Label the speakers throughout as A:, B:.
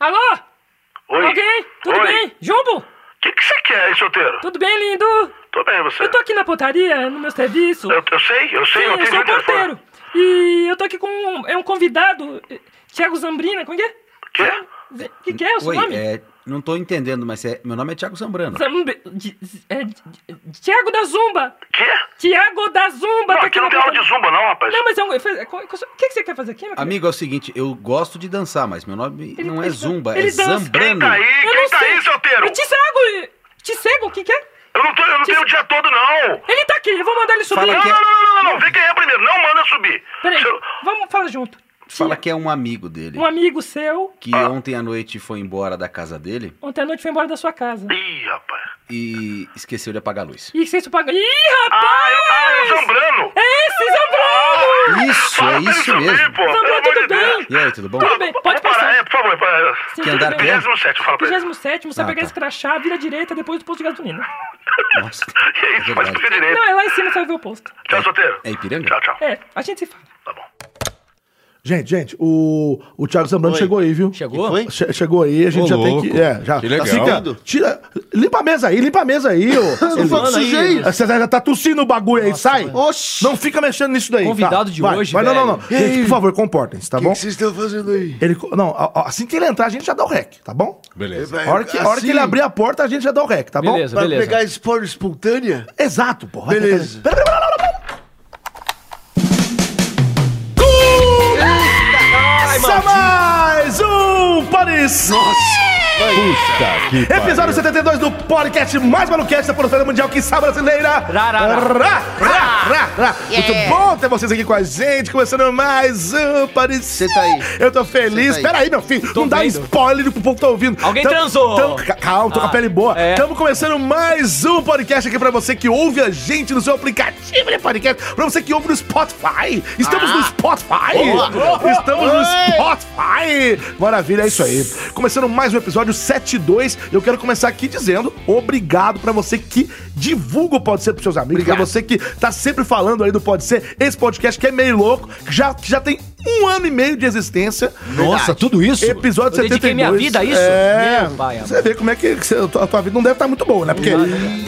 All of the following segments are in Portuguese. A: Alô?
B: Oi.
A: Alguém? Tudo
B: Oi.
A: bem? Jumbo?
B: O que que você quer, hein, solteiro?
A: Tudo bem, lindo?
B: Tô bem, você?
A: Eu tô aqui na portaria, no meu serviço.
B: Eu, eu sei, eu sei,
A: Sim,
B: eu
A: eu
B: atendi
A: sou
B: o telefone.
A: porteiro. E eu tô aqui com um, é um convidado, eh, Thiago Zambrina, como é que
B: Quê?
A: é? Que que é o seu
C: Oi,
A: nome?
C: é, não tô entendendo, mas é- meu nome é Thiago Zambrano.
A: Zamb- de- é, de- de- Thiago da Zumba!
B: Quê?
A: Thiago da Zumba!
B: Não,
A: tá
B: aqui não
A: na
B: tem aula de
A: portaria.
B: zumba, não, rapaz.
A: Não, mas é um... é- é- qual- qual- O que que você quer fazer aqui, meu querido?
C: Amigo, é o seguinte, eu gosto de dançar, mas meu nome
A: Ele-
C: não é
A: ele-
C: Zumba,
A: ele
C: é
A: dança.
B: Quem
C: Zambrano.
B: tá aí?
A: Eu
B: Quem
A: não
B: tá
A: sei.
B: aí, solteiro?
A: Te cego! eh, Te cego, o que que é?
B: Eu não, tô, eu não tenho o dia todo, não.
A: Ele tá aqui, eu vou mandar ele subir.
C: Fala
B: Não,
C: que
B: não,
C: é-
B: não, não, não, não, Vê quem é primeiro. Não manda subir.
A: Peraí,
B: Seu-
A: vamos falar junto.
C: Fala que é um amigo dele,
A: Um amigo seu,
C: que
B: Ah.
C: ontem à noite foi embora da casa dele
A: ontem à noite foi embora da sua casa.
B: Ih, rapaz.
C: e esqueceu de apagar a luz.
A: E vocês pagam. Ih,
B: Ah, eu, ah, é
A: rapaz!
B: o Zambrano.
A: é esse, Zambrano!
C: Isso,
B: Ah, Fala
C: é
B: pra ele
C: isso
B: subir,
C: mesmo.
B: pô. Pelo
A: Zambrano,
B: amor
A: tudo
B: de Deus.
A: bem?
C: E aí, tudo bom?
A: Tudo bem, pode
B: Vamos parar,
A: passar.
B: é, por favor.
A: Sim,
B: para-
C: Que
A: tudo
C: andar
A: bem.
C: quer?
B: 27, fala pra ele.
A: 27, você
C: Ah,
A: pega
C: tá.
A: a escrachá, vira à direita, depois do posto de gasolina.
C: Nossa,
B: E é
C: é
B: isso, mas
C: verdade.
B: fica direito.
A: Não, é lá em cima, você vai ver o posto.
B: Tchau, solteiro.
C: É Ipiranga?
B: Tchau, tchau.
A: É, a gente se fala.
B: Tá bom.
D: Gente, gente, o, o Thiago Zambrano chegou aí, viu?
E: Chegou?
F: Foi?
D: Che- chegou aí, a gente
E: Ô,
D: já
E: louco.
D: tem que. É, já.
E: Que legal.
D: Fica, tira, limpa a mesa aí, limpa a mesa aí, ô. Ele-
F: Tá falando aí,
D: Sujei. Você já tá tossindo o bagulho aí, sai.
F: Oxi!
D: Não fica mexendo nisso daí. tá?
E: Convidado de
D: vai,
E: hoje,
D: Mas não, não,
E: velho.
D: não. Gente, por favor, comportem-se, tá
F: O que
D: bom?
F: que vocês estão fazendo aí?
D: Ele, co- não, a- a- assim que ele entrar, a gente já dá o rec, tá bom?
E: Beleza.
D: A hora que, a hora que
F: Assim,
D: ele abrir a porta, a gente já dá o rec, tá bom?
E: Beleza,
F: Pra
E: beleza.
F: pegar esse porno espontânea?
D: Exato, pô. Vai
F: Beleza.
D: tentar- Começa é mais um Paris!
E: Puta que
D: Episódio
E: pariu.
D: 72 do podcast mais maluquete da Polosfera Mundial que sabe brasileira.
E: Rá, rá, rá.
D: Rá, rá, rá, rá. Muito bom ter vocês aqui com a gente, começando mais um Paris.
F: Senta aí.
D: Eu tô feliz.
F: Senta aí.
D: Pera aí, meu filho. não dá
E: vendo.
D: spoiler do que o povo tá ouvindo.
E: Alguém transou.
D: ca- calma, tô com a pele boa.
E: é.
D: Estamos começando mais um podcast aqui pra você que ouve a gente no seu aplicativo de podcast. Pra você que ouve no Spotify. Estamos
E: Ah.
D: no Spotify. Estamos no Spotify. Maravilha, é isso aí. Começando mais um episódio 72. Eu quero começar aqui dizendo obrigado pra você que divulga o Pode Ser pros seus amigos. Pra você que tá sempre falando aí do Pode Ser. Esse podcast que é meio louco, que já, que já tem um ano e meio de existência.
E: Nossa, tudo isso?
D: Episódio
E: Eu
D: 72.
E: dediquei minha vida a isso?
D: É.
E: Meu pai, amado.
D: você vê como é que você- a tua, a tua vida não deve estar muito boa, né? Porque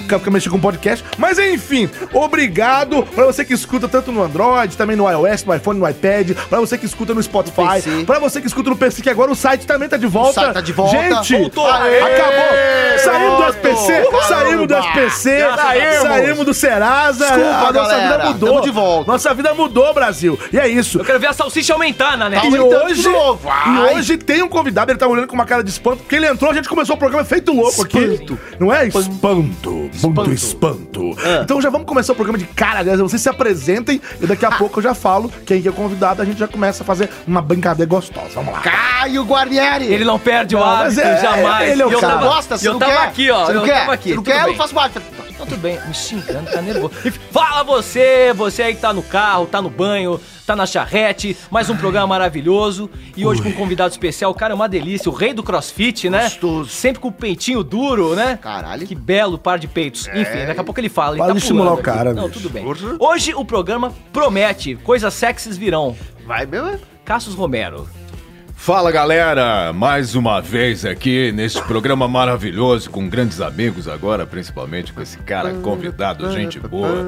D: fica, fica mexendo com podcast. Mas enfim, obrigado pra você que escuta tanto no Android, também no iOS, no iPhone, no iPad, pra você que escuta no Spotify,
F: PC.
D: pra você que escuta no PC, que agora o site também tá de volta.
F: site tá de volta.
D: Gente,
F: Voltou.
D: aê, acabou.
F: Aê,
D: Saímos do
F: voltou.
D: SPC,
F: Caramba.
D: saímos do SPC,
F: Deus.
D: saímos do Serasa.
F: Desculpa,
D: a nossa
F: galera.
D: vida mudou.
F: Tamo de volta.
D: Nossa vida mudou, Brasil. E é isso.
E: Eu quero ver a salsicha aumentar na net.
D: E
F: Tá aumentando
D: hoje,
F: né? de novo.
D: e
F: Ai.
D: hoje tem um convidado, ele tá olhando com uma cara de espanto, porque ele entrou, a gente começou o programa feito louco
F: Espanto.
D: aqui. Não é? Espanto. Muito espanto.
G: Ah.
D: Então já vamos começar o programa de cara, aliás, vocês se apresentem e daqui a
F: Ah.
D: pouco eu já falo quem que é o convidado, a gente já começa a fazer uma brincadeira gostosa. Vamos lá.
F: Caio Ah, Guarnieri!
E: Ele não perde o hábito,
D: mas é-
E: jamais.
D: ele é o
E: E eu
D: cara.
E: tava-
F: gosta, você
E: Eu
F: não
E: tava
F: quer?
E: aqui, ó.
F: Você não
E: eu
F: quer?
E: tava aqui.
F: Você não
E: tudo
F: quer?
E: bem.
F: Eu faço parte.
E: Então, tudo bem, me xingando, tá nervoso. Enfim, Fala você, você aí que tá no carro, tá no banho, tá na charrete, mais um programa maravilhoso. E hoje com um convidado especial, o cara é uma delícia, o rei do crossfit, né?
F: Gostoso.
E: Sempre com o peitinho duro, né?
F: Caralho. É.
E: Que belo par de peitos. Enfim, daqui a pouco ele fala. Ele tá
D: Para de
E: pulando
D: estimular o
E: aqui.
D: cara,
E: Não,
D: bicho.
E: tudo bem. Hoje o programa promete, coisas sexys virão.
F: Vai mesmo?
E: Cassius Romero.
G: Fala galera, mais uma vez aqui neste programa maravilhoso com grandes amigos agora, principalmente com esse cara convidado, gente boa.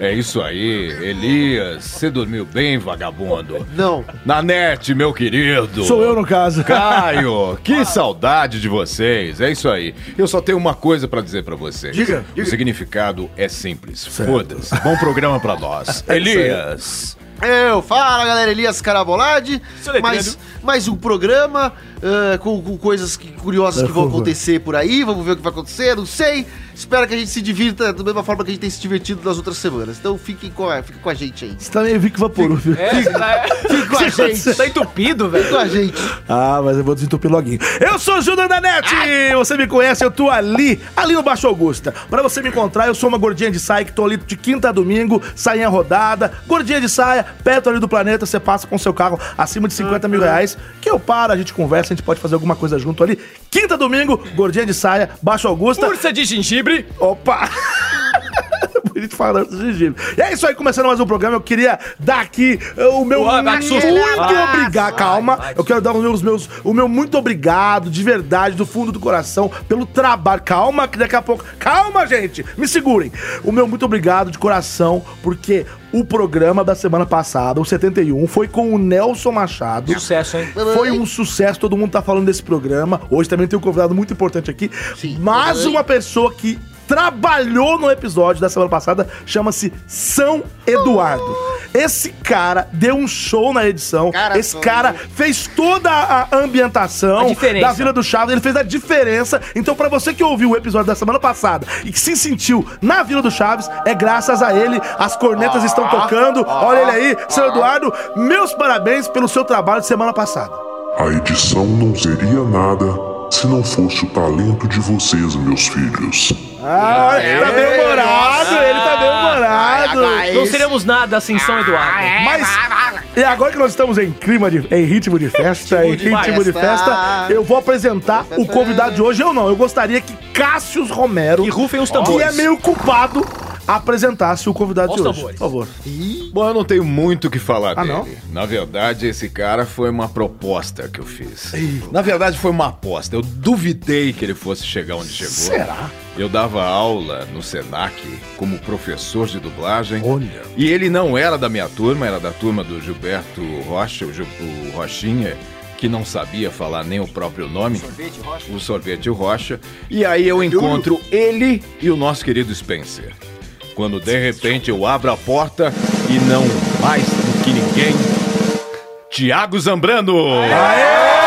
G: É isso aí, Elias, você dormiu bem, vagabundo?
F: Não.
G: Na net, meu querido.
D: Sou eu no caso.
G: Caio, que saudade de vocês. É isso aí. Eu só tenho uma coisa pra dizer pra vocês.
D: Diga,
G: O
D: diga.
G: significado é simples. Foda-se. Bom programa pra
D: É
G: nós. Elias.
F: Eu, fala galera, Elias Carabolade.
E: Soletrando.
F: Mais, mais um
D: É,
F: programa ah, com, com coisas que- curiosas que vão acontecer por aí. Vamos ver o que vai acontecer, não sei. Espero que a gente se divirta da mesma forma que a gente tem se divertido nas outras semanas. Então fiquem com a, fiquem com a gente aí.
D: Você tá meio Vic Vaporub.
E: É, você tá,
F: Fiquem com a gente.
E: tá entupido, velho.
F: Fiquem com a gente.
D: Ah, mas eu vou desentupir loguinho. Eu sou o Júnior da NET! Você me conhece, eu tô ali, ali no Baixo Augusta. Pra você me encontrar, eu sou uma gordinha de saia que tô ali de quinta a domingo, sainha rodada, gordinha de saia, perto ali do planeta, você passa com seu carro acima de 50
E: Ah, tá.
D: mil reais, que eu paro, a gente conversa, a gente pode fazer alguma coisa junto ali. Quinta a domingo, gordinha de saia, Baixo Augusta.
E: Ursa de gengibre.
D: Opa! Bonito falando do gengibre. E é isso aí, começando mais um programa, eu queria dar aqui eh, o meu
E: Ué, vai,
D: muito
E: que susto.
F: Vai,
D: obrigado. Calma,
E: vai,
D: eu quero dar os meus, meus- o meu muito obrigado, de verdade, do fundo do coração, pelo trabalho. Calma, que daqui a pouco. Calma, gente! Me segurem. O meu muito obrigado de coração, porque o programa da semana passada, o 71, foi com o Nelson Machado.
E: Sucesso, hein?
D: Foi um sucesso, todo mundo tá falando desse programa. Hoje também tem um convidado muito importante aqui.
F: Sim.
D: Mas
F: Oi.
D: uma pessoa que trabalhou no episódio da semana passada chama-se São Eduardo. Esse cara deu um show na edição.
F: Oh. Cara,
D: Esse
F: foi. um-
D: cara fez toda a
E: A
D: ambientação
E: diferença.
D: da Vila do Chaves, ele fez a diferença. Então, pra você que ouviu o episódio da semana passada e que se sentiu na Vila do Chaves, é graças a ele. As cornetas estão tocando. Olha ele aí, São Eduardo. Meus parabéns pelo seu trabalho de semana passada.
H: A edição não seria nada se não fosse o talento de vocês, meus filhos.
D: Ah, ele tá bem humorado, ele
E: Ah,
D: tá bem humorado.
E: Não seremos nada assim, São Eduardo.
D: Mas, e agora que nós estamos em clima de, em ritmo de festa, em
F: de
D: ritmo de
F: festa.
D: festa, eu vou apresentar o convidado de hoje. Eu não, eu gostaria que Cássius Romero,
E: E rufem os
D: que
E: tambores.
D: é meio culpado, apresentasse o convidado de
E: Olha os
D: hoje.
E: tambores.
D: Por favor.
G: Bom, eu não tenho muito o que falar
D: Ah,
G: dele.
D: não?
G: Na verdade, esse cara foi uma proposta que eu fiz. Na verdade, foi uma aposta. Eu duvidei que ele fosse chegar onde chegou.
D: Será?
G: Eu dava aula no Senac como professor de dublagem.
D: Olha.
G: E ele não era da minha turma, era da turma do Gilberto Rocha, o, Gil- o Rochinha, que não sabia falar nem o próprio nome. O Sorvete Rocha. E aí eu encontro ele e o nosso querido Spencer. Quando de repente eu abro a porta e não mais do que ninguém. Tiago Zambrano!
D: é,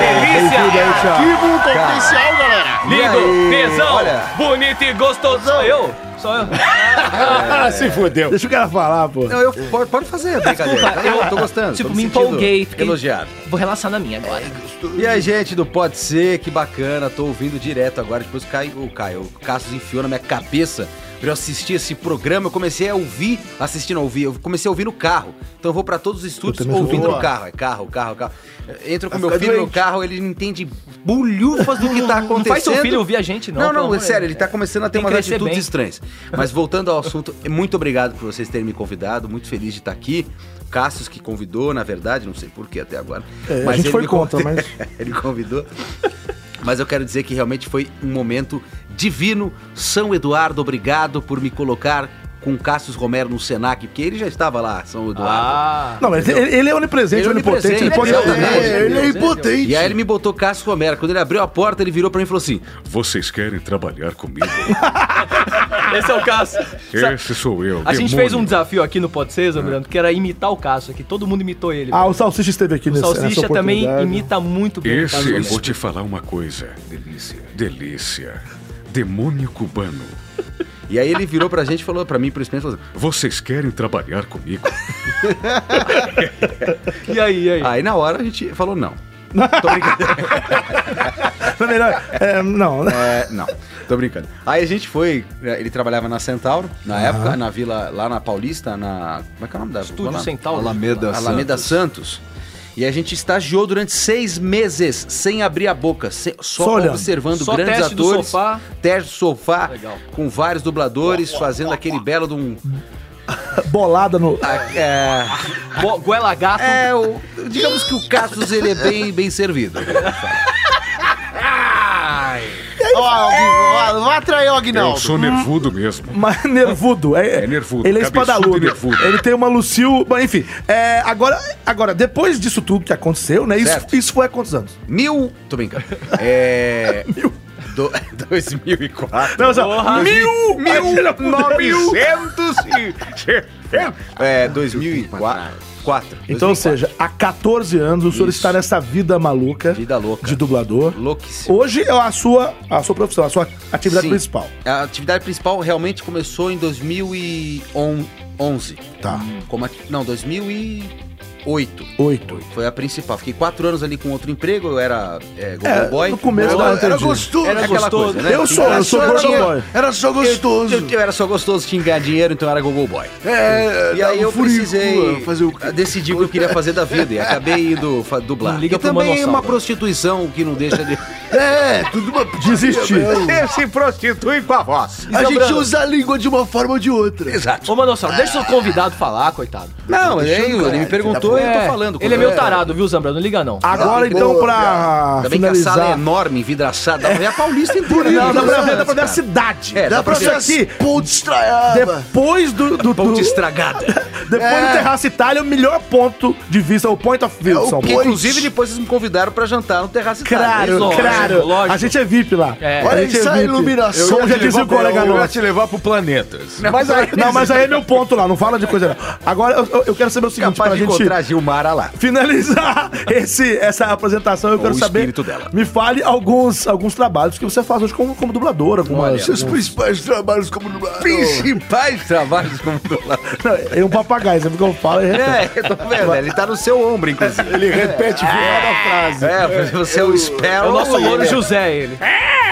E: Delícia.
F: Ativo potencial, galera.
E: Lindo, tesão,
C: Olha.
E: bonito e gostoso. Sou eu? Sou eu.
G: Ah, se fodeu!
D: Deixa o cara falar, pô.
C: Não, eu, pode, pode fazer, brincadeira. eu tô gostando.
E: tipo,
C: tô
E: me
C: sentindo
E: empolguei, fiquei-
C: Elogiado.
E: Vou relaxar na minha agora.
C: E aí, gente do Pode Ser, que bacana, tô ouvindo direto agora, depois o Caio, o Caio, o Cassius enfiou na minha cabeça pra eu assistir esse programa, eu comecei a ouvir, assistindo a ouvir, eu comecei a ouvir no carro, então eu vou pra todos os estúdios ouvindo no carro, é carro, carro, carro, Eu entro com meu filho no carro, ele não entende bulhufas do que tá acontecendo.
E: Não faz seu filho ouvir a gente, não.
C: Não,
E: pelo
C: não,
E: amor
C: é
E: de
C: sério,
E: Deus.
C: ele tá começando a ter
E: Tem que
C: umas
E: crescer
C: atitudes
E: bem.
C: estranhas. Mas voltando ao assunto, é muito obrigado por vocês terem me convidado, muito feliz de estar aqui. Cassius que convidou, na verdade, não sei por que até agora.
D: É, a gente
C: ele
D: foi
C: me con-
D: contra, mas-
C: ele convidou. Mas eu quero dizer que realmente foi um momento divino. São Eduardo, obrigado por me colocar com Cassius Romero no Senac, porque ele já estava lá, São Eduardo.
E: Ah,
D: Não, mas ele, ele é onipresente,
C: Ele é
D: onipotente, ele pode
C: onipresente,
D: dar
C: ele é
D: tudo.
F: ele é impotente.
C: E aí ele me botou Cássio Romero. Quando ele abriu a porta, ele virou pra mim e falou assim:
H: Vocês querem trabalhar comigo?
E: esse é o caso.
H: Esse sou eu.
E: A gente fez um desafio aqui no Pode Ser, Zambrano, que era imitar o Cássio aqui. Todo mundo imitou ele.
D: Ah, o Salsicha esteve aqui
E: o
D: nesse
E: Salsicha também imita muito bem o
D: é
E: Cássio.
H: eu vou te falar uma coisa. Delícia. Delícia. Demônio cubano.
C: E aí ele virou pra gente e falou pra mim, pro Spencer, falou assim,
H: Vocês querem trabalhar comigo?
E: E aí, e aí?
C: Aí na hora a gente falou não. Tô brincando.
D: Foi melhor. É, não, né?
C: É, não, tô brincando. Aí a gente foi, é, ele trabalhava na Centauro, na época, na vila, lá na Paulista, na. Como é que é o nome da
E: Estúdio
C: lá?
E: Centauro.
G: Alameda
C: Alameda Santos. E a gente estagiou durante seis meses sem abrir a boca, se- só,
D: Só olhando.
C: observando
E: Só
C: grandes
E: teste do
C: atores.
E: sofá.
C: Teste do sofá,
E: Legal.
C: com vários dubladores, fazendo aquele belo de um.
D: Bolada no.
C: é,
E: Bo- Goela gato.
C: É, o- digamos que o Cassius ele é bem, bem servido.
F: Ó, Aguinaldo, ó, não vai atrair o
H: Eu
F: Aguinaldo.
H: sou nervudo mesmo.
D: Mas nervudo. É,
H: É nervudo,
D: Ele é
H: cabeçudo
D: espadaludo.
H: e nervudo.
D: Ele tem uma Lucil. Bom, enfim. é, agora, agora, depois disso tudo que aconteceu, né? Isso,
C: Certo.
D: isso foi há quantos anos?
C: Mil. Tô brincando. É.
D: Mil.
C: Do- 2004.
D: Não, só, mil, mil, mil.
G: 1970.
C: É, 2004. Quatro.
D: Então,
C: 2004.
D: ou seja, há 14 anos o senhor está nessa vida maluca
C: Vida louca.
D: de dublador.
C: Louquíssimo.
D: Hoje é a sua, a sua profissão, a sua atividade
C: Sim.
D: principal.
C: A atividade principal realmente começou em 2011.
D: Tá.
C: Como a- não, 2008.
D: Oito.
C: Foi a principal. Fiquei quatro anos ali com outro emprego, eu era é, Golden
D: É,
C: Boy.
D: no começo
C: Eu
D: da-
C: era-
D: entendi.
F: gostoso.
C: Era aquela coisa, né?
D: Eu sou, eu sou
C: Era
D: Golden
C: só-
D: Boy.
F: Era só gostoso.
C: Eu, eu era só gostoso tinha que ganhar dinheiro, então eu era Google Boy.
F: É,
C: E
D: um
C: aí eu precisei
F: fazer o
C: decidir o que eu queria fazer da vida e acabei indo fa- dublar.
E: Não liga
C: e
E: pro
C: também
E: Manossauro.
C: uma prostituição que não deixa de...
F: É, tudo uma.
D: Desisti.
G: Você se prostitui com a voz.
F: A gente
E: Zambrano.
F: usa a língua de uma forma ou de outra.
E: Ô, Manossauro, deixa o
C: Ah.
E: seu convidado falar, coitado.
C: Não, ele, Tá é, ele tá me perguntou e eu tô falando.
E: Ele é meu tarado, viu, Zambrano? Não liga, não.
F: Ah,
D: Agora, então,
F: boa,
D: pra
C: Ainda bem que a sala é
D: finalizar...
C: enorme, vidraçada. É a paulista inteira. é
D: Não, dá pra
C: Vidraçada,
D: ver, dá pra ver a
C: cara.
D: cidade.
C: É,
D: dá
C: dá
D: pra
C: pra
D: ver
C: ver
D: aqui.
F: Pontos traiaba.
D: Depois do... do, do
C: Ponte estragada. É.
D: depois do Terraço Itália, o melhor ponto de vista, É o point of view de São
C: Que,
D: Paulo.
C: inclusive, depois vocês me convidaram pra jantar no Terraço
D: Claro,
E: Lógico,
D: claro.
E: lógico.
D: A gente é VIP lá.
E: É.
D: A
F: Olha
D: gente
F: essa
D: VIP.
F: iluminação.
D: Como já
G: Eu ia te
D: dizia o
G: levar-
D: colega
G: Eu ia
D: nosso.
G: te levar pro planetas.
D: Mas aí, não, mas aí é meu ponto lá, não fala de coisa não. Agora eu, eu quero saber o seguinte,
C: Capaz
D: pra
C: de
D: gente
C: encontrar Gilmara lá.
D: finalizar esse, essa apresentação, eu quero
C: o
D: saber.
C: espírito dela.
D: Me fale alguns, alguns trabalhos que você faz hoje como, como dubladora, alguma.
F: Seus principais trabalhos como dublador.
C: Principais trabalhos como dublador.
D: Não, é um papagaio, sabe o que eu falo? É.
C: É, tô vendo. Ele tá no seu ombro, inclusive.
G: Ele repete o final da frase.
C: É, você é o Sparrow.
E: É o nosso
C: ele
E: Louro
C: é-
E: José, ele.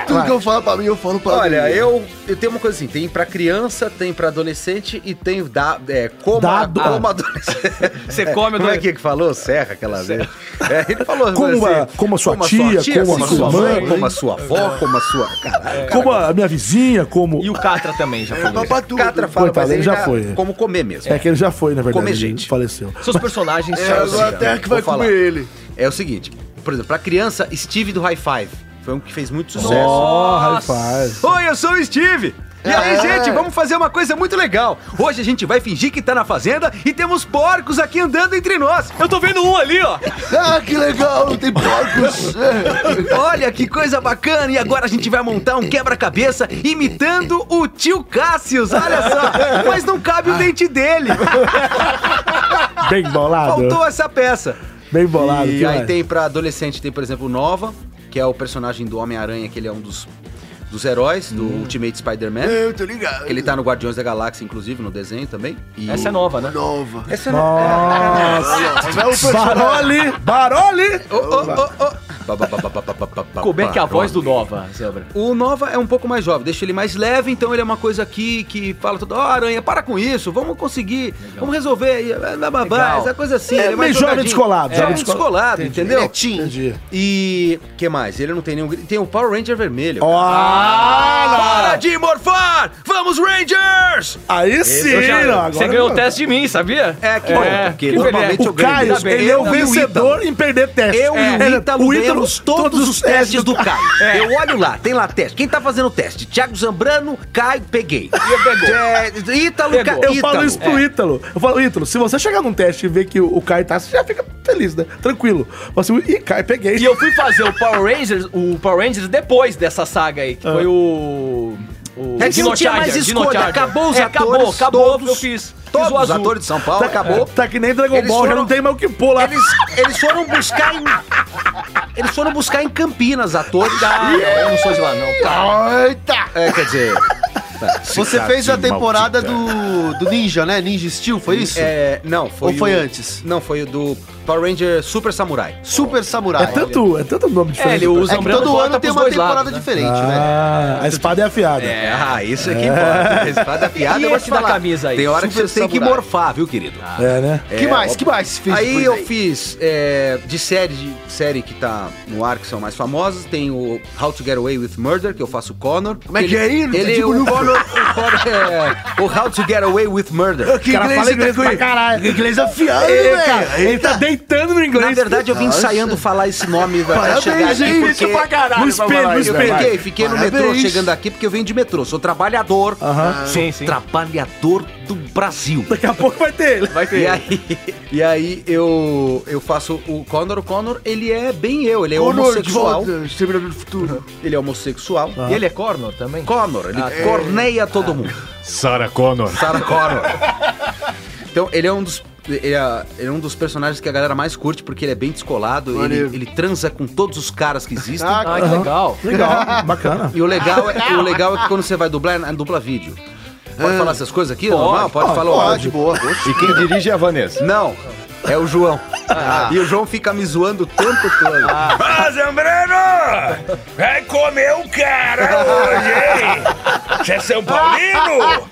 F: Tudo que eu falo pra mim, eu falo pra
C: Olha,
F: mim.
C: eu, eu tenho uma coisa assim, tem pra criança, tem pra adolescente e tem da, é, como,
D: Dado.
C: como adolescente.
E: Você come,
C: Como é
E: adolescente.
C: que que falou? Serra aquela vez. É, ele falou
D: Como a- como a sua tia, como a
C: assim,
D: sua mãe. É.
C: como a sua avó, como a sua... Caralho.
D: Como a minha vizinha, como.
E: É.
D: É.
E: E o Catra também já falou. isso.
F: Papa tudo.
C: Catra fala,
D: Coitado,
C: mas
D: ele
C: ele
D: já
C: já
D: foi.
C: Como comer mesmo.
D: É que ele já foi, na verdade.
C: Comer
D: ele
C: gente.
D: faleceu.
E: Seus personagens
F: É,
E: são
F: agora
E: assim,
F: até
E: cara.
F: que vai
C: Vou falar.
F: comer ele.
C: É o seguinte, por exemplo, pra criança, Steve do High Five. Foi um que fez muito sucesso.
D: Ó, rapaz.
C: Oi, eu sou o Steve! E
F: É.
C: aí, gente, vamos fazer uma coisa muito legal. Hoje a gente vai fingir que tá na fazenda e temos porcos aqui andando entre nós.
E: Eu tô vendo um ali, ó.
F: Ah, que legal, tem porcos.
C: Olha que coisa bacana! E agora a gente vai montar um quebra-cabeça imitando o tio Cassius, olha só! Mas não cabe
D: Ah.
C: o dente dele!
D: Bem bolado.
C: Faltou essa peça.
D: Bem bolado.
C: e
D: que
C: aí
D: mais?
C: tem pra adolescente, tem, por exemplo, o Nova, que é o personagem do Homem-Aranha, que ele é um dos, dos heróis do Ultimate Spider-Man.
F: Hum. eu tô ligado.
C: Ele tá no Guardiões da Galáxia, inclusive, no desenho também. E
E: Essa é nova, né?
F: Nova.
C: Essa é
D: Nossa. Baroli! Baroli!
C: Oh, oh, oh, oh.
E: Como é que é a voz do Nova, Zebra?
C: O Nova é um pouco mais jovem, deixa ele mais leve, então ele é uma coisa aqui que fala toda, ó, aranha, para com isso, vamos conseguir, vamos resolver, é, e blá, blá, blá,
E: Legal.
C: essa coisa assim.
D: É,
C: ele
D: meio
C: mais
D: jovem
C: jogadinho.
D: descolado,
C: É,
D: jovem
C: jovem descolado, entendeu?
D: Entendi.
C: E que mais? Ele não tem nenhum. grito. Tem o Power Ranger vermelho.
D: Ó,
C: Para de morfar! Vamos, Rangers!
D: aí sim,
E: Eu já-
D: não, agora
E: você ganhou
D: não.
E: o teste de mim, sabia?
C: É, que
E: é,
C: bom, porque
E: que
C: normalmente
E: beleza.
D: O
C: eu ganho.
D: Caio,
C: Tá bem,
D: ele é o
C: tá bem,
D: vencedor em perder teste.
C: Eu
D: É,
C: e o Ítalo ganhamos todos, os testes do Caio. Eu olho lá, tem lá teste. Quem tá fazendo o teste? Thiago Zambrano, Caio, peguei. É, Ítalo, É.
E: Pegou.
C: Caio.
D: Eu falo isso pro Ítalo. Eu falo, Ítalo, se você chegar num teste e ver que o o Caio tá, você já fica feliz, né? Tranquilo. Fala assim, ih, Caio, peguei.
E: E eu fui fazer o Power Rangers, o Power Rangers depois dessa saga aí, que foi o. O
C: É que não tinha mais
E: Dino
C: escolha,
E: Charger.
C: acabou os
E: É, Acabou,
C: atores,
E: acabou,
C: todos-
E: eu fiz. Fiz
C: Todos
E: o
C: os
E: azul.
C: atores de São Paulo,
D: tá,
C: acabou.
D: Tá que nem Dragon
C: Eles
D: Ball, já
C: foram-
D: não tem mais o que pôr lá.
C: Eles, eles foram buscar em... Eles foram buscar em Campinas, atores da...
E: Eu não sou de lá, não. Tá.
F: Eita!
C: É, quer dizer...
F: Você fez a temporada do, do Ninja, né? Ninja Steel, foi isso?
C: É, não, foi
F: Ou foi
C: o-
F: antes?
C: Não, foi o do Power Ranger Super Samurai.
F: Super Samurai.
D: É tanto, é tanto nome
E: É,
D: diferente.
E: ele usa
F: É
E: um
F: que todo ano tem uma temporada diferente, né?
D: Ah, a espada é afiada.
C: É, ah, isso é
D: né?
C: que importa. Espada piada,
E: E
C: eu vou
E: esse
C: te
E: da
C: falar.
E: camisa aí?
C: Tem hora
F: Super
C: que você tem que
F: Samurai.
C: morfar, viu, querido?
D: É, né?
F: que mais? Que mais? Fez
C: aí
F: depois
C: eu fiz é, de série de série que tá no ar que são mais famosas tem o How to Get Away with Murder que eu faço o Connor
F: Como é que é isso?
C: ele
F: Digo,
C: o
F: não-
C: Connor, o Connor é, o How to Get Away with Murder
F: Ah, Que
D: cara fala inglês pra
F: inglês caralho. Que inglês afiado,
D: Ele,
F: velho.
D: cara, ele tá deitando no inglês.
C: É, na verdade eu vim
F: Nossa.
C: ensaiando falar esse nome da
F: Parabéns, hein? Isso pra
D: no espelho, no
C: eu
D: espelho.
C: peguei, fiquei no
F: Parabéns.
C: metrô chegando aqui porque eu venho de metrô, sou trabalhador,
D: Aham.
E: Sim, sim.
C: trabalhador do Brasil.
D: Daqui a pouco vai ter ele.
C: Vai ter. E aí, e aí eu, eu faço o Connor. O Connor, ele é bem eu, ele é homossexual.
F: Exterminador do Futuro.
C: Ele é homossexual. E
E: E ele é corner também?
C: Connor, ele corneia todo mundo.
G: Sarah Connor.
C: Sarah Connor. então, ele é um dos. Ele é, ele é um dos personagens que a galera mais curte, porque ele é bem descolado, ele,
F: Maneiro.
C: ele transa com todos os caras que existem.
F: Ah,
E: Ah, que legal.
D: Legal, bacana.
C: E o legal, é, e o legal é que quando você vai dublar, é dupla vídeo. Pode falar essas coisas aqui? normal? Pode falar o
F: Ah,
C: áudio?
F: de Ah. boa.
G: E quem dirige é a Vanessa.
C: Não, é o João.
F: Ah,
E: Ah.
C: E o João fica me zoando o tempo todo.
B: Ah, Zambrano! Vai comer o cara hoje, hein? Você é São Paulino?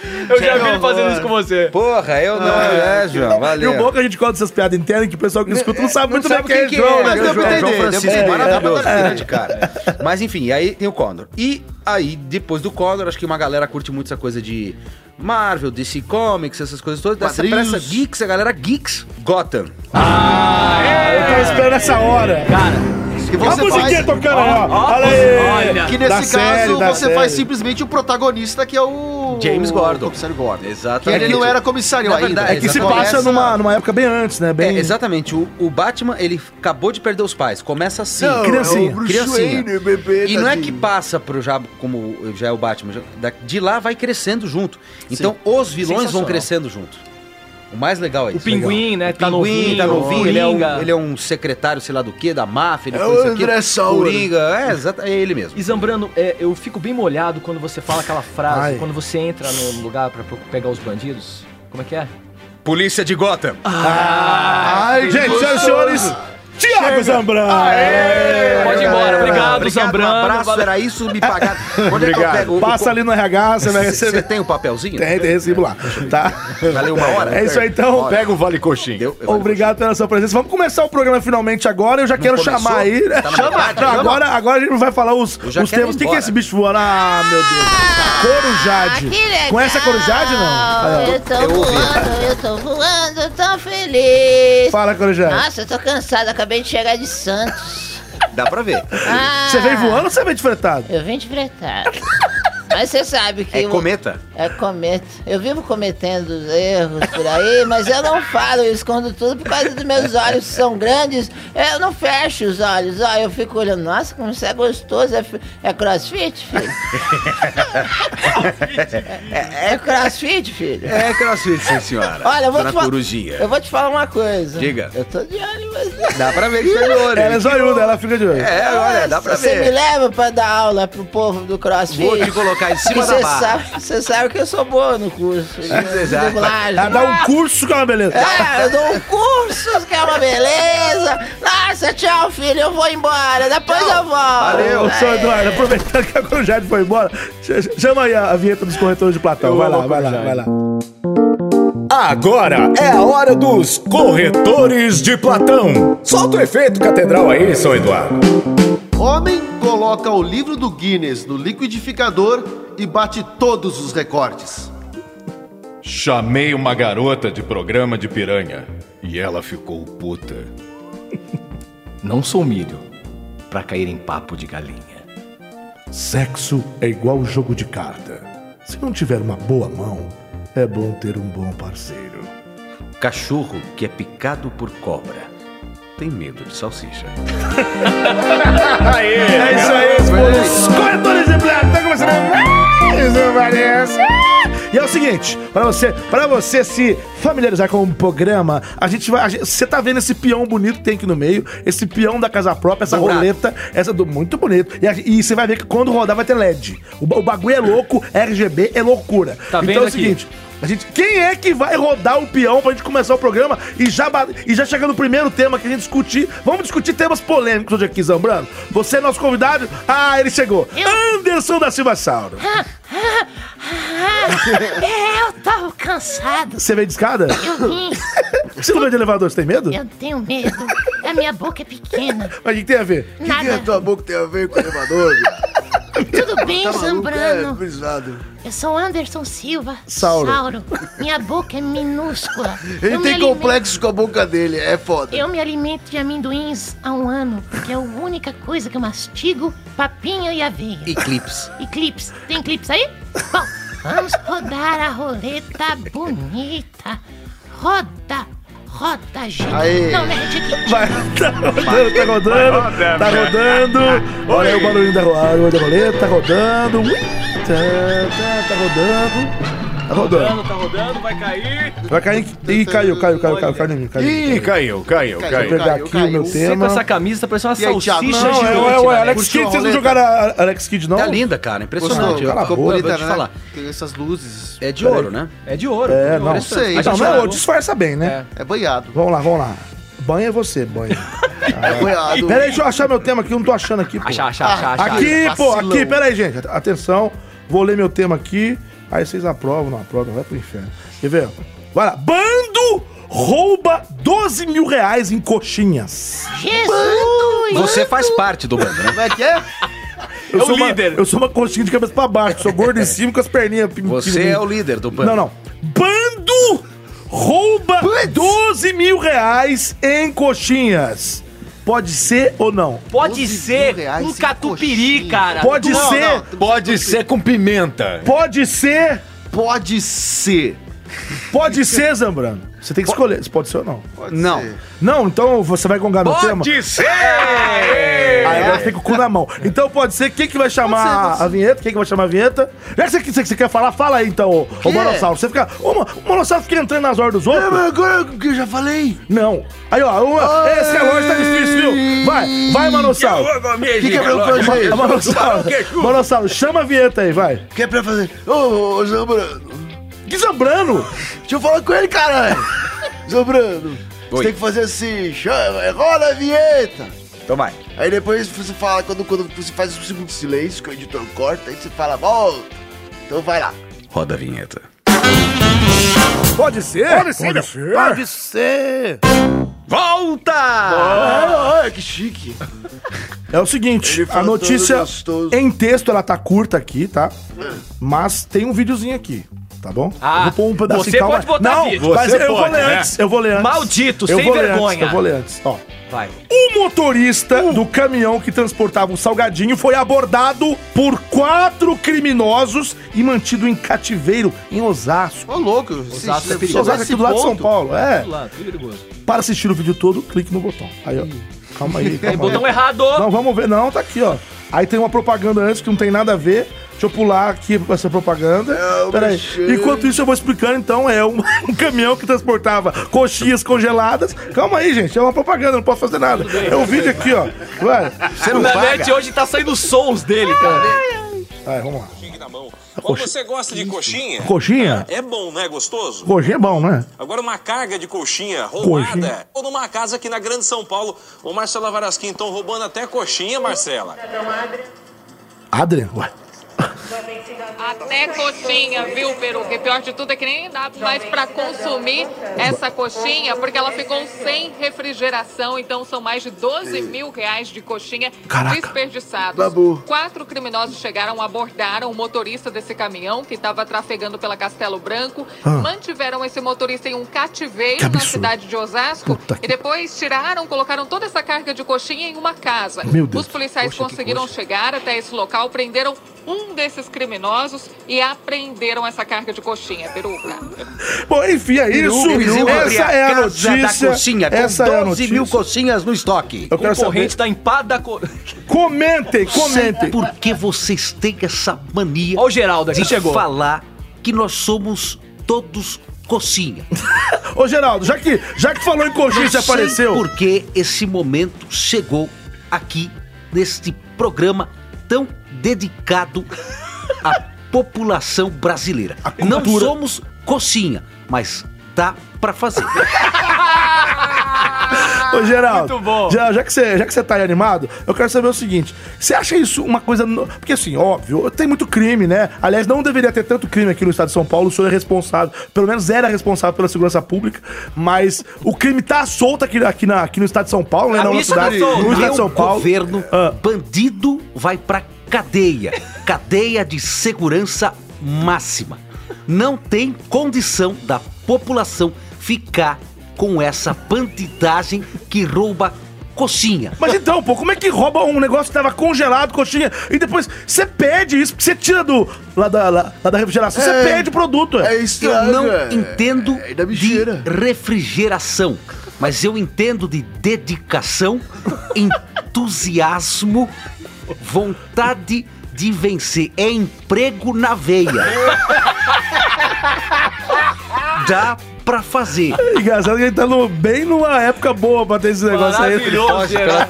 B: é
E: Eu já vi ele fazendo isso com você. Ah.
C: Porra, eu não. É, João,
D: E o bom
C: valeu.
D: é que a gente conta essas piadas internas que o pessoal que escuta não sabe muito bem quem é
C: quem
D: João, É, né?
C: que
F: deu pra
C: o João, João
F: entender,
C: Francisco,
F: deu pra entender.
C: maravilhoso, É, grande cara. Mas enfim, aí tem o Condor. E aí, depois do Condor, acho que uma galera curte muito essa coisa de Marvel, DC Comics, essas coisas todas. Dessa
F: Quadrinhos.
C: pressa geeks, a galera geeks, Gotham.
D: Eu tava esperando essa hora.
F: Que
D: é, A
F: você
D: musiquinha
F: faz,
D: tocando aí, ó. Olha aí.
E: Olha.
F: que
D: Da
F: nesse
D: série,
F: caso
D: da
F: você faz
D: série.
F: simplesmente o protagonista que é o
C: James Gordon.
F: o comissário Gordon. Que
C: Exatamente.
F: ele não era comissário
C: Na
F: ainda.
C: verdade,
D: É que se
C: Exatamente.
D: passa numa, numa época bem antes, né?
C: É,
D: Bem...
C: exatamente. O, o Batman, ele acabou de perder os pais. Começa assim.
F: Não,
D: Criancinha.
F: é o Bruce
C: Criancinha.
F: Wayne, bebê,
B: tá
C: E não é que
F: tadinho.
C: passa pro já como já é o Batman, já- da- de lá vai crescendo junto. Então os vilões vão
E: Sensacional.
C: crescendo junto. O mais legal é
E: O
C: isso.
E: pinguim, né? Tá
C: Tá
E: novinho,
C: pinguim, tá novinho, ele é, um,
E: Coringa.
C: ele é um secretário, sei lá do que, da máfia, ele
F: É
C: foi
F: o
C: isso aqui.
F: André Sauer.
C: Coringa, é, exato, é ele mesmo.
E: E Zambrano, é, eu fico bem molhado quando você fala aquela frase,
D: Ai.
E: quando você entra no lugar pra pro- pegar os bandidos. Como é que é?
C: Polícia de Gotham.
D: Ai, gente, senhoras e senhores, Tiago Zambrano.
E: Pode ir
D: É.
E: embora, obrigado, Zambrano.
C: Um abraço,
E: valeu.
C: era isso, me pagar. Onde é que eu
D: Obrigado.
C: pego? o-
D: Passa ali no RH, você vai
C: Você
D: receber.
C: você tem o papelzinho?
D: Tem, tem recibo lá, tá?
C: Valeu uma hora?
D: É isso aí, então.
G: Pega o Vale Coxinha.
C: Eu- eu-
D: Obrigado pela sua presença. Vamos começar o programa finalmente agora. Eu já quero
C: começou?
D: chamar aí.
C: Tá na metade,
D: Não,
C: chama.
D: agora, agora a gente vai falar os,
C: já
D: os
C: quero
D: termos. O que,
C: ir
D: que é
C: embora.
D: esse bicho voando? Ah, meu Deus. Corujade. Conhece a Corujade, não?
I: Ah,
D: Ah,
I: Eu tô
C: Eu ouvi.
I: voando, eu tô voando, eu tô feliz.
D: Fala, Corujade.
I: Nossa, eu tô cansada, acabei de chegar de Santos.
C: Dá pra ver.
I: Ah,
D: Você vem voando ou você vem de fretado?
I: Eu vim de fretado. Mas você sabe que.
C: É
E: um
I: o-
C: cometa.
I: É cometa. Eu vivo cometendo os erros por aí, mas eu não falo, eu escondo tudo por causa dos meus olhos que são grandes. Eu não fecho os olhos, ó. Eu fico olhando, nossa, como isso é gostoso. É, fi- é crossfit, filho? é, é crossfit, filho?
C: É crossfit, sim, senhora.
I: Olha, eu vou
C: Dona
I: te falar.
C: Corujinha.
I: Eu vou te falar uma coisa.
C: Diga.
I: Eu tô de olho em você.
C: Dá pra ver que você é de olho.
D: Ela é zoiuda, ela fica de olho.
C: É, olha, dá pra
I: Você me
C: ver.
I: leva pra dar aula pro povo do crossfit?
C: Vou te colocar em cima da
I: Você
C: barra.
I: sabe, você sabe que eu sou boa no curso. de
C: Exato.
I: dublagem.
D: Ela É, dá um curso que é uma beleza.
I: É, eu dou um curso, que é uma beleza. Nossa, tchau, filho, eu vou embora. Depois eu volto.
D: Valeu. Ô, seu Eduardo, aproveitando que a Corujade foi embora, ch- chama aí a, a vinheta dos corretores de Platão. Vai lá, vai lá, vai lá.
J: Agora é a hora dos corretores de Platão. Solta o efeito catedral aí, São Eduardo.
F: Homem coloca o livro do Guinness no liquidificador e bate todos os recordes.
G: Chamei uma garota de programa de piranha e ela ficou puta.
E: Não sou milho pra cair em papo de galinha.
D: Sexo é igual jogo de carta. Se não tiver uma boa mão, é bom ter um bom parceiro.
C: Cachorro que é picado por cobra tem medo de salsicha.
D: É isso aí, esse foram os corretores de Platão. Tá começando mais um Vanessa. E é o seguinte, para você, para você se familiarizar com o programa, a gente vai, a gente- você tá vendo esse peão bonito que tem aqui no meio, esse peão da casa própria, essa
C: Dourado.
D: roleta, essa do muito bonito. E, a- e você vai ver que quando rodar vai ter LED. O, ba- o bagulho é louco, RGB é loucura.
E: Tá
D: então
E: vendo
D: é o
E: aqui?
D: seguinte, a gente, quem é que vai rodar o peão pra gente começar o programa e já, ba- e já chegar no primeiro tema que a gente discutir? Vamos discutir temas polêmicos hoje aqui, Zambrano. Você é nosso convidado. Ah, ele chegou. Anderson da Silva Sauro.
I: Eu tava cansado.
D: Você veio de escada? Você não veio de elevador, você tem medo?
I: Eu tenho medo. A minha boca é pequena.
D: Mas o que tem a ver?
I: Nada.
F: tua boca tem a ver com o elevador? Tá
I: Tudo
B: Tá
I: bem,
B: É,
I: Zambrano.
F: brisado.
I: Eu sou Anderson Silva.
D: Sauro.
I: Minha boca é minúscula.
F: Ele
I: eu me
F: tem
I: alimento-
F: complexo com a boca dele, é foda.
I: Eu me alimento de amendoins há um ano, porque é a única coisa que eu mastigo, papinha e aveia.
C: Eclipse.
I: E clips. Tem clips aí? Bom,
K: Vamos rodar a roleta bonita. Roda, roda, gente.
D: Aê.
K: Não, né, gente?
D: Vai, tá rodando, tá rodando, tá
F: né?
D: rodando. Olha aí o barulhinho da ro- da roleta, tá rodando. Ui, tá, tá, tá rodando. Tá rodando.
L: Tá rodando, vai cair.
D: Vai cair. Ih, caiu, caiu, caiu, caiu, caiu. em mim, caiu. em mim.
F: Ih, caiu, caiu,
D: Vou
F: caiu.
D: pegar aqui o meu
L: Você com
D: tema.
L: essa camisa tá parecendo uma
M: E aí, Thiago?
L: salsicha
M: Não,
L: gigante.
M: é,
D: Ué, ué, Alex
M: Curtiu
D: Kidd,
M: a
D: vocês não
M: roleta?
D: jogaram a- a Alex Kidd, não?
M: Tá linda, cara. Impressionante.
D: Gostou? Cala a
M: Ficou
D: boca,
M: bonita,
D: né?
M: vou te falar.
B: Tem essas luzes.
M: É de ouro, né?
L: É de ouro.
D: É, não.
B: Não sei.
D: Então,
B: gente,
D: não, disfarça bem, né?
B: É banhado.
D: Vamos lá, vamos lá. Banha é você, banha.
B: É Ah, banhado.
D: Peraí, deixa eu achar meu tema aqui, eu não tô achando aqui, pô.
L: Achar, achar, achar, achar.
D: Aqui, pô,
B: Vacilão.
D: aqui, peraí, gente. At- Atenção, vou ler meu tema aqui, aí vocês aprovam, não aprovam, vai pro inferno. Quer ver? Vai lá. Bando rouba 12 mil reais em coxinhas.
K: Jesus!
M: Você faz parte do bando, né?
B: Como é que é?
D: Eu
L: É o
D: sou uma-
L: líder.
D: eu sou uma coxinha de cabeça pra baixo, sou gordo em cima com as perninhas pin-
M: Você é o líder do bando.
D: Não, não. Bando rouba 12 mil reais em coxinhas. Pode ser ou não?
L: Pode
B: 12
L: ser
B: reais
L: um
B: em
L: catupiry,
B: coxinha.
L: cara.
D: Pode
L: Não,
D: ser,
F: Pode ser com pimenta.
D: pode ser,
B: Pode ser.
D: pode ser, Zambrano. Você tem que escolher se pode ser ou não.
M: Não.
D: Não, então você vai gongar no tema?
F: Pode ser!
D: Aí agora você tem com o cu na mão. Então pode ser, quem que vai chamar a vinheta? Quem que vai chamar a vinheta? Já que você, que você quer falar, fala aí então, ô, ô Monossauro. Você fica. Ô, mo- o Monossauro fica entrando nas horas dos outros.
B: Agora que eu já falei.
D: Não. Aí, ó, uma, esse relógio tá difícil, viu? Vai, vai,
N: Eu
D: Manossauro.
N: vou comer,
B: Que
N: gente.
B: quebrou o
D: Ô,
B: projeto?
D: Manossauro, Manossauro, chama a vinheta aí, vai.
B: O que é pra fazer? Ô, ô, Zambrano.
D: Que Zambrano!
B: Deixa eu falar com ele, caralho. Zambrano. Você
M: Oi.
B: tem que fazer assim. Chama, roda a vinheta.
M: Então vai.
B: Aí depois você fala, quando, quando você faz o segundo silêncio, que o editor corta, aí você fala, volta. Então vai lá.
M: Roda a vinheta.
D: Pode ser? Pode ser, pode ser. Pode ser.
M: Volta!
B: Ah, que chique.
D: É o seguinte,
B: Ele
D: a
B: falou
D: notícia
B: todo gostoso.
D: em texto ela tá curta aqui, tá? Mas tem um videozinho aqui, tá bom?
L: Ah,
D: Eu vou pôr um pedacinho
L: você
D: calma.
L: pode botar
D: Não,
L: vídeo.
D: mas
F: Você
D: eu vou
F: pode,
D: ler
F: né?
D: antes, eu vou ler antes.
L: Maldito,
D: eu
L: sem
D: vou ler
L: vergonha. Um.
D: Antes, eu vou ler antes, ó.
L: Vai.
D: O motorista do caminhão que transportava o salgadinho foi abordado por quatro criminosos e mantido em cativeiro em Osasco.
B: Ô, louco.
L: Osasco é perigoso.
D: Osasco aqui do lado de São Paulo, é.
L: Do lado, tudo perigoso.
D: Para assistir o vídeo todo, clique no botão. Aí, ó. Calma aí, calma aí.
L: Botão errado.
D: Não, vamos ver. Não, tá aqui, ó. Aí tem uma propaganda antes que não tem nada a ver. Deixa eu pular aqui essa propaganda.
B: Não,
D: Peraí.
B: mexer.
D: Enquanto isso, eu vou explicando, então. É um, um caminhão que transportava coxinhas congeladas. Calma aí, gente. É uma propaganda, não posso fazer nada. É um vídeo aqui, ó. Vai.
M: Você não
L: Na
M: paga?
L: net hoje tá saindo os sons dele, cara.
D: Vai, vamos lá.
E: Bom, você gosta de coxinha?
D: Coxinha?
E: É bom, né? Gostoso?
D: Coxinha é bom, né?
E: Agora, uma carga de coxinha roubada.
D: Coxinha.
E: Ou numa casa aqui na Grande São Paulo. Ô, Marcela Varasquim, estão então, roubando até coxinha, Marcela.
D: Adrian, ué.
K: Até coxinha, viu, Peruca? Pior de tudo é que nem dá mais pra consumir essa coxinha, porque ela ficou sem refrigeração, então são mais de 12 mil reais de coxinha
D: Caraca.
K: desperdiçados.
B: Babu.
K: Quatro criminosos chegaram, abordaram o motorista desse caminhão que estava trafegando pela Castelo Branco, mantiveram esse motorista em um
D: Ah. Que
K: cativeiro na
D: absurdo.
K: cidade de Osasco
D: Puta que-
K: e depois tiraram, colocaram toda essa carga de coxinha em uma casa.
D: Meu Deus.
K: Os policiais conseguiram chegar até esse local, prenderam um desses criminosos e apreenderam essa carga de coxinha, peruca.
D: Bom, enfim, é isso.
M: Peru abre
D: essa é a
M: casa
D: notícia.
M: Da coxinha, com
D: essa é a
M: 12
D: notícia.
M: mil coxinhas no estoque.
D: Eu quero saber.
L: Concorrente da empada. Co...
D: Comentem, comentem.
M: Por que vocês têm essa mania
L: Ó, o Geraldo aqui
M: de
L: chegou.
M: falar que nós somos todos coxinha?
D: Ô, Geraldo, já que, já que falou em coxinha, você
M: Não sei
D: apareceu.
M: Por que esse momento chegou aqui neste programa tão dedicado à população brasileira? Não somos coxinha, mas dá pra fazer.
D: Ô, Geraldo.
L: Ah, Muito bom.
D: Já, já que você, já que você tá aí animado, eu quero saber o seguinte: você acha isso uma coisa. no- Porque, assim, óbvio, tem muito crime, né? Aliás, não deveria ter tanto crime aqui no estado de São Paulo. O senhor é responsável, pelo menos era responsável pela segurança pública, mas o crime tá solto aqui, aqui, na, aqui no estado de São Paulo, né?
L: A
D: Na
L: missa tá solta.
D: no estado
M: Meu
D: de São Paulo.
M: um governo,
D: Ah.
M: bandido vai pra cadeia. Cadeia de segurança máxima. Não tem condição da população ficar com essa bandidagem que rouba coxinha.
D: Mas então, pô, como é que rouba um negócio que tava congelado, coxinha, e depois você pede isso, porque você tira do. lá da, lá, lá da refrigeração, você
M: É.
D: pede o produto. É
M: eu não entendo de refrigeração, mas eu entendo de dedicação, entusiasmo, vontade de vencer. É emprego na veia. Dá pra fazer.
D: Engraçado que a gente tá no- bem numa época boa pra ter esse negócio aí.
M: Maravilhoso, Geraldo.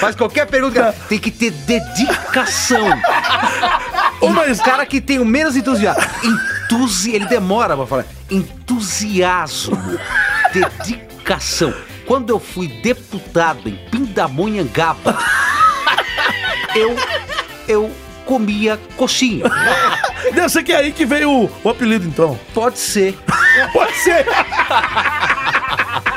M: Faz qualquer pergunta. Tem que ter dedicação. O cara que tem o menos entusiasmo. Entusi... Ele demora pra falar. Entusiasmo. Dedicação. Quando eu fui deputado em Pindamonhangaba, eu, eu comia coxinha.
D: Deve ser que é aí que veio o, o apelido, então.
M: Pode ser.
D: Pode ser.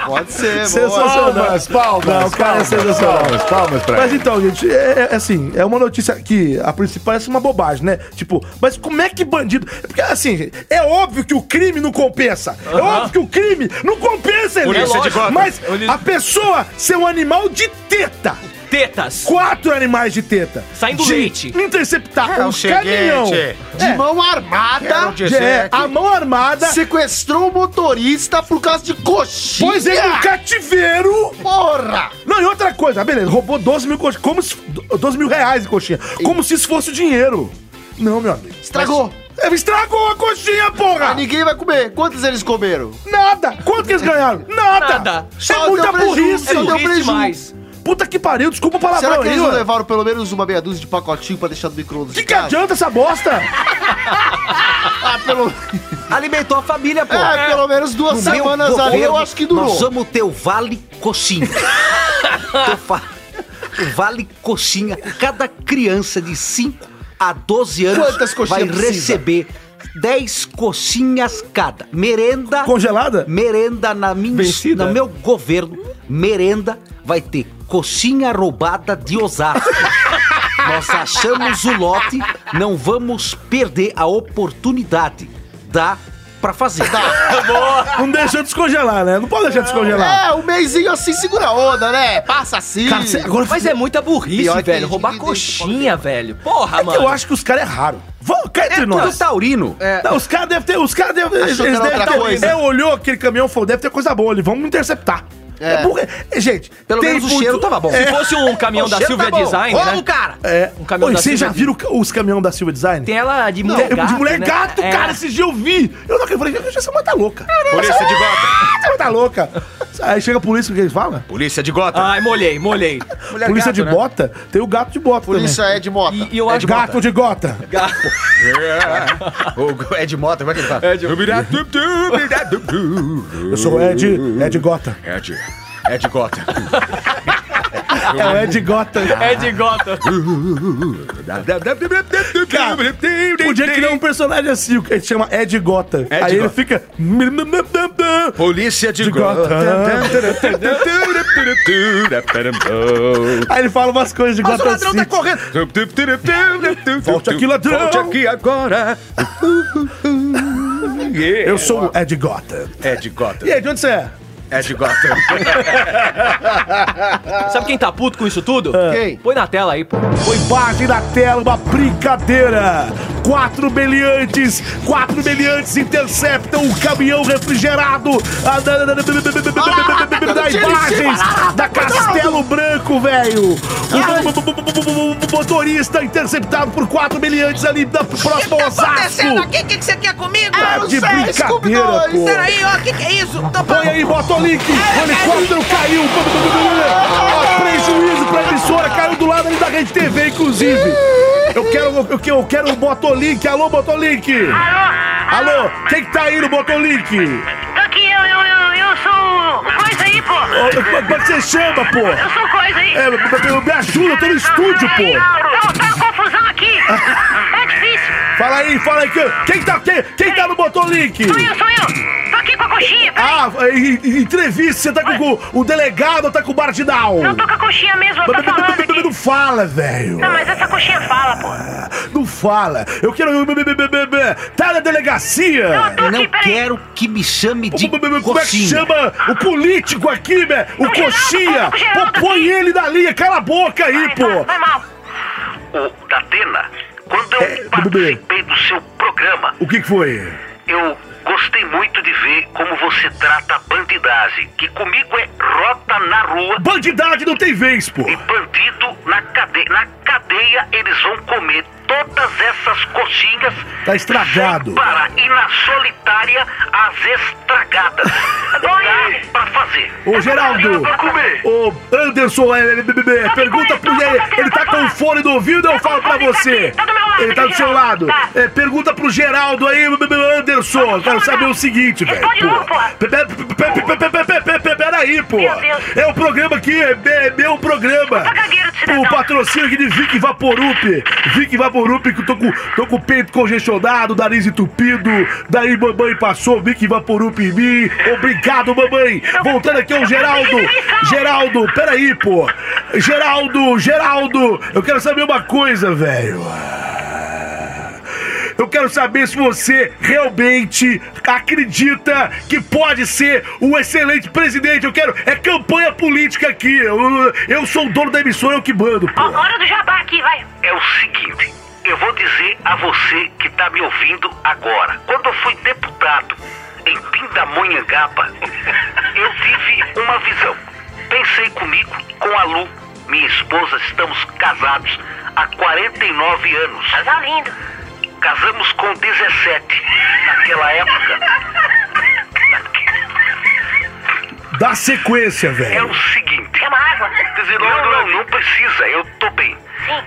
F: Pode ser,
D: Sensacional.
G: Palmas, palmas,
D: Não, o cara é
G: palmas,
D: sensacional.
G: palmas, palmas pra
D: Mas
G: ele.
D: então, gente, é, é assim, é uma notícia que a princípio parece uma bobagem, né? Tipo, mas como é que bandido. é Porque assim, gente, é óbvio que o crime não compensa. É
O: Aham.
D: óbvio que o crime não compensa,
O: Polícia
D: Elias.
O: de Gotham.
D: Mas
O: Ele-
D: a pessoa ser um animal de teta.
E: Tetas.
D: Quatro animais de teta.
E: Saindo
D: de
E: leite.
D: Interceptar
F: É,
D: um
F: o cheguete.
D: caminhão.
F: De mão armada.
D: Quero dizer É, que- a mão armada.
F: Sequestrou o motorista por causa de coxinha.
D: Pois é, no cativeiro.
F: Porra!
D: Não, e outra coisa, ah, beleza, roubou 12 mil coxinhas. Como se, 12 mil reais de coxinha. Como se isso fosse dinheiro. Não, meu amigo.
F: Estragou.
D: Ele Estragou a coxinha, porra!
F: Mas ninguém vai comer. Quantos eles comeram?
D: Nada! Quanto que eles ganharam? Nada!
F: Nada.
D: É
F: Só deu
D: muita
F: prejuízo,
L: É
D: burrice!
F: só deu Burrice prejuízo. demais.
D: Puta que pariu, desculpa o palavrão
F: Será que
D: aí,
F: eles não
D: ué.
F: levaram pelo menos uma meia dúzia de pacotinho pra deixar no micro-ondas?
D: Que que adianta essa bosta?
F: Ah, pelo...
M: Alimentou a família, pô.
F: É, pelo menos duas
M: No meu
F: semanas ali eu
M: governo,
F: acho que durou.
M: Nós vamos ter o Vale Coxinha. Tô fa- o Vale Coxinha. Cada criança de 5 a 12 anos
F: Quantas
M: vai
F: coxinhas precisa?
M: receber 10 coxinhas cada. Merenda.
D: Congelada?
M: Merenda na minha.
E: Vencida?
M: No meu governo, merenda vai ter coxinha roubada de Osasco. Nós achamos o lote, não vamos perder a oportunidade. Dá pra fazer.
D: Não deixa descongelar, né? Não pode deixar descongelar.
F: É, um meizinho assim segura a onda, né? Passa assim.
E: Cara, cê- agora- Mas é muita burrice, velho. Roubar coxinha, velho. Porra,
D: É que
E: mano.
D: eu acho que os caras é raro. Vamos, cá entre nós.
M: taurino.
D: Não, os caras devem ter. Os caras devem. Eles
F: É. Achou que era
D: devem
F: outra
D: ter.
F: coisa.
D: Eu olhou aquele caminhão e falou: deve ter coisa boa ali, vamos interceptar.
F: É.
D: porque- é, gente,
M: Pelo
D: tem
M: menos o
D: muito-
M: cheiro tava bom.
D: É.
E: Se fosse um caminhão
M: O
E: da
M: cheiro tá
E: Silvia
M: bom.
E: Design,
M: Rouba
E: né?
M: o cara.
D: É.
E: Um caminhão
D: Oi,
E: da
D: vocês já
E: Silvia
D: viram ca- os caminhão da Silva Design?
E: Tem ela de
D: Não,
E: mulher gato,
D: de mulher
E: né?
D: gato,
E: É.
D: cara, esses dias eu vi. Eu não acredito, eu falei, essa mulher tá louca.
O: Polícia de Gotham.
D: Essa mulher tá louca. Aí chega a polícia, o que eles falam?
O: Polícia de Gotham.
E: Ai, molhei, molhei.
D: polícia de bota? Tem o gato de bota
F: né? Polícia
D: também.
F: é de mota.
E: E, e eu
D: É
E: acho
D: gato de gota.
M: O Ed Mota, como é que ele fala?
O: Ed
D: Eu sou o Ed, Ed Gota.
O: Ed. Ed Gotham.
D: É o Ed Gota.
E: É de gota.
D: Podia criar um personagem assim, que ele chama Ed Gota.
O: Ed
D: Aí ele
O: Gota.
D: fica...
O: Polícia de,
D: De
O: Gotham.
D: Aí ele fala umas coisas de Gota
P: tá
D: City.
O: correndo.
D: Volte aqui, ladrão.
O: Volte aqui agora.
D: Eu sou o Ed Gota.
O: Ed Gotham.
D: E aí, de onde você é?
O: Ed Gotham.
E: Sabe quem tá puto com isso tudo?
D: Ah.
F: Quem?
E: Põe na tela aí, pô.
D: Foi imagem na tela, uma brincadeira. Quatro meliantes, quatro meliantes interceptam um caminhão refrigerado. Ah, da- da- da- da- da- da- da- da- da- da- da- Imagens da Castelo Branco, velho. O motorista interceptado por quatro meliantes ali da próxima Osasco.
P: O Tá que, que você quer comigo?
D: Tá de brincadeira, pô.
P: Peraí, ó, o que, que é isso? Tô
D: Põe aí, bota o link. O helicóptero caiu. Ah, Prejuízo pra emissora. Caiu do lado ali da Rede TV, inclusive. Eu quero, eu, que- eu quero o Botolink. Alô, Botolink. Alô, quem que tá aí no Botolink?
L: Aqui eu, eu, eu, eu sou coisa aí, pô.
D: Ô, Como como você chama, pô?
L: Eu sou coisa aí.
D: É, me, me- me ajuda, eu tô no estúdio, pô.
L: Não, tá uma confusão aqui. É difícil.
D: Fala aí, fala aí. quem- Quem tá, quem, quem tá no Botolink?
L: Sou eu, sou eu. Tô aqui com a coxinha.
D: é, Ah, e- e- entrevista, você tá com, com o delegado ou tá com o Bardinal?
L: Não tô com a
H: coxinha mesmo, ela tá falando aqui.
D: Não fala, velho.
H: Não, mas essa coxinha fala, pô.
D: Não fala. Eu quero. Tá na delegacia.
H: Eu não
C: quero que me chame
D: de Como é que chama o político aqui, né? O coxinha. Pô, põe ele na linha. Cala a boca aí, pô.
H: é Vai mal.
Q: Ô, Datena, quando eu participei do seu programa,
D: O que que foi?
Q: eu gostei muito de ver como você trata a bandidagem, que comigo é rota na rua.
D: Bandidade não tem vez, pô.
Q: E bandido na cadeia. Na cadeia eles vão comer todas essas coxinhas
D: Tá estragado.
Q: para e na solitária as estragadas. Dá pra fazer.
D: Ô Geraldo, ô Anderson, é, é, é, é, é, pergunta pro ele, ele tá com fone no ouvido, eu falo pra você. Ele tá Tá do seu lado. É, pergunta pro Geraldo aí, b- b- Anderson, quero saber o seguinte, velho. Peraí, pô. É o programa aqui, é é meu programa. O patrocínio aqui de Vic Vaporup. Vic Vaporup, que eu tô com, tô com o peito congestionado, nariz entupido. Daí mamãe passou, Vic Vaporup em mim. Obrigado, mamãe. Voltando aqui ao Geraldo. Geraldo, peraí, pô. Geraldo, Geraldo, eu quero saber uma coisa, velho. Eu quero saber se você realmente acredita que pode ser um excelente presidente. Eu quero. É campanha política aqui. Eu, eu sou o dono da emissora, eu que mando. pô.
H: Hora do jabá aqui, vai.
Q: É o seguinte, eu vou dizer a você que tá me ouvindo agora. Quando eu fui deputado em Pindamonhangaba, eu tive uma visão. Pensei comigo, com a Lu, minha esposa, estamos casados há 49 anos. Casal lindo. Casamos com 17 naquela época.
D: Dá sequência,
Q: É
D: velho.
Q: o seguinte. Quer uma água? Não, não, não precisa. Eu tô bem.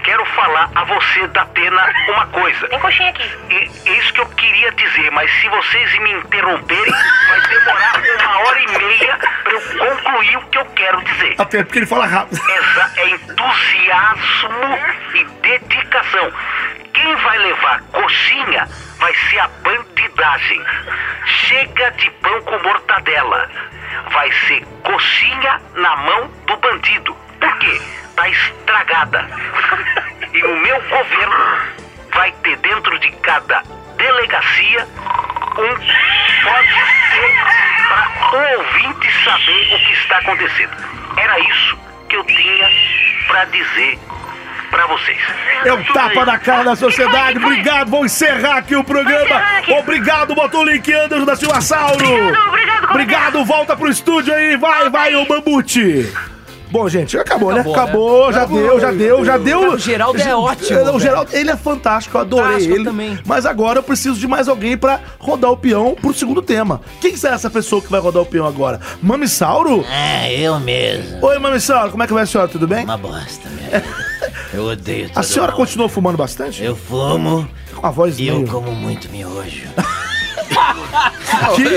Q: Quero falar a você da pena uma coisa. Tem coxinha aqui. E, isso que eu queria dizer, mas se vocês me interromperem, vai demorar uma hora e meia pra eu concluir o que eu quero dizer.
D: Até Ah, porque ele fala rápido.
Q: Essa é entusiasmo e dedicação. Quem vai levar coxinha vai ser a bandidagem. Chega de pão com mortadela. Vai ser coxinha na mão do bandido. Por quê? Tá estragada. E o meu governo vai ter dentro de cada delegacia um pode ser para o ouvinte saber o que está acontecendo. Era isso que eu tinha pra dizer pra vocês.
D: É um tapa na cara da sociedade. Obrigado, vou encerrar aqui o programa. Obrigado, botou o link Anderson da Silva Sauro. Obrigado, obrigado. Obrigado, volta pro estúdio aí. Vai, vai, ô Bambute. Bom, gente, acabou, né?
R: Acabou, né?
D: Acabou, já
R: Acabou. né?
D: deu, já deu, já deu.
R: O Geraldo é ótimo,
D: O
R: velho.
D: Geraldo, ele é fantástico, eu adorei
R: Fantástico
D: ele.
R: também.
D: Mas agora eu preciso de mais alguém pra rodar o peão pro segundo tema. Quem será essa pessoa que vai rodar o peão agora? Mamissauro?
L: É, eu mesmo.
D: Oi, Mamissauro, como é que vai a senhora? Tudo bem? É,
L: Uma bosta, né? Eu odeio
D: A
L: todo
D: senhora
L: mundo.
D: continuou fumando bastante?
L: Eu fumo.
D: Com a voz
L: E eu
D: meio-
L: como muito miojo.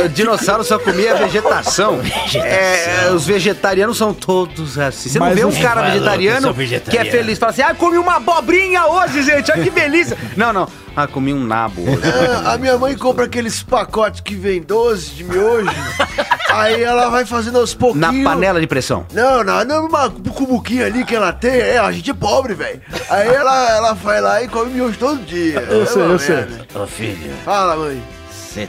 C: O dinossauro só comia vegetação.
L: Vegetação.
C: É, os vegetarianos são todos assim. Você não
L: Mas
C: vê
L: o-
C: um cara
L: Falou que
C: vegetariano
L: sou
C: que, é
L: vegetariano.
C: feliz, fala assim: ah, comi uma abobrinha hoje, gente, olha que delícia. Não, não. Ah, comi um nabo hoje.
B: Ah, a minha mãe compra aqueles pacotes que vem 12 de miojo. aí ela vai fazendo aos
C: Na
B: pouquinhos.
C: panela de pressão.
B: Não, não, não, uma cumbuquinha ali que ela tem, é, a gente é pobre, velho. Aí ela, ela vai lá e come miojo todo dia. É uma merda.
L: Ô filho,
B: Fala, mãe.
L: você.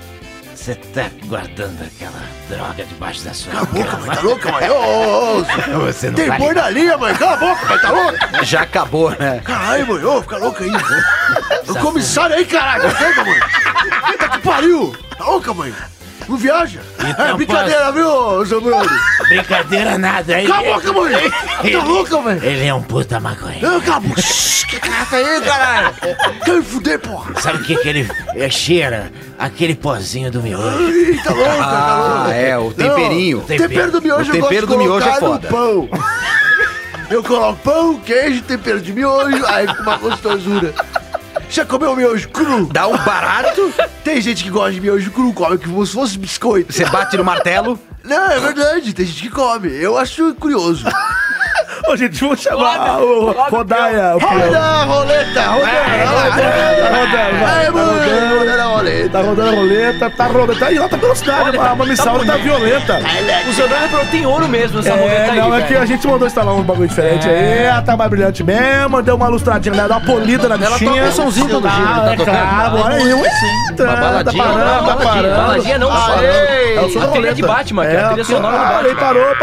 L: Você tá guardando aquela droga debaixo da sua.
B: Boca, mãe, tá louca, mãe? Ô, ô, ô.
L: Você não
B: Tem
C: tá
L: vale
B: boi na linha, mãe. Cala a boca, mãe, tá louca?
C: Já acabou, né?
B: Caralho, mãe, ô, fica louca aí. Ô, comissário aí, caralho. Pega, mãe. Puta que pariu. Tá louca, mãe? Não viaja? é brincadeira, viu, seu Bruno?
L: Brincadeira nada, hein?
B: Cala a boca, mãe. Tá louca, mãe?
L: Ele é um puta maconha.
B: Não, cala a boca. Shhh, Que caraca aí, caralho? Quer me fuder, porra?
L: Sabe o que, que ele é, cheira? Aquele pozinho do miojo.
B: Ih, tá louca, tá
L: Ah,
B: louca.
L: é, o temperinho.
B: Não, tempero do miojo
L: O
B: eu gosto
L: tempero
B: de
L: do miojo
B: colocar
L: é foda.
B: no pão. Eu coloco pão, queijo, tempero de miojo, aí fica uma gostosura. Já comeu miojo cru?
C: Dá um barato?
B: Tem gente que gosta de miojo cru, come como se fosse biscoito.
C: Você bate no martelo?
B: Não, é verdade, tem gente que come. Eu acho curioso.
D: Ô, gente, vamos chamar o Rodaia.
B: Roda a roleta, roda a roleta. Vai, mãe, roda a roleta.
D: Tá rodando a roleta, tá rodando. Tá em alta velocidade,
E: Olha,
D: a Mamissauro tá,
E: bonito.
D: violenta.
E: O Zanardi falou, tem ouro mesmo essa
D: É,
E: roleta aí,
D: não, é
E: velho.
D: que a gente mandou instalar um bagulho diferente
E: É.
D: aí, tá mais brilhante mesmo, deu uma lustradinha, né? deu uma polida na
E: Ela
D: bichinha.
E: toca um somzinho todo dia,
D: Ah,
E: tá
D: é
E: tocando?
D: claro,
E: Ah,
D: olha aí, ué, tá, tá
E: baladinha,
D: parando, tá
E: baladinha,
D: parando.
E: baladinha não,
D: Tá
E: só-
D: parando.
E: Ei,
D: É o som
E: a
D: da
E: trilha de
D: roleta.
E: Batman, que é a trilha
D: o-
E: sonora do
D: ah,
E: Batman.
D: ele parou,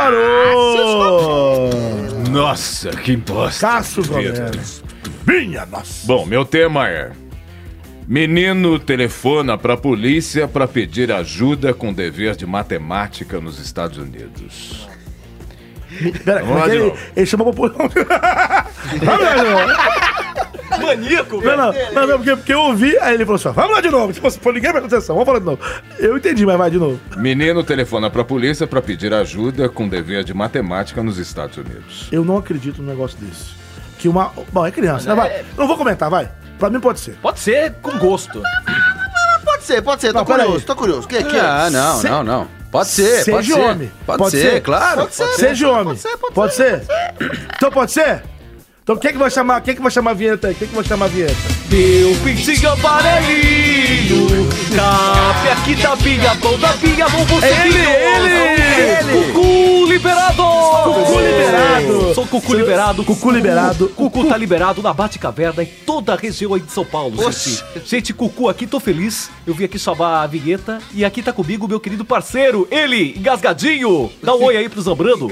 D: parou.
G: Nossa, que bosta.
D: Cássio Romero. Minha nossa.
G: Bom, meu tema é. Menino telefona pra polícia pra pedir ajuda com dever de matemática nos Estados Unidos.
D: Pera,
G: Vamos lá
D: como é que
G: de
D: ele,
G: novo.
D: ele chamou pra Vamos lá de novo. Maníaco, não, não, não, não, porque, porque eu ouvi, aí ele falou assim: ó, vamos lá de novo. Tipo assim, pô, ninguém vai prestar atenção, vamos falar de novo. Eu entendi, mas vai de novo.
G: Menino telefona pra polícia pra pedir ajuda com dever de matemática nos Estados Unidos.
D: Eu não acredito num negócio desse. Que uma. Bom, é criança, né? Vai. Não vou comentar, vai. Pra mim pode ser.
E: Pode ser com gosto.
F: Pode ser, pode ser. Tô
D: Não, peraí.
F: curioso, tô curioso.
D: é
F: Que, que
C: Ah, não,
F: Se-
C: não, não. Pode ser,
D: Seja
C: pode ser.
D: homem.
C: Pode, ser, claro.
D: Pode ser, Seja homem. Pode ser, pode, ser. Então pode ser? Então quem é que vai chamar? Quem é que vai chamar a vinheta aí? Quem é que vai chamar a vinheta?
E: Meu pintinho amarelinho, cabe aqui da pinga, bom da pinga, bom você
D: É ele, É ele!
E: Cucu liberado!
D: Cucu liberado!
E: Sou cucu liberado.
D: Cucu liberado.
E: Cucu tá liberado na Bate-Caverna em toda a região aí de São Paulo,
D: Oxi.
E: gente. Gente, Cucu aqui, tô feliz. Eu vim aqui salvar a vinheta e aqui tá comigo o meu querido parceiro, ele, engasgadinho. Dá um oi aí pro Zambrano.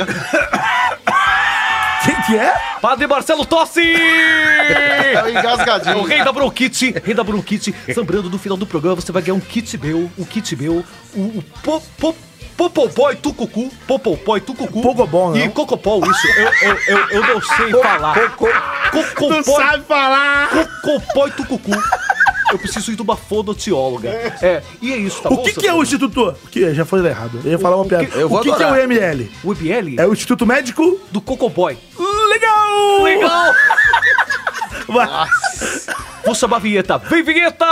D: Quem que é? um
E: Padre Marcelo Tossi! É
F: o engasgadinho.
E: O rei da bronquite, rei da bronquite. Lembrando, no final do programa você vai ganhar um kit meu, um kit meu, o, o po, po, Popoboy Tucucu, Popoboy Tucucu. Pogobol, E Cocopol, isso. Eu, eu, eu, eu não sei falar. Cocopol.
D: Não sabe falar.
E: Cocopol Tucucu. Eu preciso ir de uma fonotióloga. É, e é isso, tá
D: o
E: bom?
D: que, que é o Instituto? O Que, já foi errado. Eu ia falar uma piada.
E: eu vou
D: o que, que é o
E: adorar.
D: IML?
E: O IML?
D: É o Instituto Médico
E: do Cocoboy.
D: Legal!
E: Legal!
D: Nossa.
E: Vou chamar a vinheta. Vem, vinheta!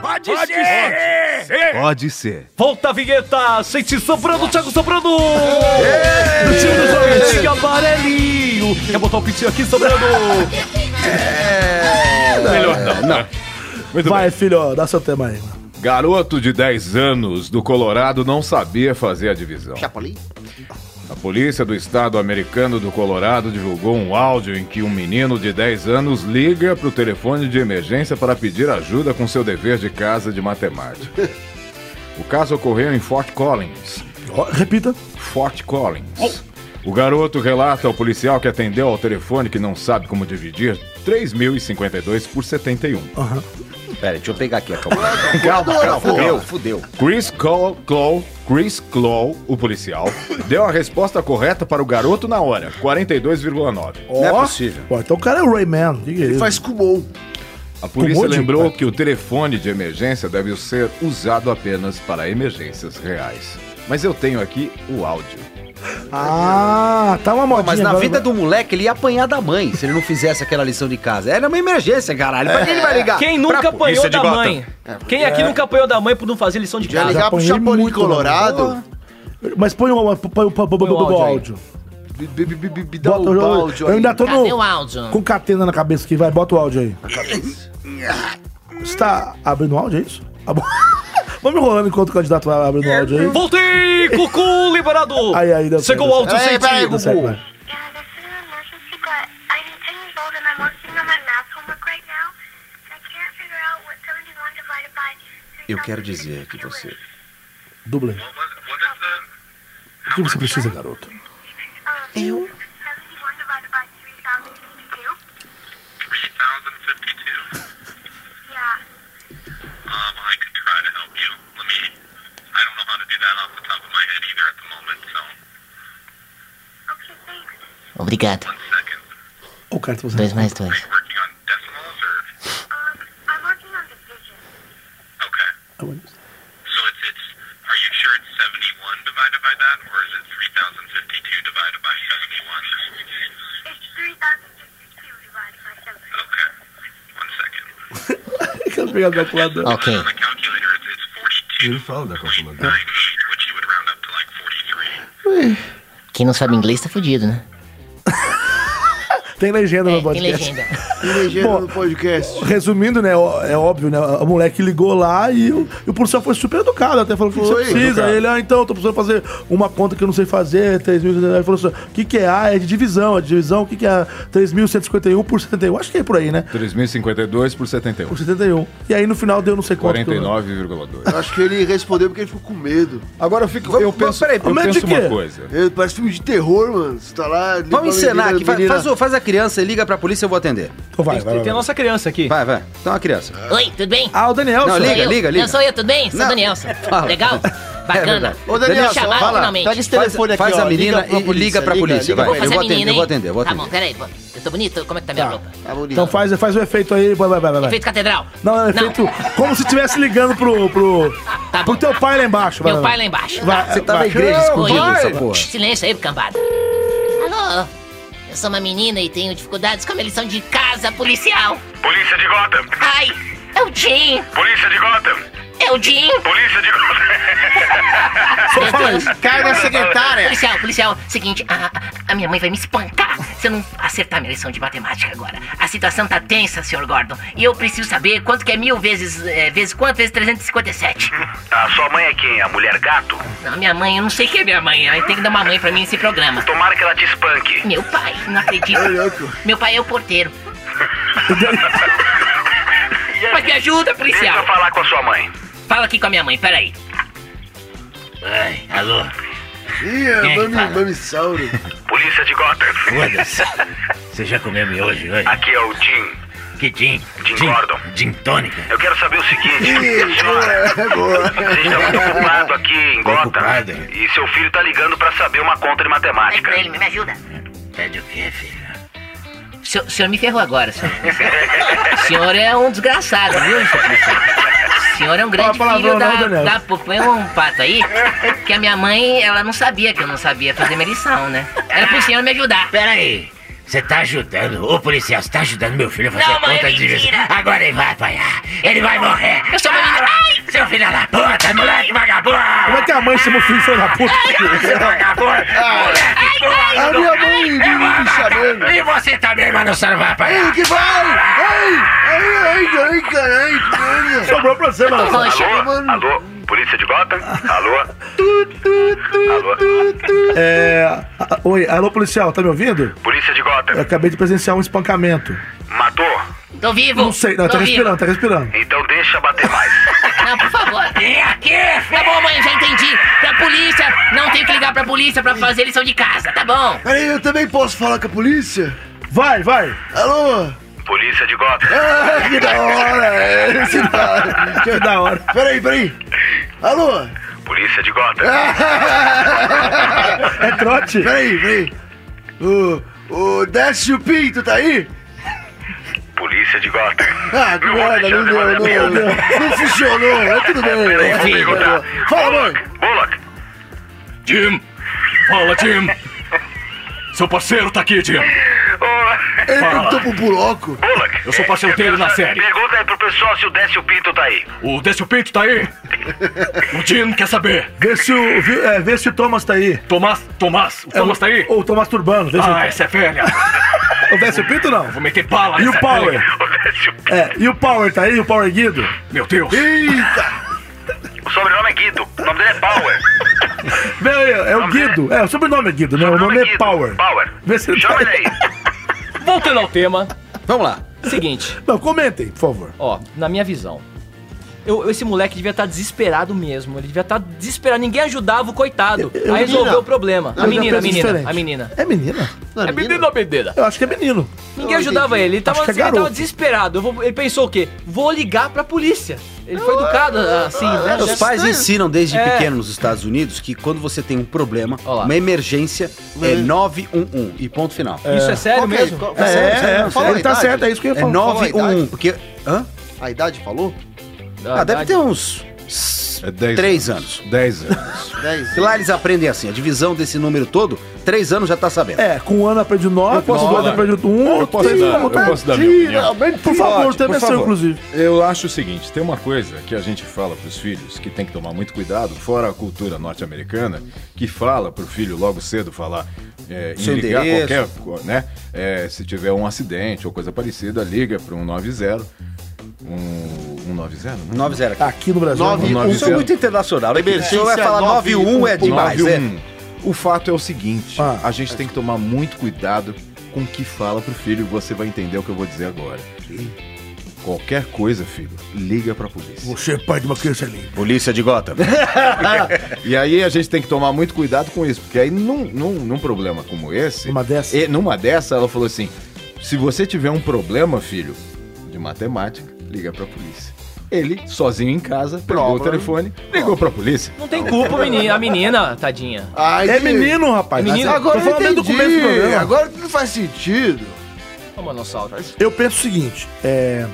E: Pode, ser!
G: Pode ser.
E: Volta a vinheta! Sente soprando, Thiago soprando! Do time do Zorro, time amarelinho! Quer botar o pitinho aqui soprando?
D: É!
G: Melhor não, né? não.
D: Vai, filho, dá seu tema aí.
G: Garoto de 10 anos do Colorado não sabia fazer a divisão. A polícia do estado americano do Colorado divulgou um áudio em que um menino de 10 anos liga para o telefone de emergência para pedir ajuda com seu dever de casa de matemática. O caso ocorreu em Fort Collins.
D: Repita.
G: Fort Collins. O garoto relata ao policial que atendeu ao telefone que não sabe como dividir 3.052 por 71.
C: Pera, deixa eu pegar aqui a calma.
G: Calma, calma,
C: Fudeu,
G: calma.
C: fudeu.
G: Chris Claw, Claw- Chris Claw, o policial, deu a resposta correta para o garoto na hora, 42,9.
D: Ó, Pô, então o cara é o Rayman. Diga Ele faz
F: Kumon.
G: A polícia
D: Tomou Um de-
G: lembrou que o telefone de emergência deve ser usado apenas para emergências reais. Mas eu tenho aqui o áudio.
D: Ah, tá uma modinha.
C: Mas na
D: agora,
C: vida
D: agora.
C: do moleque, ele ia apanhar da mãe se ele não fizesse aquela lição de casa. É, Era uma emergência,
D: É.
C: caralho. Pra que ele vai ligar?
E: É. Quem
C: Pra
E: nunca apanhou
G: é
C: polícia é de
E: da
C: Gotham.
E: mãe? Quem aqui
C: É.
E: nunca apanhou da mãe por não fazer lição de
D: Ah, Já
E: casa?
D: ligar pro Apanhei Chapolin muito, Colorado? mano. Mas põe o põe, o- põe, o- põe o
E: áudio aí.
D: áudio.
C: dá
D: Bota
C: o
D: o áudio.
C: áudio
D: Eu
C: aí.
D: ainda tô
C: Cadê
D: no.
C: o áudio?
D: Com catena na cabeça aqui, vai, bota o áudio aí. Você tá abrindo o áudio, é isso? Ah, bom. Vamos enrolando enquanto o candidato vai abrindo o áudio aí.
E: Voltei! Cucu liberado!
D: Aí, aí, deu
E: Chegou
D: certo,
E: o áudio
D: deu certo.
E: sem
D: Peraí,
E: tiro.
D: peraí, Gugu.
C: Eu quero dizer que você.
D: Dublê. O que você precisa, garoto?
S: Eu? Obrigado.
D: O cara tá
S: Dois mais dois.
D: Quero pegar o calculador.
S: Ok.
T: Ele fala da calculadora.
S: Quem não sabe inglês tá fudido, né?
D: Tem legenda no
U: tem
D: podcast.
U: legenda. Tem legenda no
D: podcast. Resumindo, né? ó, É óbvio, né? A moleque ligou lá e o, e o policial foi super educado. Até falou: o que que você
U: Foi.
D: precisa?
U: Educado.
D: Ele, ah, então, eu tô precisando fazer uma conta que eu não sei fazer, 3.000. Ele falou assim: o que, que é? Ah, é de divisão. É de divisão, o que, que é? 3.151 por 71. Acho que é por aí, né?
G: 3.052 por 71.
D: Por 71. E aí no final deu não sei quanto. que eu-
G: 49,2.
F: Eu acho que ele respondeu porque ele ficou com medo.
G: Agora eu fico. eu penso- eu penso uma coisa.
F: Eu- parece filme de terror, mano. Você tá lá. liga pra
C: Vamos encenar
F: menina-
C: aqui. Fa-
F: menina-
C: Faz, o- faz a criança e liga pra polícia, eu vou atender.
D: Então vai,
C: tem, a nossa
E: criança aqui.
C: Vai, vai. Então a criança.
S: Oi, tudo bem?
D: Ah, o Danielson.
C: Não,
S: Sou
C: liga,
S: eu.
C: liga, liga. É
S: Não sou eu, tudo bem? Sou o Danielson. Legal? Bacana.
C: Ô, Daniel,
S: Me chamaram
C: fala.
S: finalmente.
C: Pega esse telefone Faz aqui, a ó, menina liga pra e- e polícia, liga pra liga, polícia, liga vai. pra
S: Vou fazer
C: Eu
S: a
C: vou atender,
S: menina,
C: eu vou
S: hein?
C: atender, eu vou
S: Tá bom, peraí. pô. Eu tô bonito? Como é que tá minha roupa? Tá bonito.
D: Então faz, faz o efeito aí, vai, vai, vai. vai.
S: Efeito catedral.
D: Não, é efeito como se estivesse ligando pro, pro, pro teu pai lá embaixo. vai,
S: Tá Meu
D: vai,
S: pai lá
D: vai.
S: embaixo.
D: Vai, vai.
S: Oi.
D: Vai.
S: Silêncio aí, cambada. Alô? Eu sou uma menina e tenho dificuldades com a minha lição de casa policial.
T: Polícia de Gotham!
S: Ai, é o Jim.
T: Polícia de Gotham!
S: É o Jim.
T: Polícia de Gotham!
S: Meu Deus. Policial, policial, seguinte, a, a minha mãe vai me espancar se eu não acertar minha lição de matemática agora. A situação tá tensa, senhor Gordon, e eu preciso saber quanto que é mil vezes, eh, vezes quanto, vezes 357.
T: Tá, sua mãe é quem? A mulher gato?
S: Não, minha mãe, eu não sei quem é minha mãe, aí tem que dar uma mãe pra mim nesse programa.
T: Tomara que ela te espanque.
S: Meu pai, não acredito. Meu pai é o porteiro. Mas me ajuda, policial. Deixa eu
T: falar com a sua mãe.
S: Fala aqui com a minha mãe, peraí.
T: Ai, alô?
F: Ih, é
T: Quem é que
F: mami-
T: fala?
F: mamissauro.
T: Polícia de Gotham. Foda-se. Você já comeu miojo hoje? Aqui é o Jim. Que Jim? Jim, Gordon. Jim Tônica. Eu quero saber o seguinte.
F: Ih, boa, boa.
T: Você está muito ocupado aqui em Gotham. E seu filho tá ligando pra saber uma conta
S: Pede
T: de matemática.
S: pra É ele, me ajuda.
V: É
T: Pede o quê, filho?
S: O senhor, o senhor me ferrou agora, senhor. O senhor é um desgraçado, viu, senhor policial? O senhor é um grande
D: Fala
S: filho
D: palavrão, não,
S: da,
D: Daniel.
S: da... pô, Põe um pato aí, que a minha mãe, ela não sabia que eu não sabia fazer minha lição, né? Era pro senhor me ajudar.
L: Pera aí. Você tá ajudando, ô policial, você tá ajudando meu filho a fazer
S: Não,
L: a
S: mãe,
L: conta
S: é
L: de vez.
S: mentira.
L: tá Agora ele vai apanhar, ele vai morrer. Ah!
S: Eu sou uma menina... Ai!
L: Seu filho da puta, moleque vagabundo!
D: Como é que a mãe chama o filho de filho da puta?
L: Seu vagabundo! Moleque, porra!
D: a
L: do-
D: minha mãe
L: Eu
D: me- me
L: vou matar.
D: chamando.
L: E você também, mano, você não vai apanhar!
D: Ei, que vai?
F: Ai, ai, ai, ai, caralho, mano.
D: Sobrou pra você, mano.
T: Alô? Alô? Polícia de Gotham? Alô?
D: É, a- oi, alô policial, tá me ouvindo?
T: Polícia de Gotham.
D: Eu acabei de presenciar um espancamento.
T: Matou?
S: Tô vivo!
D: Não sei, não,
S: tô
D: tá
S: vivo.
D: respirando, tá respirando.
T: Então deixa bater mais.
S: Não, por favor. E aqui? Tá bom, mãe, já entendi. Pra polícia, não tem que ligar pra polícia pra fazer lição de casa, tá bom?
F: Peraí, eu também posso falar com a polícia?
D: Vai, vai.
F: Alô?
T: Polícia de Gotham.
F: Ah, que da hora. é, Que da hora.
D: Que da hora.
F: Peraí, peraí. Alô?
T: Polícia de Gotham.
F: é
D: trote?
F: Peraí, peraí. O, o Décio Pinto tá aí?
T: Polícia de Gotham.
F: Ah, que merda, não deu, não, não, não funcionou, é tudo bem. é
T: Peraí, vou
F: tudo bem,
T: perguntar.
F: ó. Fala, mãe.
T: Bullock!
V: Jim! Fala, Jim! Seu parceiro tá aqui, Jim!
F: Ele
V: Fala.
F: perguntou
G: um
F: pro Buroco.
V: Eu sou parceiro dele na série.
T: Pergunta aí pro pessoal se o Décio Pinto tá aí.
V: O Décio Pinto tá aí? O Jim quer saber.
D: Vê se o, vi- é, vê se o Thomas tá aí.
V: Tomás, Tomás, o Thomas tá aí?
D: Ou o Thomas Turbano, vê se
V: Ah, essa é velha.
D: O Décio Pinto não.
V: Vou meter bala
D: E o
V: nessa
D: Power?
V: velha.
D: É, e o Power tá aí? O Power Guido?
V: Meu Deus.
D: Eita!
T: O sobrenome é Guido. O nome dele é Power.
D: Vê aí, é o Guido. É, o sobrenome é Guido, né? O nome é Power.
T: Power.
D: Vê se ele tá aí.
E: Voltando ao tema. Vamos lá. Seguinte.
D: Não, comentem, por favor.
E: Ó, na minha visão. eu- esse moleque devia estar desesperado mesmo. Ele devia estar desesperado. Ninguém ajudava o coitado.
D: eu- menina.
E: Aí resolveu o problema.
D: Eu
E: A
D: já
E: menina, a
D: penso
E: menina,
D: diferente.
E: a menina.
D: É menina?
E: é menino ou menina?
D: Eu acho que é menino.
E: Ninguém ajudava ele. Ele tava, assim,
D: Acho que é
E: ele tava
D: garoto.
E: desesperado. Eu vou- ele pensou o quê? Vou ligar pra polícia. Ele foi educado assim, né?
C: Ah, é, Os pais ensinam desde
E: É.
C: pequeno nos Estados Unidos que quando você tem um problema, uma emergência, é 911 e ponto final.
E: Isso é sério mesmo?
C: É, é, é,
F: Fala a
C: ele tá
F: idade.
C: certo, é isso que eu ia falar.
F: Fala a idade.
C: 911, porque... Hã?
F: A idade falou?
C: Ah, deve ter uns Três.
G: É dez
C: três anos.
G: Dez anos.
C: E lá eles aprendem assim, a divisão desse número todo, três anos já tá sabendo.
D: É, com um ano aprende nove,
C: Eu
D: com
C: posso
D: dois anos
C: falar.
D: aprende um.
C: Eu posso
D: três,
C: dar-
D: como
C: eu
D: tá?
C: posso
G: posso dar minha
D: Tira,
G: opinião?
D: bem, Por favor, tem menção, inclusive.
G: Eu acho o seguinte, tem uma coisa que a gente fala pros filhos que tem que tomar muito cuidado, fora a cultura norte-americana, que fala pro filho logo cedo falar é, em
C: Seu
G: ligar
C: endereço.
G: qualquer, né? É, se tiver um acidente ou coisa parecida, liga pro 190. Um, 190, né?
C: 9-0 aqui.
D: Aqui um no Brasil.
G: 9-1.
C: Eu sou um
D: é.
C: muito internacional. né? Se eu vai falar 9-1 é demais, é.
G: O fato um é o seguinte, a gente tem que tomar muito cuidado com o que fala pro filho, você vai entender o que eu vou dizer agora. Qualquer coisa, filho, liga pra polícia.
U: Você é pai de uma criança linda.
G: Polícia de Gotham. e aí a gente tem que tomar muito cuidado com isso, porque aí num, num, num problema como esse. Numa
D: dessa.
G: numa dessa, ela falou assim: se você tiver um problema, filho, de matemática, liga pra polícia. Ele, sozinho em casa, pegou o telefone, ligou pra polícia.
E: Não tem culpa, menina, a menina, tadinha.
U: É menino,
D: rapaz.
E: Menino. é-
U: Agora
E: Tô
U: eu
E: falando
U: entendi.
E: do começo do programa.
U: Agora não faz sentido.
E: Ô, Manossauro.
D: Eu penso o seguinte, é.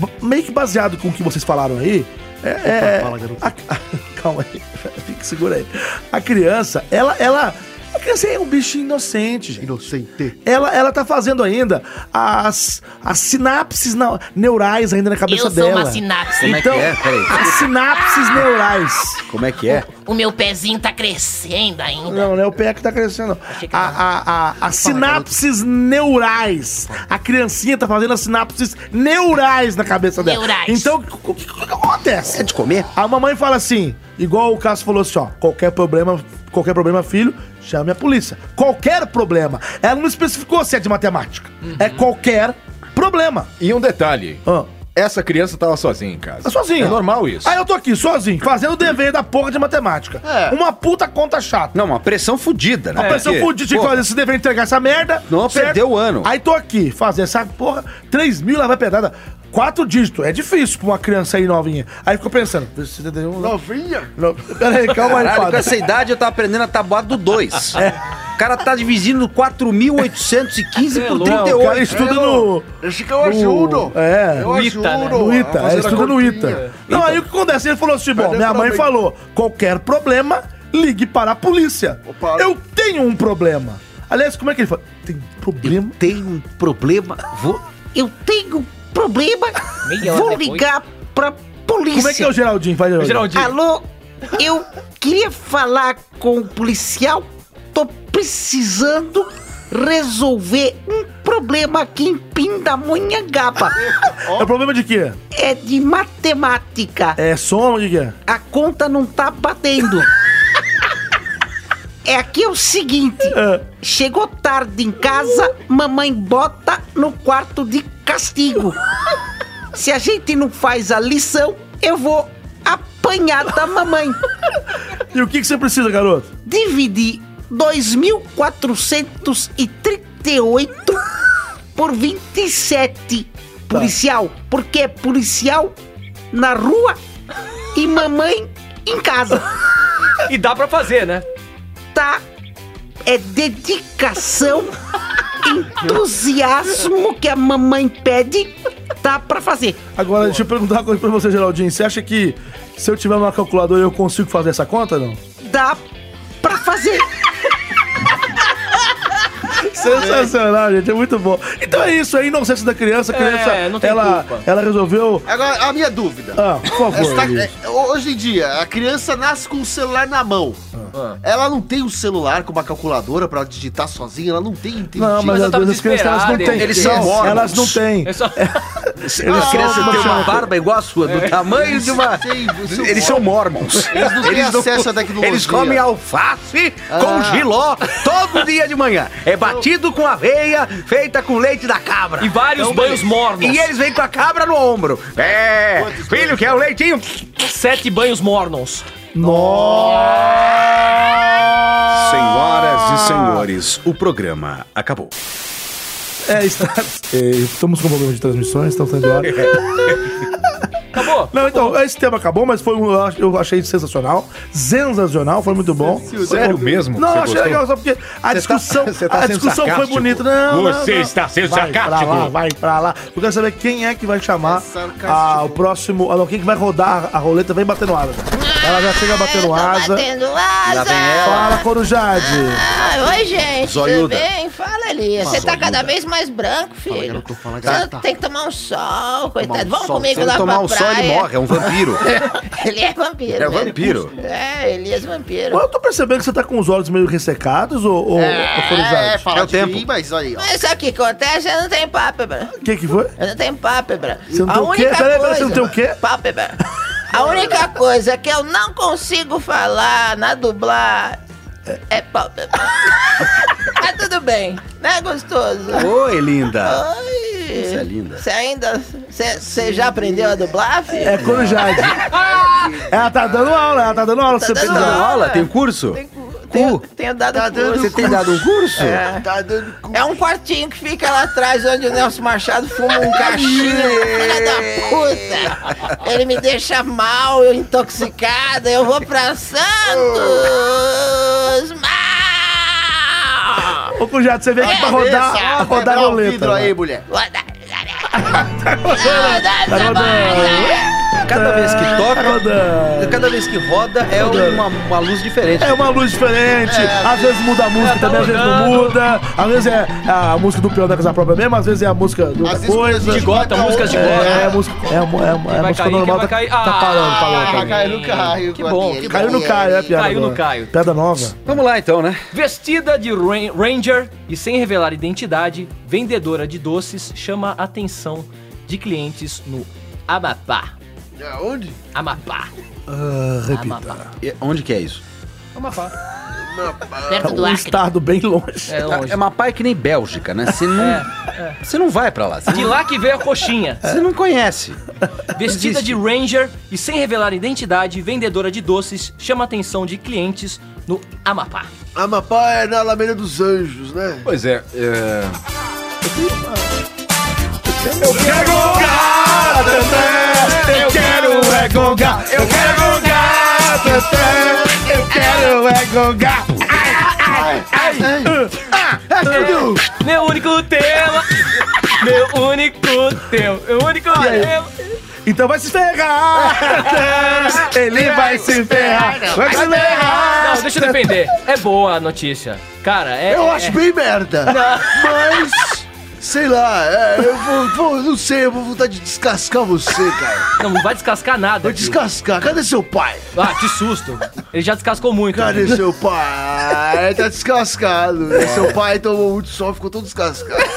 D: ba- Meio que baseado com o que vocês falaram aí. É, é- a- calma aí, fique segura aí. A criança, ela, ela. A criança é um bicho inocente, gente.
U: Inocente.
D: Ela, ela tá fazendo ainda as, as sinapses na- neurais ainda na cabeça
S: Eu sou
D: dela.
S: uma sinapse. Como é que
D: então,
S: é? Peraí.
D: As sinapses neurais.
C: Como é que é?
S: O meu pezinho tá crescendo ainda.
D: Não, não é o pé que tá crescendo. não. A, a, a- as sinapses neurais. A criancinha tá fazendo as sinapses neurais na cabeça dela.
S: Neurais.
D: Então, o que, o que acontece? É de comer? A mamãe fala assim, igual o Cássio falou assim, ó, qualquer problema, qualquer problema, filho, chame a polícia. Qualquer problema. Ela não especificou se é de matemática. É qualquer problema.
G: E um detalhe. Essa criança tava sozinha em casa.
D: Tá sozinho.
G: É normal isso.
D: Aí eu tô aqui, sozinho, fazendo o dever da porra de matemática.
G: É.
D: Uma puta conta chata.
C: Não, uma pressão fudida, né?
D: A pressão fudida tinha que fazer esse dever entregar essa merda.
C: Não, perdeu o ano.
D: Aí tô aqui, fazer essa porra, 3 mil lá vai pedrada. Quatro dígitos, é difícil pra uma criança aí novinha. Aí ficou pensando.
U: Novinha?
D: Não, pera aí, calma aí,
C: Caralho,
D: Fábio. É.
C: com essa idade eu tava aprendendo a tabuada do 2. O cara tá dividindo 4.815 por 38.
D: É, O cara
C: É,
D: estuda no.
U: Esse que eu ajudo.
D: É.
U: Eu
C: né?
U: ajudo.
D: No Ita,
U: Fazendo
D: ele estuda
U: a
D: no
U: continha.
D: Ita. Não, aí o que acontece? Ele falou assim: bom,
U: Cadê
D: minha
U: pra
D: mãe
U: mim?
D: falou, qualquer problema, ligue para a polícia. Eu tenho um problema. Aliás, como é que ele fala? Tem problema?
C: tem um problema. Vou. Eu tenho problema.
S: Meia hora
C: Vou
S: depois.
C: ligar pra polícia.
D: Como é que é o Geraldinho? Vai, Geraldinho.
C: Alô, eu queria falar com o policial. Tô precisando resolver um problema aqui em Pindamonhangaba.
D: É problema de quê?
C: É de matemática.
D: É som, o que que é?
C: A conta não tá batendo. É aqui o seguinte, chegou tarde em casa, mamãe bota no quarto de castigo. Se a gente não faz a lição, eu vou apanhar da mamãe.
D: E o que, que você precisa, garoto?
C: Dividir 2.438 por 27.
D: Tá.
C: Policial, porque é policial na rua e mamãe em casa.
E: E dá pra fazer, né?
C: Tá. É dedicação, entusiasmo que a mamãe pede, dá Tá pra fazer.
D: Agora, deixa eu perguntar uma coisa pra você, Geraldinho. Você acha que se eu tiver uma calculadora eu consigo fazer essa conta, não?
C: Dá pra fazer.
D: Sensacional, gente. É muito bom. Então é isso, é a inocência da criança. A
F: É,
D: criança,
F: não tem
D: ela,
F: culpa.
D: ela resolveu...
F: Agora, a minha dúvida.
D: Ah, por favor,
F: Essa-
D: Luiz.
F: é, hoje em dia, a criança nasce com o celular na mão. Ela não tem um celular com uma calculadora pra digitar sozinha, ela não tem inteligência.
D: Não, mas, às vezes as crianças elas não têm.
F: Eles
D: Não,
F: são órgãos.
D: Elas não têm. É,
C: Eles
F: Ah,
D: são-
C: crianças têm uma barba igual a sua, do
D: É.
C: tamanho de uma.
F: Sim, você-
C: Eles são mormons.
F: Eles não têm acesso à tecnologia.
C: Eles comem alface com
F: Ah.
C: giló todo dia de manhã. É batido com aveia, feita com leite da cabra. Então,
E: E vários banhos mornos.
C: E eles vêm com a cabra no ombro. É. filho, quer o leitinho?
E: Sete banhos mornons.
O: Senhoras e senhores, o programa acabou.
D: então É, está- é, estamos com problema de transmissões, estamos saindo do ar. Acabou? tá Não, então, esse tema acabou, mas foi um, eu ach- eu achei sensacional. Sensacional, foi muito bom.
G: Sério mesmo que
D: Não,
G: você
D: achei
G: gostou?
D: legal só porque a discussão,
G: você tá
D: a
G: sendo
D: discussão foi
G: sarcástico.
D: bonita. Não, não,
G: Você
D: não.
G: está sendo
D: vai
G: sarcástico.
D: Pra lá, vai pra lá. Eu quero saber quem é que vai chamar ah, o próximo. Ah, não, quem que vai rodar a roleta vem batendo asa. Ela já chega batendo asa.
I: Ah, Batendo asa.
D: Fala, Corujade.
I: Ah, oi, gente.
D: Zoiuda.
I: Tudo bem? Fala, Elias. Você tá cada vez mais branco, filho. Você tem que tomar um sol, coitado. Vamos
C: sol.
I: comigo
C: Se ele
I: lá
C: tomar
I: pra
C: um sol,
I: praia.
C: ele morre, é um vampiro.
I: ele é vampiro.
C: É
I: mesmo.
C: vampiro.
I: É, Elias vampiro.
D: Mas eu tô percebendo que você tá com os olhos meio ressecados, ou, ou
I: É,
D: Corujade?
I: é, fala É o de tempo. mim,
F: mas olha aí, ó.
I: Mas sabe o que acontece? Eu não tenho pálpebra.
D: O que que foi?
I: Eu não tenho pálpebra.
D: Você não
I: a
D: tem o quê?
I: única
D: Peraí, peraí,
I: coisa...
D: você não tem o quê?
I: Pálpebra. A única coisa que eu não consigo falar na dublagem é pálpebra. Mas tudo bem, né, gostoso?
C: Oi, linda.
I: Oi.
C: Você é linda.
I: Você ainda... Você você já aprendeu a dublar, filho?
D: É Corujade. ela tá dando aula, ela tá dando aula.
I: Tá
D: você
I: dando
D: precisa-
I: aula? Tem
C: curso?
I: Tenho, tenho dado
D: Tá dando
I: curso.
D: Você tem dado um curso?
I: É. É um quartinho que fica lá atrás onde o Nelson Machado fuma um cachinho. filha da puta! Ele me deixa mal, eu intoxicada. Eu vou pra Santos!
D: Oh. Ô, Corujade, você veio aqui pra rodar, pra rodar a
F: um
D: roleta. né? Tá rodando.
C: Cada vez que
D: Tá
C: toca,
D: rodando.
C: cada vez que roda é uma, uma luz diferente.
D: É uma luz diferente,
C: É,
D: às vezes muda a música
E: tá
D: também, às vezes não muda. Às vezes é a música do peão da casa própria mesmo, às vezes é a música de outra coisa.
E: de gota, música de gota.
D: É, é a música, é, a- é, a- é a
E: vai
D: música
E: cair,
D: normal. Tá,
E: quem vai cair?
D: tá
E: Ah,
D: parando, parando. parando.
E: caiu no Caio, Que bom. que
D: Caiu
E: bom.
D: no
C: né,
D: Caio, é a piada.
E: Caiu no
D: agora.
E: Caio.
D: Piada nova.
C: Vamos lá então, né?
E: Vestida de ran- Ranger e sem revelar identidade, vendedora de doces chama a atenção de clientes no Amapá.
F: Onde?
E: Amapá.
C: repita. Ah, Onde que é isso?
E: Amapá. Tá
C: Perto
D: do Um Acre. estado bem longe.
C: É, é uma pai que nem Bélgica, né? Você não, você não vai pra lá. Você
E: De
C: não-
E: lá que veio a coxinha.
C: Você não conhece.
E: Vestida de Ranger e sem revelar identidade, vendedora de doces chama a atenção de clientes no Amapá.
F: Amapá é na Alameda dos Anjos, né?
G: Pois é. é...
D: Eu quero gongar,
B: Eu quero é gongar. Eu quero gongar, Eu quero é gongar. Ai, ai, ai. Ah, ah, tudo.
E: Meu único tema. Meu único tema. Meu único
D: E aí?
E: tema.
D: Então vai se ferrar! Ele vai se ferrar! Vai se ferrar!
E: Não, deixa eu defender. É boa a notícia. Cara, é.
F: eu
E: é-
F: acho bem merda. Mas, sei lá, é, eu vou, vou- não sei, eu vou vontade de descascar você, cara.
E: Não, não vai descascar nada.
F: Vou descascar. Cadê seu pai?
E: Ah, que susto. Ele já descascou muito. né?
F: Cadê seu pai? Tá descascado. né? Seu pai tomou muito sol, ficou todo descascado.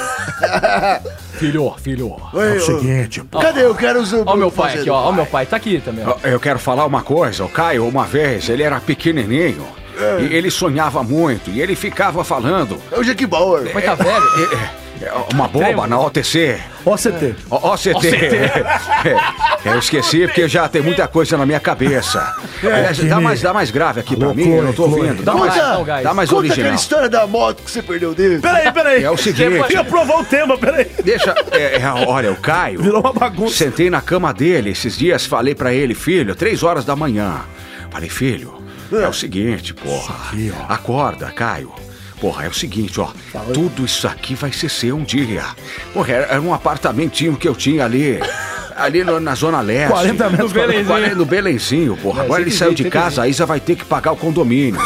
E: Filho, filho.
D: É
F: Oi, ô. Cadê? Eu quero os... é
E: Ó, meu pai aqui, ó. Ó, meu pai. Tá aqui também, ó.
O: Eu quero falar uma coisa, o Caio, uma vez, ele era pequenininho.
D: É.
O: E ele sonhava muito, e ele ficava falando.
F: É o Jack Bauer. É.
E: Mas tá velho?
O: É Uma bomba na OTC.
D: OCT.
O: O- OCT. É, eu esqueci porque já tem muita coisa na minha cabeça. Aliás, dá, mais, dá mais grave aqui pra mim, É, eu não tô ouvindo. Dá mais, então, dá mais
F: Conta
O: original.
F: aquela história da moto que você perdeu dele. Tipo,
D: Peraí, peraí.
O: É o seguinte.
D: Eu provar o tema, peraí.
O: Deixa. É, é, olha, o Caio.
D: Virou uma bagunça.
O: Sentei na cama dele esses dias, falei pra ele, filho, três horas da manhã. Falei, filho, é o seguinte, porra. Acorda, Caio. Porra, é o seguinte, ó. Tudo isso aqui vai ser seu um dia. Porra, era era um apartamentinho que eu tinha
C: É.
O: ali. É, assim, Ali no- na Zona Leste.
D: 40 metros
O: No Belenzinho.
D: quadrados.
O: No Belenzinho, porra.
D: É,
O: Agora
D: tem
O: ele
D: que
O: saiu
D: ver,
O: de
D: tem que
O: casa, a Isa vai ter que pagar o condomínio.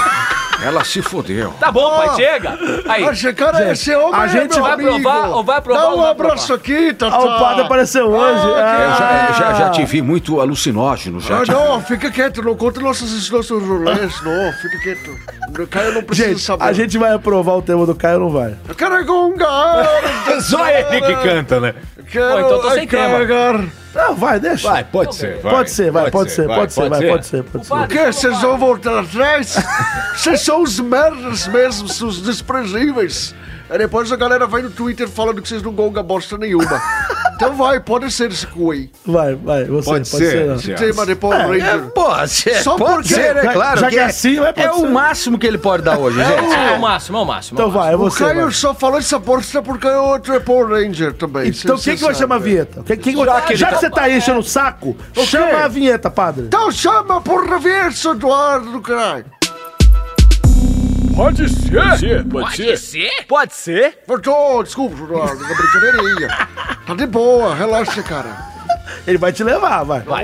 O: Ela se fodeu.
E: Tá bom, pai,
O: Ó,
E: chega. Aí.
O: acho que, cara, esse homem
E: a
O: é
E: gente
O: meu
E: vai
O: amigo.
E: provar ou vai provar
O: Dá
E: ou
O: um
E: vai
O: abraço
E: provar?
F: aqui, Tata.
D: Ah, o padre apareceu hoje.
O: Eu já,
D: Ah.
O: eu já, já te vi muito alucinógeno, é, já.
F: Ah,
O: te
F: é, não, fica quieto, não conta nossos, nossos rolês, não, fica quieto. O Caio não precisa
D: Gente,
F: saber.
D: a gente vai aprovar o tema do Caio ou não vai?
F: Eu quero é gongar.
G: Só ele que canta, né?
F: Quero
D: Pô, então tô sem
F: é
D: tema.
F: cagar.
D: Não, vai, deixa.
G: Vai, pode ser, vai.
D: Pode ser, vai, pode ser, pode ser, vai, pode ser, pode ser.
F: O quê? Vocês vão voltar atrás? Vocês são os merdas mesmo, os desprezíveis. Aí depois a galera vai no Twitter falando que vocês não gongam bosta nenhuma. Então vai, pode ser esse cu aí.
D: Vai, vai, É, você
F: Pode ser,
D: não.
F: Jess. Tem uma de Power
D: É,
F: Ranger.
D: é,
M: Pode ser,
F: Só
M: pode
F: porque-
M: ser, é
F: Já-
M: claro.
F: já
M: que
F: que
M: é,
F: é assim, vai, pode
M: é
F: ser.
M: o máximo que ele pode dar hoje,
F: É
M: gente.
F: o-
E: É o máximo, é o máximo. é o
F: Então vai, é
E: máximo.
F: você. O Caio só falou essa porra porque é outro Power Ranger também.
D: Então quem que vai chamar a
F: né?
D: vinheta? Quem, quem-
F: Já
D: já,
F: que
D: que
F: ele tá-
D: você tá aí enchendo o saco, chama a vinheta, padre.
F: Então chama por reverso, Eduardo, caralho.
U: Pode ser.
F: Pode ser.
E: Pode ser?
F: Perdão, desculpa, Eduardo, uma brincadeirinha. Tá de boa, relaxa, cara.
D: Ele vai te levar, vai.
E: Vai.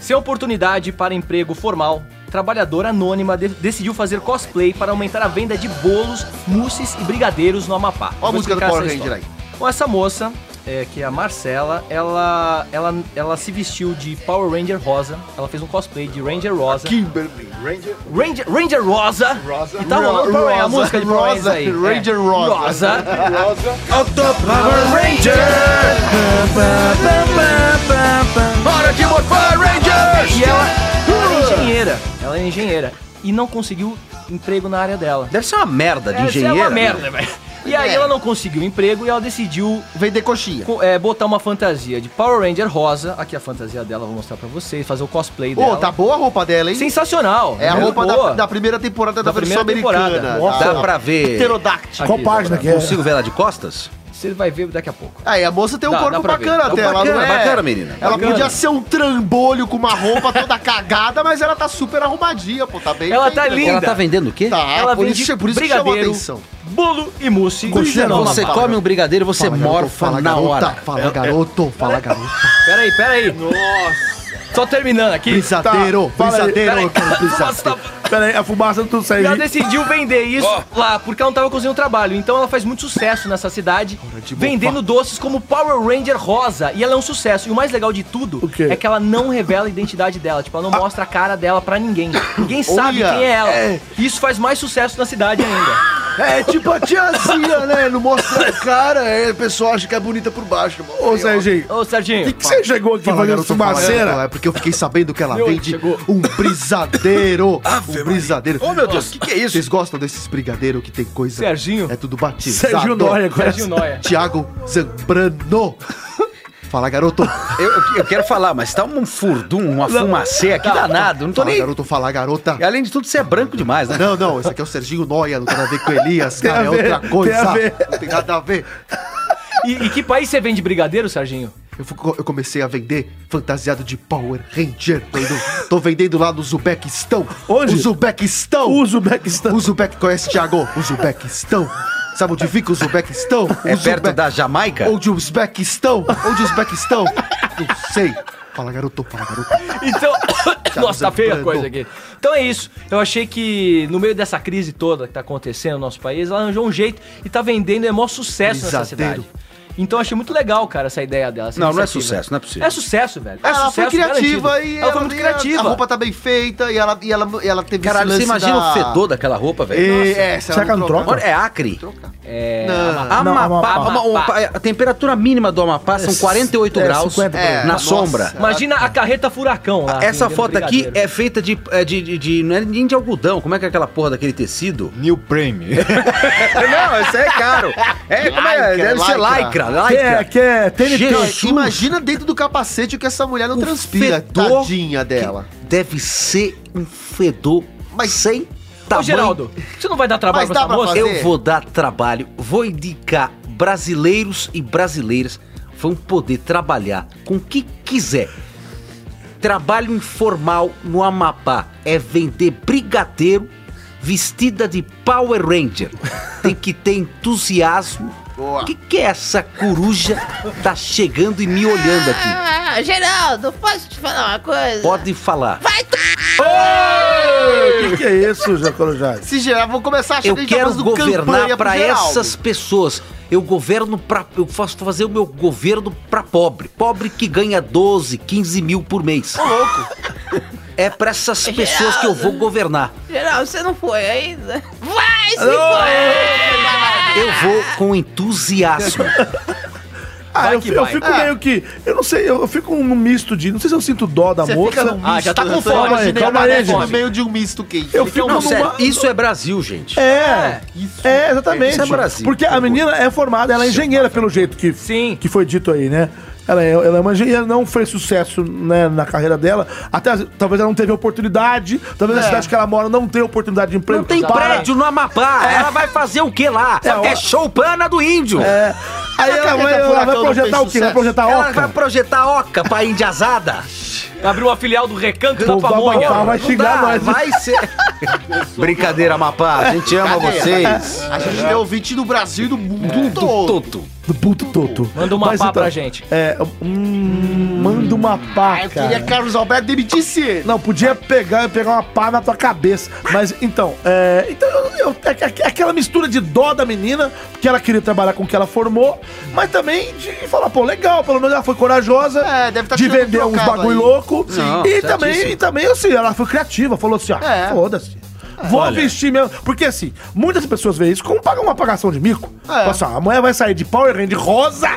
E: Se a oportunidade para emprego formal, trabalhadora anônima de- decidiu fazer cosplay para aumentar a venda de bolos, mousses e brigadeiros no Amapá.
F: Ó a
E: Vou
F: música do
E: explicar
F: Power
E: essa
F: Ranger
E: história. Bom, essa moça, é, que é a Marcela, ela, ela, ela se vestiu de Power Ranger rosa. Ela fez um cosplay de Ranger rosa.
F: Kimberly, Ranger...
E: Ranger, Ranger Rosa. E tá rolando Power Ranger, a música de Power Rangers aí. É.
F: Ranger Rosa.
E: Rosa.
F: Rosa.
M: Power Ranger! Hora de morfar, Rangers!
E: E ela, ela é engenheira. Ela é engenheira. E não conseguiu emprego na área dela.
M: Deve ser uma merda né?
E: É, isso
D: né?
E: É uma merda, velho. E aí ela não conseguiu emprego e ela decidiu... é,
F: Vender coxinha.
E: botar uma fantasia de Power Ranger rosa. Aqui a fantasia dela, vou mostrar pra vocês. Fazer o cosplay
F: Pô,
E: dela.
F: tá boa a roupa dela, hein?
E: Sensacional.
F: É a
E: Muito
F: roupa da,
E: boa.
F: da primeira temporada da,
E: Da
F: versão
E: primeira
F: americana.
E: temporada.
F: da-
M: Dá pra ver.
F: Pterodactyl.
E: Aqui, dá
D: é?
E: pra ver.
M: Consigo ver ela de costas?
E: Você vai ver daqui a pouco.
F: Aí a moça tem um
M: Dá- dá
F: corpo
M: pra ver.
F: bacana
M: É
F: até. ela
M: bacana,
F: não é...
M: bacana, menina.
F: Ela
M: Bacana.
F: podia ser um trambolho com uma roupa toda cagada, mas ela tá super arrumadinha, pô. Tá bem
E: Ela
F: feita.
E: tá linda.
M: Ela tá vendendo o quê?
F: Tá,
E: ela
F: por,
E: vende
F: isso, por isso que chamou a
E: brigadeiro,
F: atenção.
E: bolo e mousse.
M: Você,
E: Não,
M: você
E: papai.
M: come um brigadeiro, você
E: Fala, garoto,
M: morfa
E: fala,
M: na
E: garota,
M: hora.
E: fala,
M: É- é-
F: garoto, fala, garoto.
E: Peraí, peraí. Nossa. Só terminando aqui.
D: Brisadeiro, brisadeiro, cara, é
E: Tá, Peraí,
D: um Peraí, a fumaça não tudo
E: E
D: saiu.
E: ela decidiu vender isso lá, porque ela não tava conseguindo trabalho. Então ela faz muito sucesso nessa cidade, vendendo doces como Power Ranger Rosa. E ela é um sucesso. E o mais legal de tudo é que ela não revela a identidade dela. Tipo, ela não mostra a cara dela pra ninguém. Ninguém sabe
F: Ah. Olha,
E: quem é ela.
F: é.
E: E isso faz mais sucesso na cidade ainda.
F: É tipo a tiazinha, né? Não mostra a cara, é, o pessoal acha que é bonita por baixo.
D: Ô, Serginho.
E: Ô, Serginho.
D: O que, que você chegou aqui
F: Fala,
D: fazendo
F: garoto, fala,
D: fumaceira?
F: É porque eu fiquei sabendo que ela
D: Meu,
F: vende
D: chegou.
F: um brisadeiro. um brisadeiro.
M: Ô, meu Deus, o que, que é isso?
F: Vocês gostam desses brigadeiros que tem coisa?
E: Serginho.
F: É tudo batizado.
D: Serginho Noia, conhece?
E: Serginho Noia.
F: Tiago Zambrano. Fala, garoto.
M: Eu, eu quero falar, mas tá um furdum, uma fumacê aqui danado. Não tô
F: Tá. fala,
M: nem.
F: garoto, fala, garota.
M: E Além de tudo, você é branco demais, né?
F: Não, não, esse aqui é o Serginho Noia, não tem nada a ver com o Elias,
D: Tem
F: cara,
D: a
F: é
D: ver,
F: outra coisa.
D: tem a ver.
F: Não tem nada a ver.
E: E, e que país você vende brigadeiro, Serginho?
F: Eu, fui- eu comecei a vender fantasiado de Power Ranger. Tô, indo- tô vendendo lá no Uzbequistão.
D: Onde?
F: Uzbequistão.
D: Uzbequistão.
F: Uzbek, conhece, Thiago? Uzbequistão. Sabe onde fica o Uzbequistão?
M: É
F: Uzbe-
M: perto da Jamaica?
F: Onde o Uzbequistão? Onde o Uzbequistão? Não sei. Fala, garoto, fala, garoto.
E: Então. Nossa, tá feia a
F: Zambrano.
E: coisa aqui. Então é isso. Eu achei que no meio dessa crise toda que tá acontecendo no nosso país, ela arranjou um jeito e tá vendendo, é maior sucesso nessa
F: Brisadeiro.
E: cidade. Então eu achei muito legal, cara, essa ideia dela. essa
M: Não, não é
E: iniciativa.
M: sucesso, não é possível.
E: É sucesso, velho.
F: Ela
E: é
F: foi
E: sucesso
F: criativa
E: garantido.
F: e
E: Ela foi muito
F: e a-
E: criativa.
F: A roupa tá bem feita e ela, e ela, e ela teve
M: Caralho,
F: esse
M: você
F: lance
M: imagina
F: da-
M: o fedor daquela roupa, velho?
F: E,
M: Nossa.
F: é, se
D: Será que ela não troca?
M: Olha, É Acre.
E: É.
F: Não.
M: Amapá,
E: Amapá.
M: Ama- Amapá, a temperatura mínima do Amapá são 48
D: É,
M: graus
D: 50
M: na
D: graus.
F: Nossa.
M: sombra.
E: Imagina a carreta furacão lá.
M: Essa
E: vendendo
M: foto aqui
E: Ah, brigadeiro.
M: é feita de, é, de, de, de- Não é nem de algodão. Como é que é aquela porra daquele tecido?
C: New Prime.
M: não, isso aí é caro. É, como é?
F: Lycra,
M: Deve ser lycra.
F: lycra.
D: Que é,
M: Lycra.
D: que é TNT.
F: Cara,
M: Jesus.
F: imagina dentro do capacete o que essa mulher não transpira,
M: fedor
F: tadinha dela.
M: Deve ser um fedor
F: Mas-
M: sem
E: Ô,
M: tamanho.
E: Geraldo, você não vai dar trabalho
F: Mas
E: pra
F: dá
E: essa
F: pra
E: moça?
F: fazer.
M: Eu vou dar trabalho, vou indicar brasileiros e brasileiras vão poder trabalhar com o que quiser. Trabalho informal no Amapá é vender brigadeiro vestida de Power Ranger. Tem que ter entusiasmo. O que, que é essa coruja tá chegando e me olhando aqui?
I: Ah, Geraldo, posso te falar uma coisa?
M: Pode falar.
D: O que, que é isso, Jacolojade?
F: Se gerar, vou começar a achar
M: Eu
F: que a gente tá
M: quero
F: fazendo
M: governar
F: campanha pro
M: pra
F: Geraldo.
M: essas pessoas. Eu governo para eu faço fazer o meu governo pra pobre, pobre que ganha 12, 15 mil por mês.
F: louco.
M: É pra essas pessoas que eu vou governar.
I: Geraldo, você não foi ainda? Vai, se foi!
M: Eu vou com entusiasmo.
D: Ah,
E: Vai
D: eu,
E: que
D: fi- eu
E: vai.
D: fico
E: Ah.
D: meio que. Eu não sei, eu, eu fico num misto de. Não sei se eu sinto dó da
F: Você
D: moça.
F: fica num misto,
C: Ah, já tá com
F: né?
C: fome,
F: Calma aí,
C: você
D: calma aí,
C: aparece
D: gente.
F: No meio de um misto quente.
D: Eu
C: Então,
D: fico
C: não,
D: numa-
C: sério, isso é Brasil, gente. Ah,
D: É, é, exatamente.
C: Isso é Brasil.
D: Porque a menina é formada, ela é engenheira, pelo jeito que, que foi dito aí, né? Ela é, ela é uma engenheira, não fez sucesso né, na carreira dela. Até as- talvez ela não teve oportunidade, talvez na
C: É.
D: cidade que ela mora não tem oportunidade de emprego.
C: Não tem
D: Para-
C: prédio no Amapá.
D: É.
C: Ela vai fazer o que lá?
D: É, ó.
C: É, show plana do índio.
D: É. Aí ela vai- ela vai projetar o quê? Vai projetar
C: Ela
D: oca?
C: vai projetar oca pra indiazada.
E: Abriu uma filial do Recanto
C: Não
E: da Pamonha.
C: dá,
E: Não dá,
C: Vai ser. Brincadeira, Amapá. A gente ama
F: Brincadeira.
C: vocês.
F: A gente tem ouvinte do Brasil e do mundo
M: É.
F: todo.
D: Do puto toto.
E: Manda
F: uma pá pra
E: gente.
D: É, hum, manda uma pá,
F: eu
D: cara.
F: queria que Carlos Alberto demitisse ele.
D: Não, podia pegar, pegar uma pá na tua cabeça. Mas, então, é, então eu- eu- é- é- é aquela mistura de dó da menina, porque ela queria trabalhar com o que ela formou, mas também de falar, pô, legal, pelo menos ela foi corajosa
F: tá
D: de
F: tirando um
D: vender uns
F: trocado
D: bagulho
F: aí.
D: louco.
F: Sim,
D: e,
F: certíssimo.
D: também, e também, assim, ela foi criativa, falou assim, ó,
F: É.
D: foda-se. Vou
F: Olha.
D: vestir mesmo. Porque assim, muitas pessoas veem isso como pagar uma apagação de mico.
F: É.
D: Olha só, a mulher vai sair de Power Ranger rosa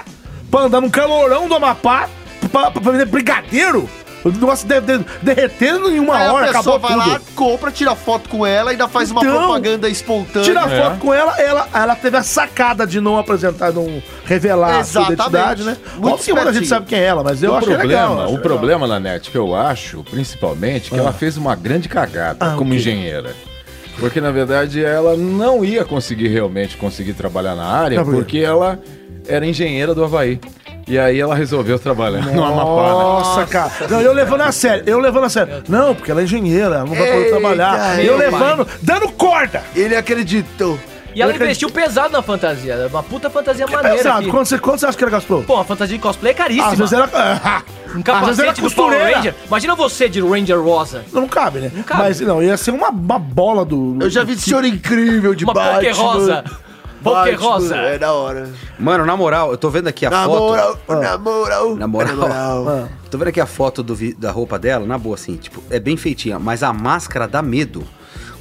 D: pra andar num calorão do Amapá pra, pra, pra vender brigadeiro. O negócio deve de, derretendo em uma
F: Aí
D: hora,
F: a pessoa
D: acabou
F: vai lá,
D: tudo.
F: compra, tira foto com ela, ainda faz uma
D: Então,
F: propaganda espontânea.
D: Tira
G: É.
D: a foto com ela, ela, ela teve a sacada de não apresentar, não revelar
F: Exatamente.
D: a sua identidade, né?
F: Muito
D: Óbvio que a gente
F: espertinho.
D: sabe quem é ela, mas eu
G: o
D: achei
G: problema,
D: legal. eu
G: o
D: achei legal.
G: problema, Nanete, que eu acho, principalmente, que ela fez uma grande cagada
D: Ah,
G: como
D: ok.
G: engenheira. Porque, na verdade, ela não ia conseguir realmente conseguir trabalhar na área,
D: Tá bom.
G: porque ela era engenheira do Havaí. E aí ela resolveu trabalhar no Amapá. né?
D: Nossa, cara. Não, eu levando a sério, eu levando a sério. Não, porque ela é engenheira, ela não vai poder
E: Eita,
D: trabalhar.
E: meu
D: Eu levando, dando corda.
U: Ele acreditou.
E: E ela investiu pesado na fantasia. É Uma puta fantasia maneira.
D: É Pesado,
E: aqui.
D: quanto você, quanto você acha que ela gastou?
E: Pô, a fantasia de cosplay é caríssima.
D: Às vezes era.
E: Um
D: Às vezes era
E: capacete do Power
D: costureira.
E: Ranger. Imagina você de Ranger Rosa.
D: Não, não cabe, né?
E: cabe.
D: Mas não, ia ser uma, uma bola do.
E: Eu já vi
D: do-
E: Senhor Incrível
D: de
E: Uma Poké
D: Batman.
E: Rosa. Poké
D: Batman,
E: Rosa.
D: é
F: da hora.
C: Mano, na moral, eu tô vendo aqui a
F: Na
C: foto. Ah.
F: moral, na moral,
C: Na moral. Ah.
F: na moral.
C: Tô vendo aqui a foto do vi- da roupa dela, na boa, assim, tipo, é bem feitinha, mas a máscara dá medo.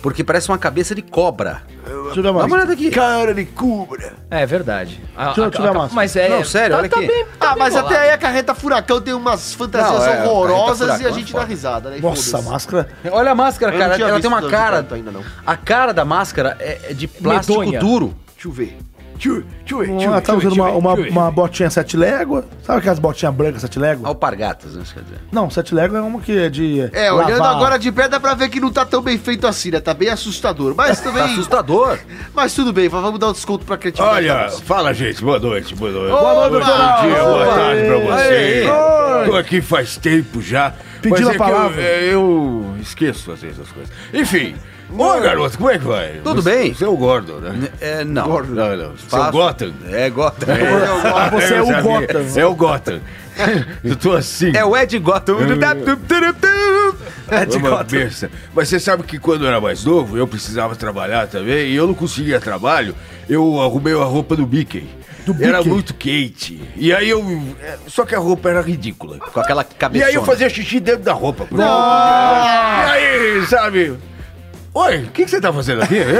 C: Porque parece uma cabeça de cobra.
D: Deixa eu ver a
C: Dá uma
D: máscara.
C: olhada aqui.
F: Cara de cobra.
E: É verdade. A,
C: Deixa eu tirar a máscara.
E: Mas é.
C: Não, sério,
E: tá-
C: olha
E: tá
C: aqui.
E: bem- tá
F: tá, Ah,
E: bem
F: mas
E: bolado.
F: até aí a carreta furacão tem umas fantasias
C: Não, é, a
F: horrorosas e
C: Carreta
F: a
C: Furacão
F: gente
C: é
F: dá
C: foda.
F: risada, né? E
D: Nossa, a
F: foda-se.
D: máscara.
C: Olha a
F: Eu
C: máscara,
F: não
C: cara.
F: tinha
C: Ela
F: visto
C: tem uma
F: tanto
C: cara.
F: ainda, não.
C: A cara da máscara é é de plástico
D: Medonha.
C: duro.
F: Deixa eu ver.
D: Não, Ela tá usando uma, uma, uma botinha sete légua. Sabe aquelas botinhas brancas sete légua?
C: Alpargatas, né? isso quer dizer.
D: Não, sete légua é uma que é de.
F: É, olhando
D: lavar.
F: agora de pé dá pra ver que não tá tão bem feito assim, né? Tá bem assustador. Mas também.
C: assustador.
F: Mas tudo bem, vamos dar um desconto pra criatividade. da
G: Olha,
F: moça.
G: fala gente, boa noite, boa noite.
F: Boa noite,
G: Bom
F: doutora.
G: dia, boa
F: Opa.
G: tarde pra
F: Aê.
G: você.
F: Oi.
G: Tô aqui faz tempo já.
D: Pedindo
G: mas
D: a
G: é que
D: palavra.
G: Eu, é, eu esqueço às vezes as coisas. Enfim. Ô, garoto, como é que vai?
C: Tudo
G: Você-
C: bem.
G: Você é o Gordon, né?
C: É, não.
G: Não, não. Você é o
C: Faço.
G: Gotham?
C: É Gotham.
G: É,
C: Você é o
G: eu sabia.
C: Gotham.
G: É o Gotham. Eu tô assim.
C: É o Ed Gotham.
G: É uma besta. Mas você sabe que quando eu era mais novo, eu precisava trabalhar também e eu não conseguia trabalho. Eu arrumei a roupa do Mickey. era muito quente. E aí eu. é, Só que a roupa era ridícula.
C: Com aquela
G: E
C: cabeçona.
G: aí eu fazia xixi dentro da roupa. por
C: Não.
G: exemplo. E aí, sabe? Oi, o que, que você tá fazendo aqui?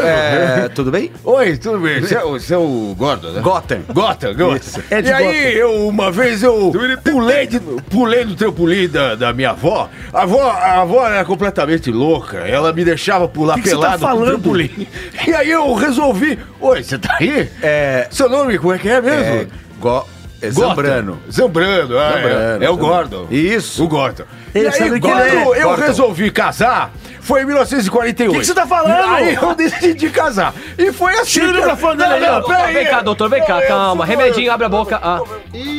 C: É, tudo bem?
G: Oi, tudo bem. Você é, o- você é o Gordon, né?
C: Gotham.
G: Gotham, Gotham.
C: Isso. É de
G: e aí, eu, uma vez eu pulei, de- pulei do trampolim da, da minha avó. A, avó. a avó era completamente louca. Ela me deixava pular
D: Que que você tá
G: pelado
D: falando?
G: trampolim. E aí eu resolvi. Oi, você tá aí?
C: É.
G: Seu nome, como é que é mesmo?
C: É, go... é
G: Gotham.
C: Zambrano.
G: Zambrano, ah,
C: Zambrano,
G: é, é o
C: Zambrano.
G: Gordon. Isso. O Gordon.
D: Ele
G: e aí,
D: sabe quem
G: quando
D: ele é.
G: eu
D: Gordon.
G: resolvi casar, foi em 1948.
D: O que que você tá falando?
G: Aí eu decidi casar. E foi assim.
E: Tira o
G: cara.
E: microfone
G: Não,
E: dele
G: não,
E: aí, ó.
G: peraí.
E: Vem cá, doutor, vem cá,
G: Eu
E: calma.
G: sou-
E: Remedinho, abre a boca. Ah.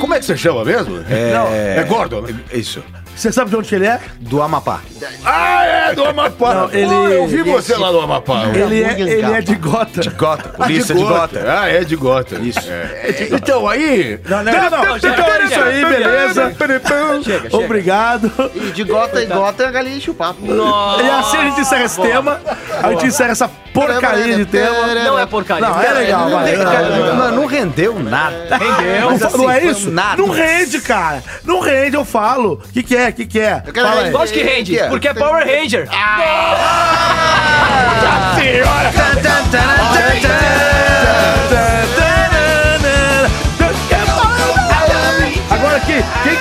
G: Como é que você chama mesmo?
C: É,
G: Não, é Gordon, né?
C: Isso.
D: Você sabe de onde que ele é?
C: Do Amapá.
G: Ah, é do Amapá.
D: Não, ele-
G: Pô, eu vi
D: ele
G: você
D: é-
G: lá no Amapá.
D: Ele é, ele é de gota.
C: De Gotham.
G: Ah,
C: Polícia de Gotham.
G: Ah, é de Gota. Isso.
T: é
G: Então aí.
D: Não, não, não, não,
G: Então
D: chega,
G: é isso aí,
D: chega.
G: beleza.
D: Chega, chega. Obrigado.
F: E de gota em gota é a galinha enche o papo.
D: E assim a gente encerra esse tema. A gente encerra essa porcaria de tema.
E: Não é porcaria.
D: Não, é legal, vai.
C: Não,
D: é legal.
C: Mano, não rendeu nada.
D: Não,
C: Mas,
D: fa-
C: assim,
D: não é
C: foi um
D: isso?
C: Nada.
D: Não rende, cara. Não rende, eu falo. O que, que é? O que, que é?
E: Fala aí. Lógico que rende, porque é Power Ranger.
D: senhora!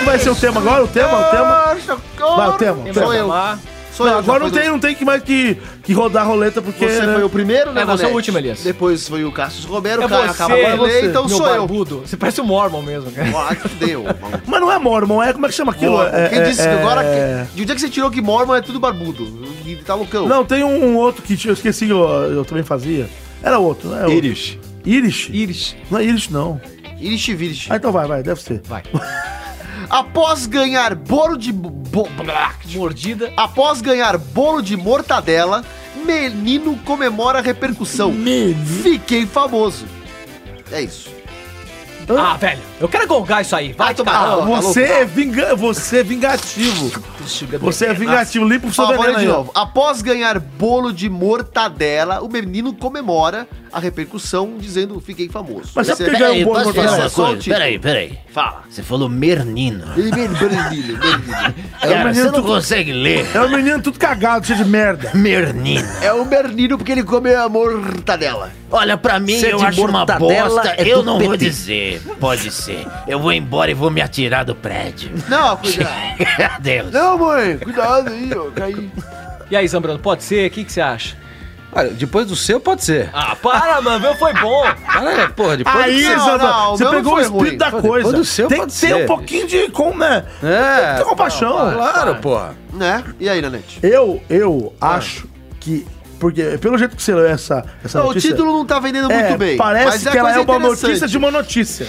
D: vai ser o tema agora? O tema? O tema? Vai, o tema. o
F: Sou
D: tema.
F: eu. Sou
D: Não,
F: eu, já
D: agora não
F: foi
D: tem,
F: do-
D: não tem que mais que, que rodar a roleta, porque.
F: Você
D: né?
F: foi o primeiro,
E: É,
F: né? Ronete?
D: Elias.
F: Depois foi o Cassius Romero,
D: É
F: o cara
D: você,
F: acaba com a
D: é
F: lei,
D: você,
F: então
D: meu
F: sou eu.
E: barbudo. Você parece um Mormon mesmo,
F: né?
E: cara.
F: deu.
D: Mas não é Mormon, é como é que chama aquilo?
F: Mormon.
D: É-
F: Quem
D: é-
F: disse que agora.
D: é-
F: De onde é que você tirou que Mormon é tudo barbudo? E tá loucão.
D: Não, tem um, um outro que tinha- eu esqueci que eu, eu também fazia. Era outro, né?
F: Irish.
D: Irish? Irish. Não é Irish, não.
F: Irish Virish.
D: Ah, então vai, vai, deve ser.
E: Vai.
F: Após ganhar bolo de. bo- bo- blá-
E: Mordida.
F: Após ganhar bolo de mortadela, menino comemora a repercussão. Fiquei famoso. É isso.
E: Ah, velho, eu quero golgar isso aí. Vai tomar.
D: Ah,
E: Ah,
D: você, é vinga... você é vingativo. Você é vingativo. Limpa o seu
F: Ó, vou
D: veneno
F: ler
D: aí,
F: de
D: ó.
F: novo. Após ganhar bolo de mortadela, o menino comemora a repercussão, dizendo fiquei famoso.
D: Mas
F: Esse
D: sabe
F: é-
D: por que ganhou
F: Peraí,
D: um bolo de
F: posso falar
D: mortadela?
F: uma coisa?
L: Peraí, peraí.
F: Fala.
L: Você falou Mernino.
F: é Mernino,
L: Cara, você não
D: tudo-
L: consegue ler.
D: É um menino tudo cagado, cheio de merda.
L: Mernino.
F: É o Bernino porque ele come a mortadela.
L: Olha, pra mim,
B: é
F: Ser
L: eu
F: de
L: acho uma
F: mortadela
L: bosta.
F: é
L: eu
F: do
L: não vou
F: PT.
L: dizer. Pode ser. Eu vou embora e vou me atirar do prédio.
F: Não, cuidado.
L: Deus.
F: Não, mãe, cuidado aí, ó, caí.
E: E aí, Zambrano, pode ser? O que, que você acha?
C: Olha, depois do seu, pode ser.
E: Ah, para, mano, meu foi bom. É,
C: Cara, porra, depois
D: Aí,
C: do seu.
D: Zamba,
L: Ah,
D: você pegou o espírito da
C: Pô,
D: coisa.
C: Depois do seu,
D: tem
C: pode
D: que
C: ser.
D: ter
L: é
D: um pouquinho de. Como, né?
C: É.
D: Tem que ter compaixão.
C: Não, para, Claro, para. porra.
F: Né? E aí, Nanete? Ah.
D: Eu, eu acho que. Porque, pelo jeito que você leu essa, essa
F: Não, o
D: notícia.
F: título não tá vendendo
D: É,
F: muito bem.
D: Parece
F: mas
D: que ela é
F: coisa
D: uma
F: interessante.
D: notícia de uma notícia.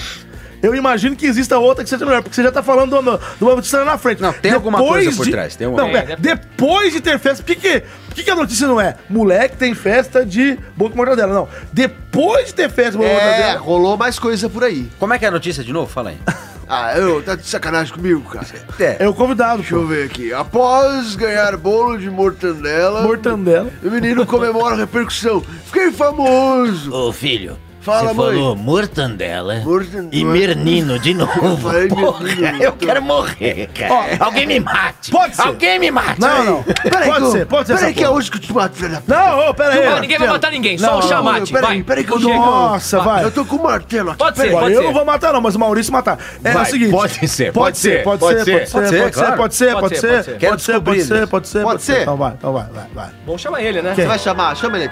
D: Eu imagino que exista outra que seja melhor, porque você já tá falando de uma- de uma notícia lá na frente. Não,
C: tem alguma coisa por trás, tem um alguma-
D: não,
C: Tem,
D: é, depois de ter festa, por que, que, por que, que a notícia não é? Moleque tem festa de boca com mortadela. Não, depois de ter festa de boca com
F: É,
D: mortadela.
F: rolou mais coisa por aí.
C: Como é que é a notícia de novo? Fala aí.
F: Ah, eu, tá de sacanagem comigo, cara.
C: É.
D: É o convidado.
F: Deixa eu ver aqui. Após ganhar bolo de mortandela.
D: Mortandela.
F: O menino comemora a repercussão. Fiquei famoso.
L: Ô, filho.
F: Fala,
L: você
F: mãe.
L: falou mortandela,
F: Mortandela.
L: e Mernino de novo.
F: Vai,
L: Porra,
F: Mernino.
L: eu quero morrer, cara.
F: Ó,
L: Alguém me mate.
D: pode ser.
L: Alguém me mate.
D: Não, não.
F: Peraí,
D: pode
F: que eu-
D: ser, pode ser.
F: Peraí,
D: essa
F: que é
D: porra.
F: hoje que eu te mato, filho da
D: Não, ô, pera aí.
E: Não, ninguém vai matar ninguém, só o chamate, vai.
F: Peraí, peraí, que eu chego.
D: Nossa, vai.
F: Eu tô com o martelo aqui.
E: Pode ser,
F: peraí.
D: Agora,
E: pode
D: eu
E: ser.
D: não vou matar, não, mas o Maurício matar. É,
G: Vai,
D: o seguinte.
G: pode ser,
D: Pode ser, pode ser, pode ser, pode ser,
C: claro.
D: pode ser,
E: Pode
D: pode
E: ser, pode ser.
D: ser,
C: Quero
D: pode ser, pode
C: descobrir
D: ser,
C: eles.
D: pode ser,
F: Pode ser?
D: Então vai, então vai, vai, vai.
E: Bom, chama ele, né?
D: Quem?
F: Você vai chamar, chama ele.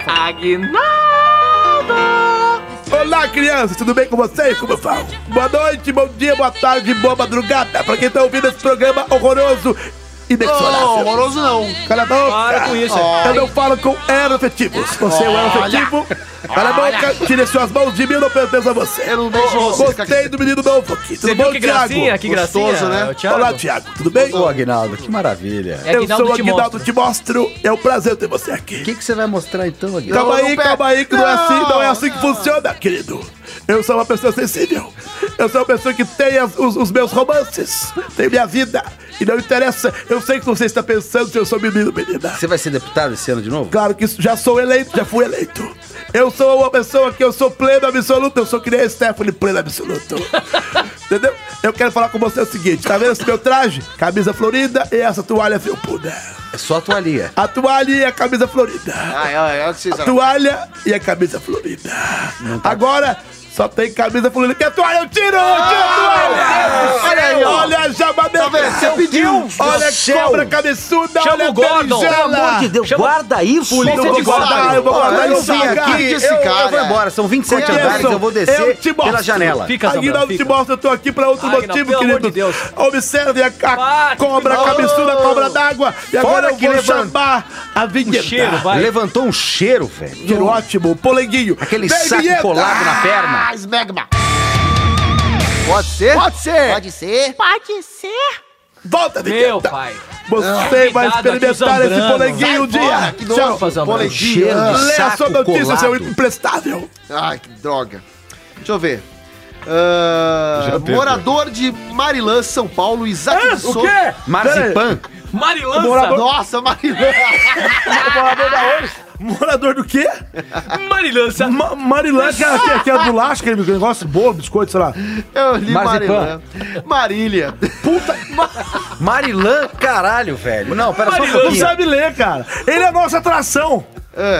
A: Agnaldo!
D: Olá, crianças, tudo bem com vocês? Como eu falo? Boa noite, bom dia, boa tarde, boa madrugada pra quem tá ouvindo esse programa horroroso e
F: Não,
D: decepcionado.
F: horroroso não.
D: Cala a boca!
E: Para com isso.
D: Eu não falo com aerofetivos. Você é um aerofetivo. Cala a boca, tire suas mãos de mim, eu não pertenço a você.
F: Eu não deixo você ficar
D: Gostei do menino novo aqui.
E: Você
D: Tudo
E: viu
D: bom,
E: que
D: Thiago?
E: gracinha, que gracinha.
F: Gostoso, né?
E: é o Thiago.
D: Olá, Thiago, tudo bem?
C: Ô, Aguinaldo, que maravilha.
E: É
D: eu sou o
E: Aguinaldo te
D: Aguinaldo,
E: mostra.
D: te mostro. É um prazer ter você aqui.
C: O que, que você vai mostrar então, Aguinaldo?
D: Calma
F: Não, não
D: aí,
F: pe-
D: calma aí, que não, é assim, não é assim que
F: não.
D: funciona, querido. Eu sou uma pessoa sensível. Eu sou uma pessoa que tem as- os, os meus romances, tem minha vida. E não interessa, eu sei que você está pensando se eu sou menino, menina.
C: Você vai ser deputado esse ano de novo?
D: Claro que isso, já sou eleito, já fui eleito. Eu sou uma pessoa que eu sou pleno absoluto, eu sou que nem a Stephanie pleno absoluto. Entendeu? Eu quero falar com você o seguinte, tá vendo esse meu traje? Camisa florida e essa toalha felpuda.
C: É só a toalha.
D: A toalha e a camisa florida.
F: Ah, é, é o que vocês
D: A toalha e a camisa florida. Agora só tem camisa florida. Que a toalha eu tiro! Eu tiro a toalha!
F: Olha aí, ó.
D: Olha a jaba negra!
F: Você pediu.
D: Olha a
C: céu.
D: cobra cabeçuda!
E: Chama
D: olha
E: o Gordon.
D: Pelo
C: Deus, guarda isso!
D: Eu
E: Polícia
D: vou
E: de
D: guardar,
E: guarda.
D: eu vou
C: Ó,
D: guardar
C: eu
D: isso
C: vim aqui,
D: aqui.
F: Esse
C: eu, eu
F: cara.
C: vou embora. São 27 andares, eu vou descer pela janela.
E: Fica, Zambrano,
D: Aguinaldo
E: fica.
D: te mostra, eu tô aqui pra outro
E: Aguinaldo,
D: motivo,
E: pelo amor
D: querido.
E: de Deus.
D: Observe a, a
E: Ah, que
D: cobra
E: não.
D: cabeçuda, a cobra d'água. E agora
C: Fora
D: eu
C: que
D: vou
C: levanta.
D: chamar a vinheta.
E: cheiro, vai.
C: Levantou um cheiro, velho.
D: Cheiro ótimo, polenguinho.
C: Aquele
D: Vem,
C: saco
D: vinheta.
C: colado na perna.
F: Ah, Smegma. Pode ser? Pode ser. Pode ser.
A: Pode ser?
D: Volta, vinheta.
E: Meu pai.
D: Você vai
E: Cuidado aqui,
D: experimentar esse
E: Zambrano.
D: polenguinho um
F: Sai fora,
D: dia.
F: que
D: Tchau.
E: nojo, Zambrano.
D: Polenguinho.
C: Cheiro de
D: Lê a
C: saco
D: sua notícia, seu
C: colado.
D: imprestável.
F: Ai, que droga. Deixa eu ver. Ah,
G: Já teve.
F: morador de Marilã, São Paulo, Isaac
D: Ah,
F: de
D: o
F: Souza.
D: quê?
C: Marzipan.
E: Marilança.
D: Morador-
F: Nossa, Marilã.
D: Morador do quê?
E: Marilança.
D: Ma Marilã, que é, que é- que é a bolacha, aquele negócio, bolo, biscoito, sei lá.
F: Eu li
C: Marzipan.
F: Marilã. Marília.
C: Marilã, caralho, velho. Não, pera só um
D: Não
C: pouquinho.
D: sabe ler, cara. Ele é a nossa atração.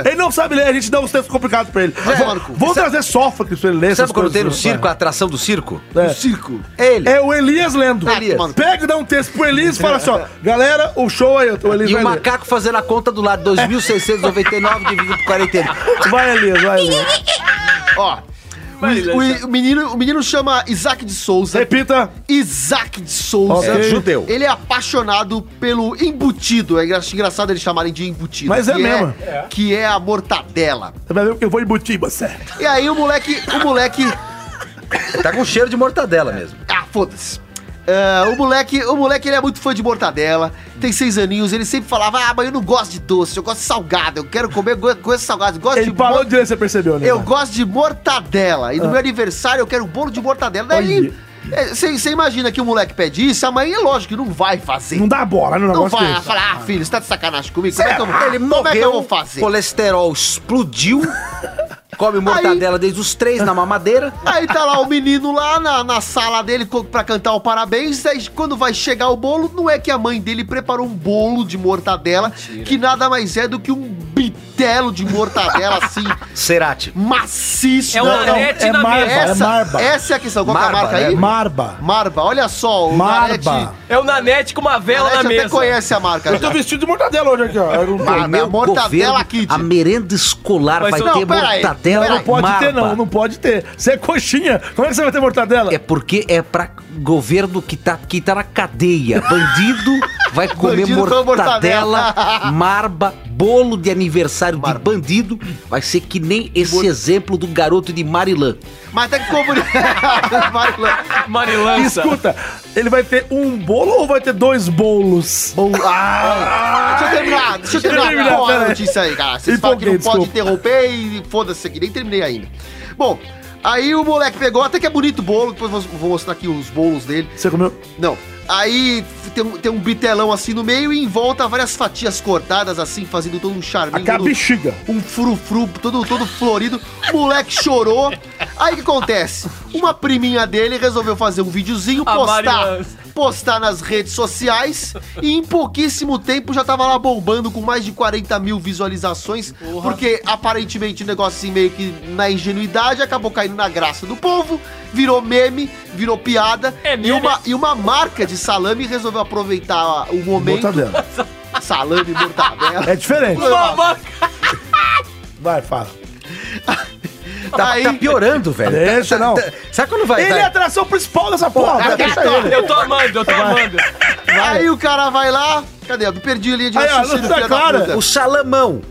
D: Ele não sabe ler, a gente dá uns textos complicados pra ele. Vamos vamos trazer Sófocles pra ele ler
C: Sabe
D: essas coisas.
C: quando tem no circo a atração do circo?
D: É.
C: No
D: circo. É o Elias lendo. Elias. Pega e dá um texto pro Elias e fala assim, ó. Galera, o show aí, o Elias
C: E
D: vai
C: o
D: ler.
C: macaco fazendo a conta do lado, 2.699 dividido por 48.
D: Vai, Elias, vai, Elias.
F: Ó. O, o- o menino, o menino chama Isaac de Souza.
D: Repita.
F: Isaac de Souza.
D: Ok. É judeu.
F: Ele é apaixonado pelo embutido. É engra- engraçado eles chamarem de embutido.
D: Mas é
F: que
D: mesmo.
F: que é a mortadela.
D: Você vai ver o que eu vou embutir você.
F: E aí o moleque. O moleque.
C: tá com cheiro de mortadela mesmo.
F: Ah, foda-se. Ah, o moleque, o moleque ele é muito fã de mortadela, tem seis aninhos, ele sempre falava, ah, mas eu não gosto de doce, eu gosto de salgado, eu quero comer go- coisa salgada, eu gosto
D: Ele
F: de
D: parou
F: mor-
D: de ler, você percebeu, né?
F: Eu gosto de mortadela. E no
D: Ah.
F: meu aniversário eu quero um bolo de mortadela. Daí você imagina que o moleque pede isso, a mãe é lógico que não vai fazer. Não
D: dá bola no
F: Não
D: negócio
F: vai,
D: desse.
F: ela fala, ah, filho, você tá de sacanagem comigo? Como é que eu,
C: Ele um
F: como é que eu vou fazer?
C: colesterol explodiu, come mortadela desde os três na mamadeira.
F: Aí tá lá o menino lá na, na sala dele co- pra cantar o parabéns. Aí quando vai chegar o bolo, não é que a mãe dele preparou um bolo de mortadela, que nada mais é do que um bitelo de mortadela assim.
C: Cerati.
F: Maciço.
E: É um
F: Não, não,
E: arete na mesa.
F: Essa,
E: É marba.
F: Essa é a questão. Qual que é a
E: Marba,
F: marca
E: né?
F: aí?
D: Marba.
F: Marba, olha só. O Nanete-
E: É o Nanete com uma vela
F: Nanete
E: na
F: até
E: mesa.
F: conhece a marca. né?
D: Eu tô vestido de mortadela hoje aqui, ó. Eu não tô.
F: Ah,
C: Mas meu governo, A merenda escolar vai ter mortadela
D: Não pode ter,
C: marba.
D: não. Não pode ter. Você é coxinha. Como é que você vai ter mortadela?
C: É porque é pra governo que tá, que tá na cadeia. Bandido vai comer
D: Bandido com
C: mortadela,
D: mortadela.
C: marba, bolo de aniversário de bandido. Vai ser que nem esse exemplo do garoto de Marilã.
F: Mas até que ficou bonito.
E: Marilança.
D: Escuta, ele vai ter um bolo ou vai ter dois bolos?
F: Ah, deixa eu terminar, deixa eu terminar. Qual a notícia aí, cara? Vocês falam que não pode interromper e foda-se aqui, nem terminei ainda. Bom, aí o moleque pegou, até que é bonito o bolo, depois eu vou mostrar aqui os bolos dele.
D: Você comeu?
F: Não. Aí tem um, tem um bitelão assim no meio e em volta várias fatias cortadas assim, fazendo todo um charminho.
D: Aquela
F: todo-
D: bexiga.
F: um frufru todo, todo florido. O moleque chorou. Aí o que acontece? Uma priminha dele resolveu fazer um videozinho,
E: A
F: postar,
E: Mariana.
F: postar nas redes sociais e em pouquíssimo tempo já tava lá bombando com mais de 40 mil visualizações. Porque aparentemente o negócio assim, meio que na ingenuidade acabou caindo na graça do povo, virou meme, virou piada.
E: É
F: e, uma, e uma marca de salame resolveu aproveitar o momento.
D: Mortadela.
F: Salame, mortadela.
D: É diferente.
F: Uma marca
D: Vai, fala.
C: Tá, tá piorando, velho.
D: Deixa, não.
C: sabe quando vai?
D: Ele
C: vai-
D: é a atração principal dessa porra. vai, deixa
F: tá
D: ele.
E: Eu tô amando, eu tô amando.
F: Aí o cara vai lá. Cadê? Eu perdi a linha de
D: Aí, ó, não tá
F: filha da
D: clara.
F: puta.
D: O
C: salamão.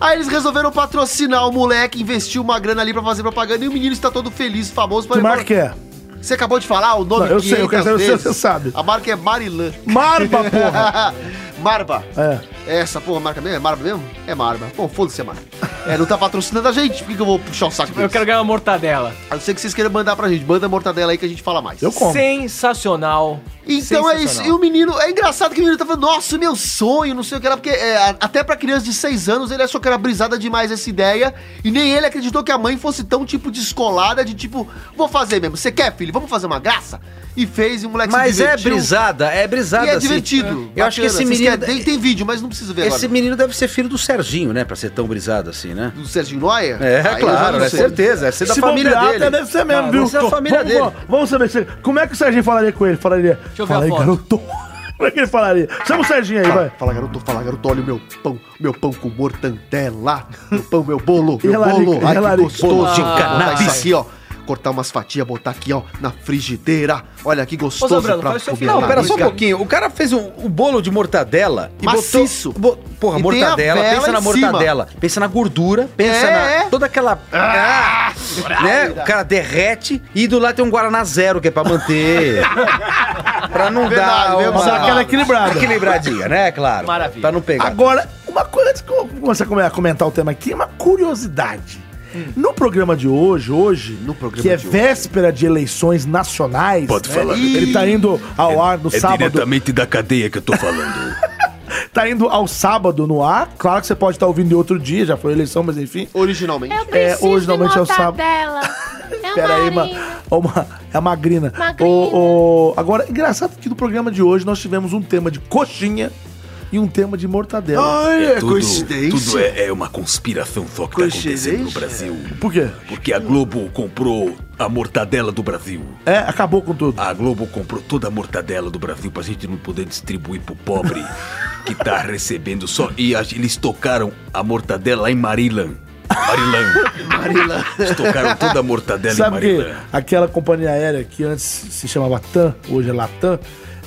F: Aí eles resolveram patrocinar o moleque, investir uma grana ali pra fazer propaganda e o menino está todo feliz, famoso.
D: Que marca que é?
F: Você acabou de falar o nome
D: Não, eu sei, eu
F: 500
D: quero saber se
F: vezes.
D: você sabe.
F: A marca é Marilã.
D: Marba, porra.
F: Marba.
D: É.
F: Essa porra, marca mesmo? É Marba mesmo? É Marba. Bom, foda-se a marca. É, não tá patrocinando a gente, por que, que eu vou puxar o saco
E: Eu
F: deles?
E: quero ganhar uma mortadela.
F: A não ser que vocês queiram mandar pra gente. Manda a mortadela aí que a gente fala mais.
E: Sensacional.
F: Então é isso. E o menino, é engraçado que o menino tava, nossa, meu sonho, não sei o que era, porque é, a- até pra criança de 6 anos ele achou que era brisada demais essa ideia e nem ele acreditou que a mãe fosse tão, tipo, descolada de tipo, vou fazer mesmo, você quer, filho? Vamos fazer uma graça? E fez e o moleque
C: Mas é
F: divertiu.
C: brisada, é brisada.
F: E é
C: assim.
F: divertido.
C: Eu acho
F: bacana.
C: que esse
F: Vocês
C: menino.
F: querem- tem, tem vídeo, mas não preciso ver
C: Esse
F: agora.
C: menino deve ser filho do Serginho, né? Pra ser tão brisado assim, né?
F: Do Serginho Noia? Aí
C: É,
F: eu já
C: claro,
F: não
C: é
F: sei.
C: certeza. É ser da
D: Se
C: família
D: bobear,
C: dele.
D: até deve ser mesmo,
C: Ah,
D: viu?
C: deve ser da
D: Tô-
C: família
D: vamos,
C: dele.
D: Vamos, vamos saber se... Como é que o Serginho falaria com ele? Falaria... Deixa
E: eu ver a
D: aí,
E: foto.
D: garoto. Como é que ele falaria? Chama o Serginho aí, vai.
F: Fala, garoto, fala, garoto, olha o meu pão, meu pão com mortandela, meu pão, meu bolo, meu
D: Relarica,
F: bolo, ai que
D: relarica.
F: gostoso.
D: Bolo de
F: Botar
D: cannabis.
F: isso aqui, ó, cortar umas fatias, botar aqui, ó, na frigideira, olha que gostoso
C: Sobrano,
F: pra
C: faz o seu
F: comer.
C: final. Não,
F: na
C: pera só um
F: boca.
C: pouquinho. O cara fez um, um bolo de mortadela e
F: Maciço.
C: botou... Bo, porra,
F: E tem a
C: mortadela,
F: vela
C: pensa na
F: em
C: mortadela. Pensa na gordura, pensa
F: É.
C: na... Toda aquela... Ah, né? O cara derrete e do lado tem um Guaraná zero, que é pra manter... pra não dar
D: verdade,
C: uma...
D: verdade. Aquela equilibrada.
C: Equilibradinha, né? Claro. Maravilha. Pra não pegar.
D: Agora, uma coisa, antes que eu comece a come- a comentar o tema aqui, é uma curiosidade. No programa de hoje, hoje, que é
F: Hum. de hoje.
D: véspera de eleições nacionais,
O: Pode falar,
D: ele
O: Ih.
D: tá indo ao ar no
O: é
D: sábado.
O: diretamente da cadeia que eu tô falando.
D: Tá indo ao sábado no ar. Claro que você pode estar ouvindo em outro dia, já foi eleição, mas enfim.
F: Originalmente.
D: É, originalmente é o sábado.
W: Dela.
D: Pera aí, ma, ó, uma, é a magrina. Ô, ô, agora, engraçado que no programa de hoje nós tivemos um tema de coxinha e um tema de
T: É
D: mortadela.
C: É tudo- Tudo é, é uma conspiração só que tá acontecendo no Brasil.
D: Por quê?
C: Porque a Globo comprou a mortadela do Brasil.
D: É, acabou com tudo.
C: A Globo comprou toda a mortadela do Brasil pra gente não poder distribuir pro pobre que tá recebendo só. E a- eles tocaram a mortadela lá em Marilã. Marilã.
U: Marilã.
C: Eles tocaram toda a mortadela
D: Sabe
C: em
D: que
C: Marilã.
D: aquela companhia aérea que antes se chamava TAM, hoje é Latam,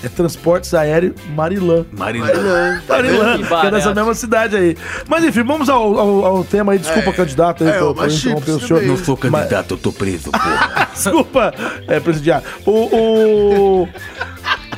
D: é Transportes Aéreo Marilã.
C: Marilã.
D: Marilã,
C: Tá vendo?
D: Marilã,
C: Que
D: que é
C: barato.
D: nessa mesma cidade aí. Mas enfim, vamos ao, ao- ao tema aí. Desculpa,
C: É.
D: candidato, aí,
C: É,
D: por,
C: mas
D: por interromper o
C: chips
D: senhor.
C: também. Não sou
D: Mas-
C: candidato, eu tô preso, pô.
D: Desculpa, é, presidiário. O. o...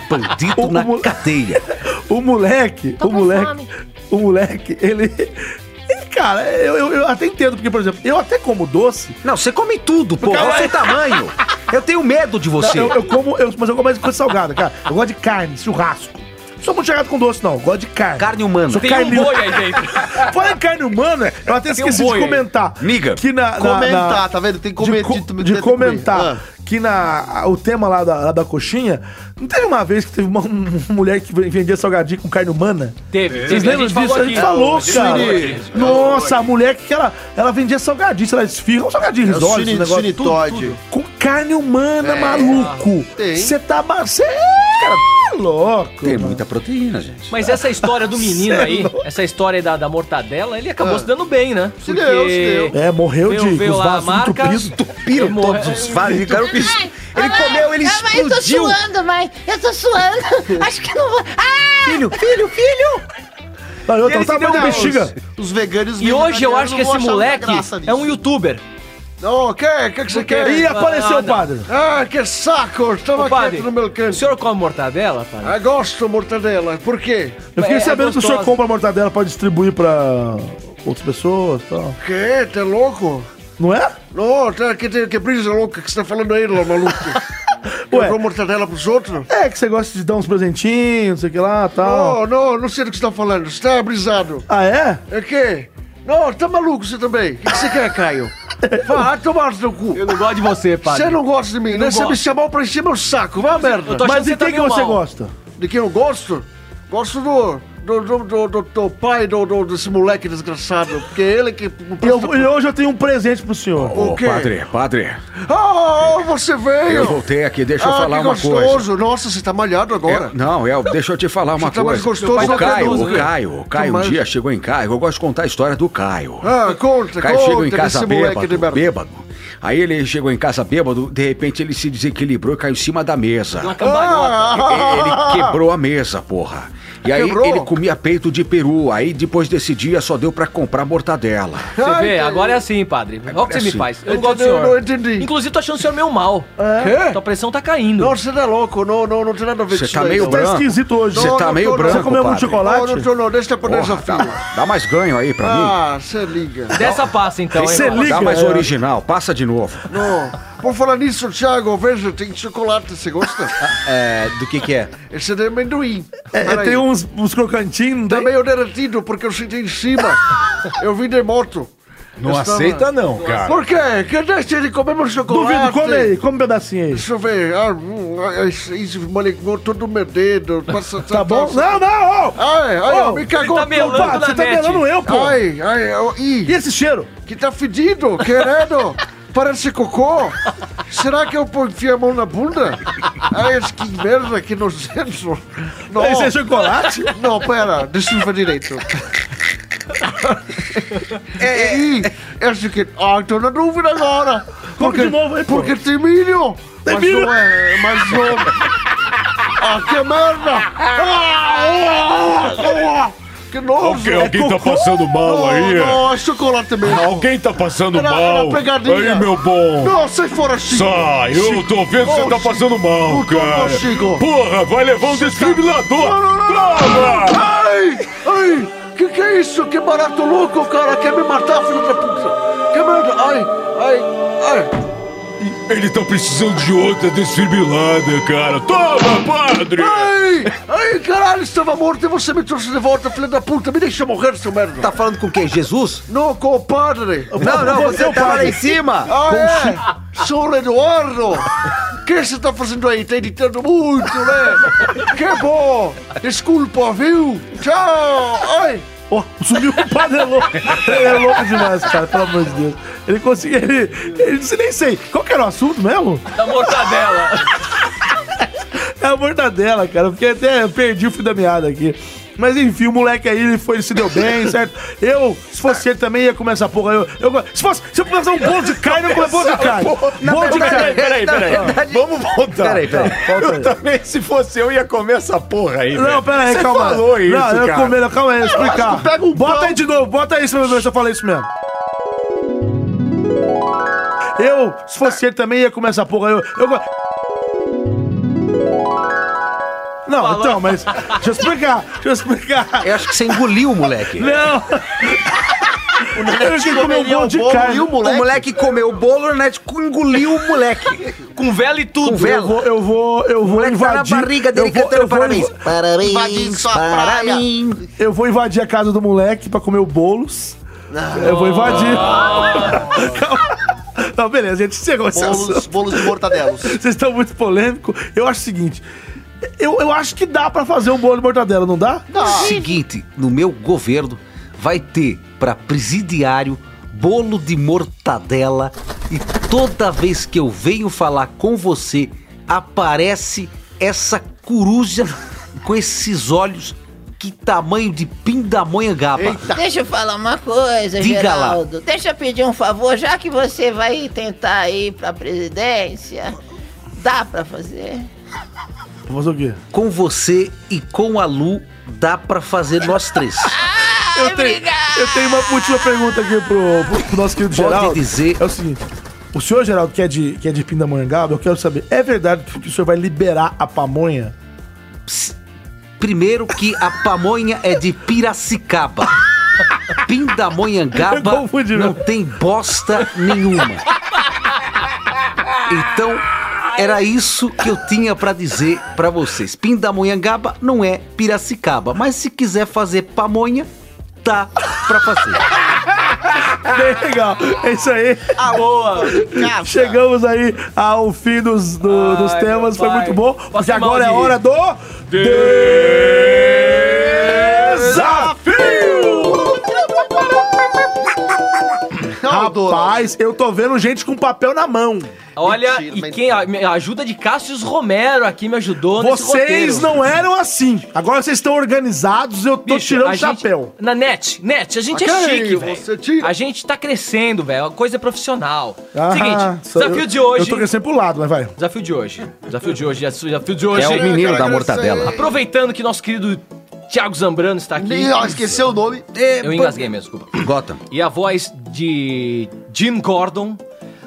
D: Bandido na
C: cadeia.
D: O moleque, o moleque, o moleque, ele. ele, Cara, eu, eu, eu até entendo, porque, por exemplo, eu até como doce.
I: Não, você come tudo, pô.
D: Cara,
I: Olha o seu tamanho. Eu tenho medo de você.
D: eu, eu como, eu- mas eu como mais coisa salgada, cara. Eu gosto de carne, churrasco. Não sou muito chegado com doce, não. Eu Gosto de carne. Carne
I: humana.
D: Sou
E: Tem
D: carne
E: um boi aí dentro.
D: Fala em carne humana, eu até
U: Tem um
D: esqueci
U: boi
D: de
U: aí.
D: comentar.
I: Miga.
D: Que na, na-
U: Comentar,
D: na-
U: tá vendo? Tem que
D: de,
U: comer-
D: co-
U: de- de-
D: de
U: de-
D: comentar
U: Ah.
D: que na, o tema lá da, lá da coxinha, não teve uma vez que teve uma, uma mulher que vendia salgadinho com carne humana?
E: Teve,
D: Vocês
E: teve, a
D: lembram
E: gente
D: disso?
E: falou
D: a gente
E: aqui.
D: falou,
E: A gente
D: cara.
E: falou aqui.
D: Nossa, a mulher que ela, ela vendia salgadinho, sei lá, esfirra, um salgadinho
U: É o
D: risório,
U: sini-
D: esse negócio,
U: sinitoide.
D: Com carne humana,
U: É.
D: maluco.
U: Tem.
D: Você tá... Você é louco.
I: Tem muita proteína, gente.
E: Mas essa história do menino
I: Cê é
E: aí, essa história aí da, da mortadela, ele
F: Ah.
E: acabou se dando bem, né? Se
D: É, morreu
E: Veio-
D: de
E: veio
D: com os
E: lá a
D: vasos
E: marca.
D: entupidos.
I: Entupiram todos os vasos. Ficaram pis-
H: Ele
I: comeu, ele
H: Mãe, eu tô
I: explodiu.
H: suando, mãe. Eu tô suando. Acho que eu não vou. Ah!
I: Filho, filho, filho!
D: Não,
H: eu tô- tava com
U: bexiga. Os veganos
E: E hoje eu acho que esse moleque é um youtuber.
U: Não, o que? O que que você
E: Não
U: quer?
E: quero nada.
U: Ah, que saco! Estava
E: Ô, padre,
U: quieto no meu canto. O
E: senhor come mortadela, padre?
U: Ah, gosto mortadela. Por quê?
D: Eu fiquei
U: É,
D: sabendo
U: é
D: que o senhor
U: gostosa.
D: compra mortadela pra distribuir pra outras pessoas e tal.
U: Que? Tá louco?
D: Não é?
U: Não, tá, que, que, que brisa louca que você tá falando aí, lá, maluco. Comprou mortadela pros outros?
D: É, que você gosta de dar uns presentinhos, não sei o que lá tal.
U: Não, não, não sei do que você tá falando. Você tá brisado.
D: Ah, é?
U: É que? Não, tá maluco você também. O que, que você quer, Caio? Vá tomar no seu cu.
E: Eu não gosto de você, padre.
U: Você não gosta de mim,
E: Eu
U: né?
E: não
U: Você me
E: gosto.
U: chamou pra encher meu saco, vá merda.
E: eu tô achando Mas de que você tá quem que meio você mal.
D: gosta?
U: De quem eu gosto? Gosto do... Do, do, do, do, do pai do, do- desse moleque desgraçado, porque é ele que...
D: Eu- e hoje eu tenho um presente pro senhor.
U: O quê?
O: Padre, padre,
U: Ah, você veio!
O: eu voltei aqui, deixa eu
U: ah,
O: falar
U: que
O: uma
U: gostoso.
O: coisa.
U: Nossa, você tá malhado agora.
O: É, não, é, deixa eu te falar uma
U: Você tá mais
O: coisa.
U: gostoso
O: o
U: do que
O: Caio,
U: nós,
O: o
U: né?
O: Caio, o Caio um
U: Mas-
O: dia chegou em casa. Eu gosto de contar a história do Caio.
U: Ah, conta,
O: O Caio chegou É. em
U: conta
O: casa
U: desse moleque de
O: bêbado, bêbado. Aí ele chegou em casa bêbado, de repente ele se desequilibrou e caiu em cima da mesa.
F: Ah,
U: Ah!
O: Ele quebrou a mesa, porra. E aí
U: Quebrou?
O: ele comia peito de peru. Aí depois desse dia só deu pra comprar mortadela.
E: Você vê, agora é assim, padre. Olha o que
O: é
E: você me
O: assim.
E: faz. Eu
O: Eu
E: não gosto do
O: entendi,
E: senhor.
O: eu
U: entendi.
E: Inclusive, tô achando o senhor meio mal.
U: É?
E: Tua pressão tá caindo.
U: Nossa, você tá louco, não, não, não tem nada a ver
O: Você tá meio branco. Você tá meio branco. padre.
U: Não, não tô não, deixa eu poder
O: Porra,
U: desafio.
O: dá, dá mais ganho aí pra mim.
U: Ah, você liga.
E: Dessa passa, então, hein?
O: Dá mais
E: é.
O: original, passa de novo.
U: Não, por falar nisso, Thiago, veja, tem chocolate, você gosta?
I: É, do que que é?
U: Esse é de amendoim.
D: É,
U: Peraí.
D: tem uns, uns crocantinhos, não
U: Tá
D: tem?
U: meio derretido, porque eu senti em cima. Eu vim de moto.
L: Não
U: Eu estava-
L: aceita não, cara.
U: Por quê? Que deixa de comer meu chocolate.
D: Duvido, come aí, come um pedacinho aí.
U: Deixa eu ver. Ah, hum, ah, isso, isso molhou todo o meu dedo. Passa,
D: Tá bom? Não, não! ô!
U: Ai, ai,
D: Ô,
U: me cagou.
D: ele tá melando
U: Opa,
D: na
U: você tá
D: net.
U: melando eu, pô.
D: Ai,
U: ai, e...
D: esse cheiro?
U: Que tá fedido, querendo. Parece cocô. Será que eu pô- enfiei a mão na bunda? Ai, esse que merda, que nojento. Não.
D: Esse é chocolate?
U: Não, pera, deixa eu ver direito. É, Ih, esse que... Ah, tô na dúvida agora.
D: Come de novo aí, pô.
U: Porque tem milho.
D: Tem
U: mas
D: milho?
U: Não é, mas não... Ah, que merda. Ah, ah, ah, que nojo. É
L: Alguém, alguém tá passando mal aí?
U: Não, é chocolate mesmo.
L: Alguém tá passando
U: Era- era
L: mal?
U: pegadinha.
L: Aí, meu bom.
U: Não, sai fora, Chico.
L: Sai, eu
U: Chico.
L: tô vendo que
U: Ô,
L: você tá passando mal,
U: Puta,
L: cara.
U: ô, Chico.
L: Porra, vai levar um
U: Não, não,
L: desfibrilador.
U: não,
L: Toma!
U: não. Ah, Ai, ai, que que é isso? Que barato louco, cara. Quer me matar, filho da puta. Que merda. Ai, ai, ai.
L: Eles tão precisando de outra desfibrilada, cara. Toma, padre!
U: Ai, ai, caralho, estava morto e você me trouxe de volta, filho da puta. Me deixa morrer, seu merda.
I: Tá falando com quem? Jesus?
U: Não, com o padre.
I: tá Não, não, você tava lá em cima.
U: Ah, é? Sou o Eduardo. que você tá fazendo aí? Tá editando muito, né? que bom! Desculpa, viu? Tchau! Ai!
D: Ó, sumiu o padelão. Ele é louco demais, cara, pelo amor de Deus. Ele conseguiu. Ele, ele disse, nem sei. Qual que era o assunto mesmo?
E: Da mortadela.
D: É a mortadela, cara. Eu Fiquei até eu perdi o fio da meada aqui. Mas enfim, o moleque aí, ele foi, ele se deu bem, certo? Eu, se fosse ele também, ia comer essa porra. Eu, eu- se fosse, se eu pudesse dar um bolo de carne, eu comer bolo de carne.
L: Na
D: Bolo de
L: verdade-
D: carne.
L: na verdade- Vamos voltar.
D: Peraí, peraí.
L: Eu
D: Volta aí.
L: também, se fosse eu, ia comer essa porra aí.
D: Não,
L: velho.
D: pera aí,
L: Você
D: calma.
L: falou isso,
D: não, eu
L: cara.
D: comi, não, calma aí,
L: Não, acho
D: explicar.
L: que pega
D: bota aí de novo, bota aí, seu bebê, se eu falei isso mesmo. Eu, se fosse ele também, ia comer essa porra. Eu. eu... go- Não, então, mas. Deixa eu explicar, deixa eu explicar. Eu acho que você engoliu o moleque. Não!
M: O
D: Ele que comeu um bolo de carne.
M: O moleque comeu o bolo, o Nanete engoliu o moleque.
E: Com vela e tudo.
M: Com vela.
D: Eu vou, eu vou, eu vou
M: moleque tá na
D: invadir.
M: barriga dele
D: eu vou,
M: cantando
D: eu vou
M: parabéns.
D: inv-
M: Parabéns, Invadir sua parabéns.
D: Eu vou invadir a casa do moleque pra comer o bolos. Eu vou invadir. Não, beleza, gente, chegou esse
B: Bolos-
D: assunto.
B: bolos de mortadelos.
D: Vocês estão muito polêmicos. Eu acho o seguinte. Eu, eu acho que dá pra fazer um bolo de mortadela, não dá?
M: É Seguinte, no meu governo vai ter pra presidiário bolo de mortadela e toda vez que eu venho falar com você aparece essa coruja com esses olhos que tamanho de pindamonhangaba.
I: Deixa eu falar uma coisa,
M: Diga lá.
I: Geraldo. Deixa eu pedir um favor, já que você vai tentar ir pra presidência, dá pra fazer?
D: Vou fazer o quê?
M: Com você e com a Lu dá pra fazer nós três.
D: Eu tenho, eu tenho uma última pergunta aqui pro, pro- pro nosso querido
M: Pode
D: Geraldo. dizer. É o seguinte. O senhor, Geraldo, que é de, que é de Pindamonhangaba, eu quero saber, é verdade que o senhor vai liberar a pamonha?
M: Primeiro que a pamonha é de Piracicaba. Pindamonhangaba não tem bosta nenhuma. Então, era isso que eu tinha pra dizer pra vocês. Pindamonhangaba não é Piracicaba, mas se quiser fazer pamonha, tá pra fazer.
D: Bem legal. É isso aí.
M: Ah, boa.
D: Chegamos aí ao fim dos, do- dos temas. Foi muito bom. Porque agora é
Q: mal de
D: hora
Q: rir.
D: do... Desafio! Rapaz, eu tô vendo gente com papel na mão.
E: Olha, e quem a, me- a ajuda de Cássius Romero aqui me ajudou
D: Vocês não eram assim. Agora vocês estão organizados, eu tô tirando o chapéu.
E: Na net, net, a gente
D: Ok,
E: é chique, velho. A gente tá crescendo, velho. A coisa é profissional.
D: Ah,
E: Seguinte,
D: sou-
E: desafio
D: eu-
E: de hoje.
D: Eu tô crescendo pro lado, mas vai. Então,
E: Desafio de hoje. Desafio de hoje. Desafio de hoje.
M: É o menino da mortadela.
E: Aproveitando que nosso querido Thiago Zambrano está aqui.
B: Nem- ó, esqueceu o nome.
U: É,
E: Eu engasguei mesmo, desculpa.
M: Gotham.
E: E a voz de Jim Gordon.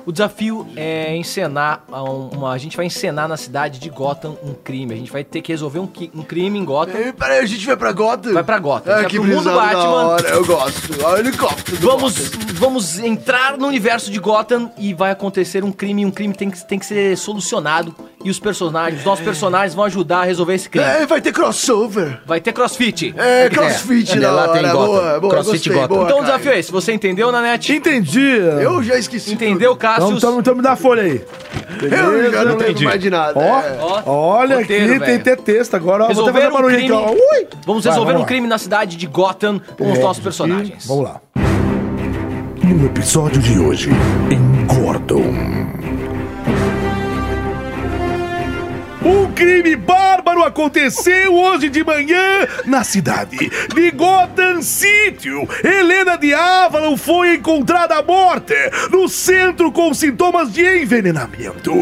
E: O desafio é encenar a um- uma. A gente vai encenar na cidade de Gotham um crime. A gente vai ter que resolver um, qui- um crime em Gotham.
U: É, Peraí, a gente vai pra Gotham?
E: Vai pra Gotham.
U: Ah,
E: A gente vai
U: que
E: pro É mundo
U: brisada da
E: Batman.
U: hora, eu gosto. Ah, helicóptero do
E: Vamos, vamos entrar no universo de Gotham e vai acontecer um crime. Um crime tem que, tem que ser solucionado. E os personagens, os
D: É.
E: nossos personagens vão ajudar a resolver esse crime.
U: É, vai ter crossover.
E: Vai ter crossfit.
U: É, crossfit,
E: né?
U: da
E: Lá tem
U: hora,
E: Gotham.
U: boa, boa,
E: crossfit
U: gostei,
E: Gotham.
U: boa,
E: então o
U: Caio.
E: desafio é esse. Você entendeu, Nanete?
D: Entendi.
U: Eu já esqueci.
E: Entendeu, Cássio?
D: Então, então, então me dá a folha aí.
U: Eu já não lembro mais de nada.
D: Ó,
U: É.
D: olha
E: roteiro,
D: aqui, tem
E: velho.
D: até texto agora. ó, Vou até
E: Resolver
D: fazer
E: um
D: barulho aqui,
E: crime.
D: ó. Ui!
E: Vamos
D: Vai,
E: resolver
D: vamos
E: um
D: lá.
E: crime na cidade de Gotham com os
D: É,
E: nossos personagens.
D: Vamos lá.
X: No episódio de hoje, em Gordon.
D: Um crime bárbaro aconteceu hoje de manhã na cidade de Gotham City. Helena de Avalon foi encontrada morta no centro com sintomas de envenenamento.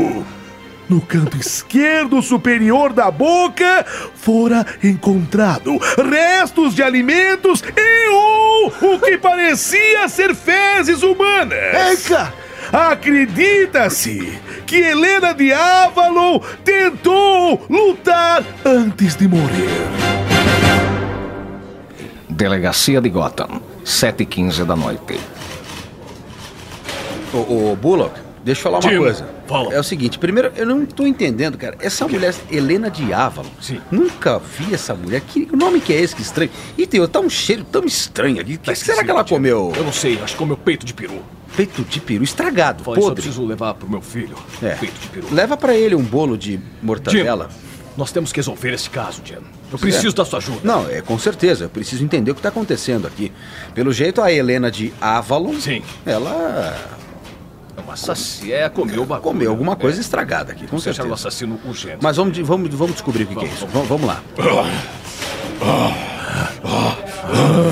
D: No canto esquerdo superior da boca fora encontrado restos de alimentos e ou o que parecia ser fezes humanas. Eca! Acredita-se que Helena de Avalon tentou lutar antes de morrer.
G: Delegacia de Gotham, 7h15 da noite.
M: Ô, ô, Bullock,
C: Deixa eu falar uma
O: Digo,
C: coisa. É o seguinte, primeiro, eu não tô entendendo, cara. Essa mulher, Helena de Ávalo, nunca vi essa mulher. Que nome que é esse que estranho? E tem tá um cheiro tão estranho ali.
E: Tá
C: que será que ela comeu? Eu não sei, acho que comeu peito de peru. Peito de peru estragado,
E: Pô, isso eu
C: podre.
E: preciso levar pro meu filho.
C: É.
E: Peito de peru.
C: Leva pra ele um bolo de mortadela.
E: Nós temos que resolver esse caso, Jim. Eu preciso
C: É.
E: da sua ajuda.
C: Não, é com certeza. Eu preciso entender o que tá acontecendo aqui. Pelo jeito, a Helena de Avalon. Sim. Ela.
E: É uma assassina. É, comeu o bagulho.
C: Comeu alguma coisa
T: é.
C: estragada aqui, com
E: Ou seja,
C: certeza.
E: era um assassino urgente.
C: Mas vamos, de- vamos, vamos descobrir o que, que é isso. Vamos, vamos lá.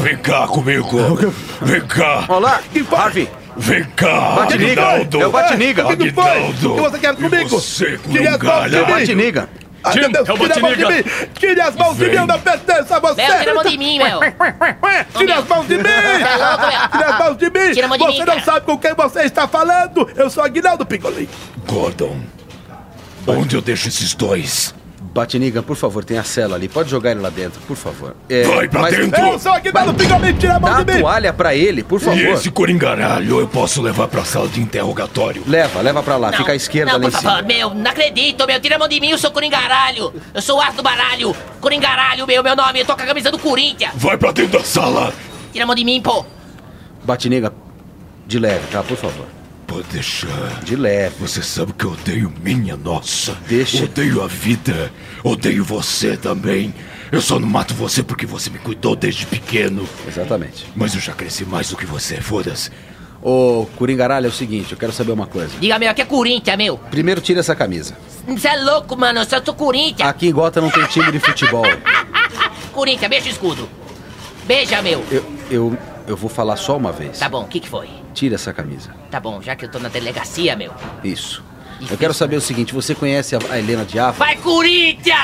T: Vem cá comigo. Vem cá.
C: Olá, Harvey.
T: Vem cá,
C: Batiniga.
T: Aguinaldo.
C: É o Batiniga.
T: O que
C: O que você quer comigo?
T: Você com
C: Tire
T: um
C: as mãos de
T: galho.
C: mim. Batiniga.
T: Ah,
C: Tim,
T: meu Deus,
C: é o
T: tire a mão de
C: Batiniga.
T: mim. Tire as mãos de mim,
C: Vem.
T: eu não pertenço a você.
S: Meu, tira a mão de mim, meu.
T: Tire as mãos de mim.
S: Tá louco, meu.
T: Tire as mãos de mim.
S: Tira a mão de
T: Você
S: mim,
T: não
S: cara.
T: sabe com quem você está falando. Eu sou Aguinaldo Picolim. Gordon, onde eu deixo esses dois?
C: Batiniga, por favor, tem a cela ali. Pode jogar ele lá dentro, por favor. É,
T: Vai pra
C: mas-
T: dentro. Eu sou Aguinaldo Picolim, tá tira a mão
C: Dá
T: de mim.
C: a toalha pra ele, por favor.
T: E esse coringaralho eu posso levar pra sala de interrogatório.
C: Leva, leva pra lá.
S: Não,
C: Fica à esquerda
S: não,
C: lá em
S: por favor,
C: cima.
S: meu, não acredito, meu. Tira a mão de mim, eu sou Coringaralho. Eu sou o Arthur Baralho. Coringaralho, meu, meu nome. Eu tô com a camisa do Corinthians.
T: Vai pra dentro da sala.
S: Tira a mão de mim, pô.
C: Batiniga, de leve, tá? Por favor.
T: Pode deixar.
C: De leve.
T: Você sabe que eu odeio minha nossa.
C: Deixa.
T: Odeio a vida. Odeio você também. Eu só não mato você porque você me cuidou desde pequeno.
C: Exatamente.
T: Mas eu já cresci mais do que você, foda-se.
C: Ô, Coringaralho, é o seguinte, eu quero saber uma coisa.
S: Diga, meu, aqui é Corinthians, meu.
C: Primeiro, tira essa camisa.
S: Você é louco, mano. Eu só sou Corinthians.
C: Aqui em Gota não tem time de futebol.
S: Corinthians, beija o escudo. Beija, meu.
C: Eu, eu, eu vou falar só uma vez.
S: Tá bom, o que, que foi?
C: Tira essa camisa.
S: Tá bom, já que eu tô na delegacia, meu.
C: Isso. Eu quero saber o seguinte, você conhece a, a Helena de Ava?
S: Vai, Corinthians!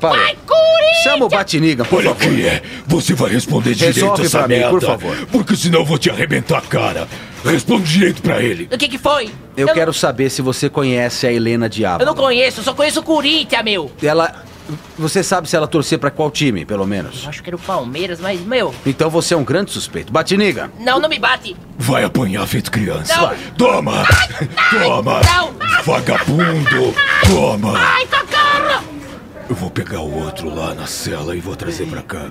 C: Fala.
S: Vai, Corinthians!
C: Chama o Batiniga, por
T: Olha
C: favor.
T: aqui, é. Você vai responder direito
C: Resolve
T: essa
C: pra mim,
T: merda.
C: por favor.
T: Porque senão eu vou te arrebentar a cara. Responde direito pra ele.
S: O que, que foi?
C: Eu quero saber se você conhece a Helena de
S: Eu
C: Ava.
S: não conheço, eu só conheço o Corinthians, meu.
C: Ela... Você sabe se ela torcer pra qual time, pelo menos?
S: Eu acho que era o Palmeiras, mas, meu...
C: Então você é um grande suspeito. Batiniga,
S: Não, não me bate.
T: Vai apanhar feito criança.
S: Não.
T: Vai. Toma! Toma! Vagabundo! Toma!
S: Ai, socorro!
T: Eu vou pegar o outro lá na cela e vou trazer pra cá.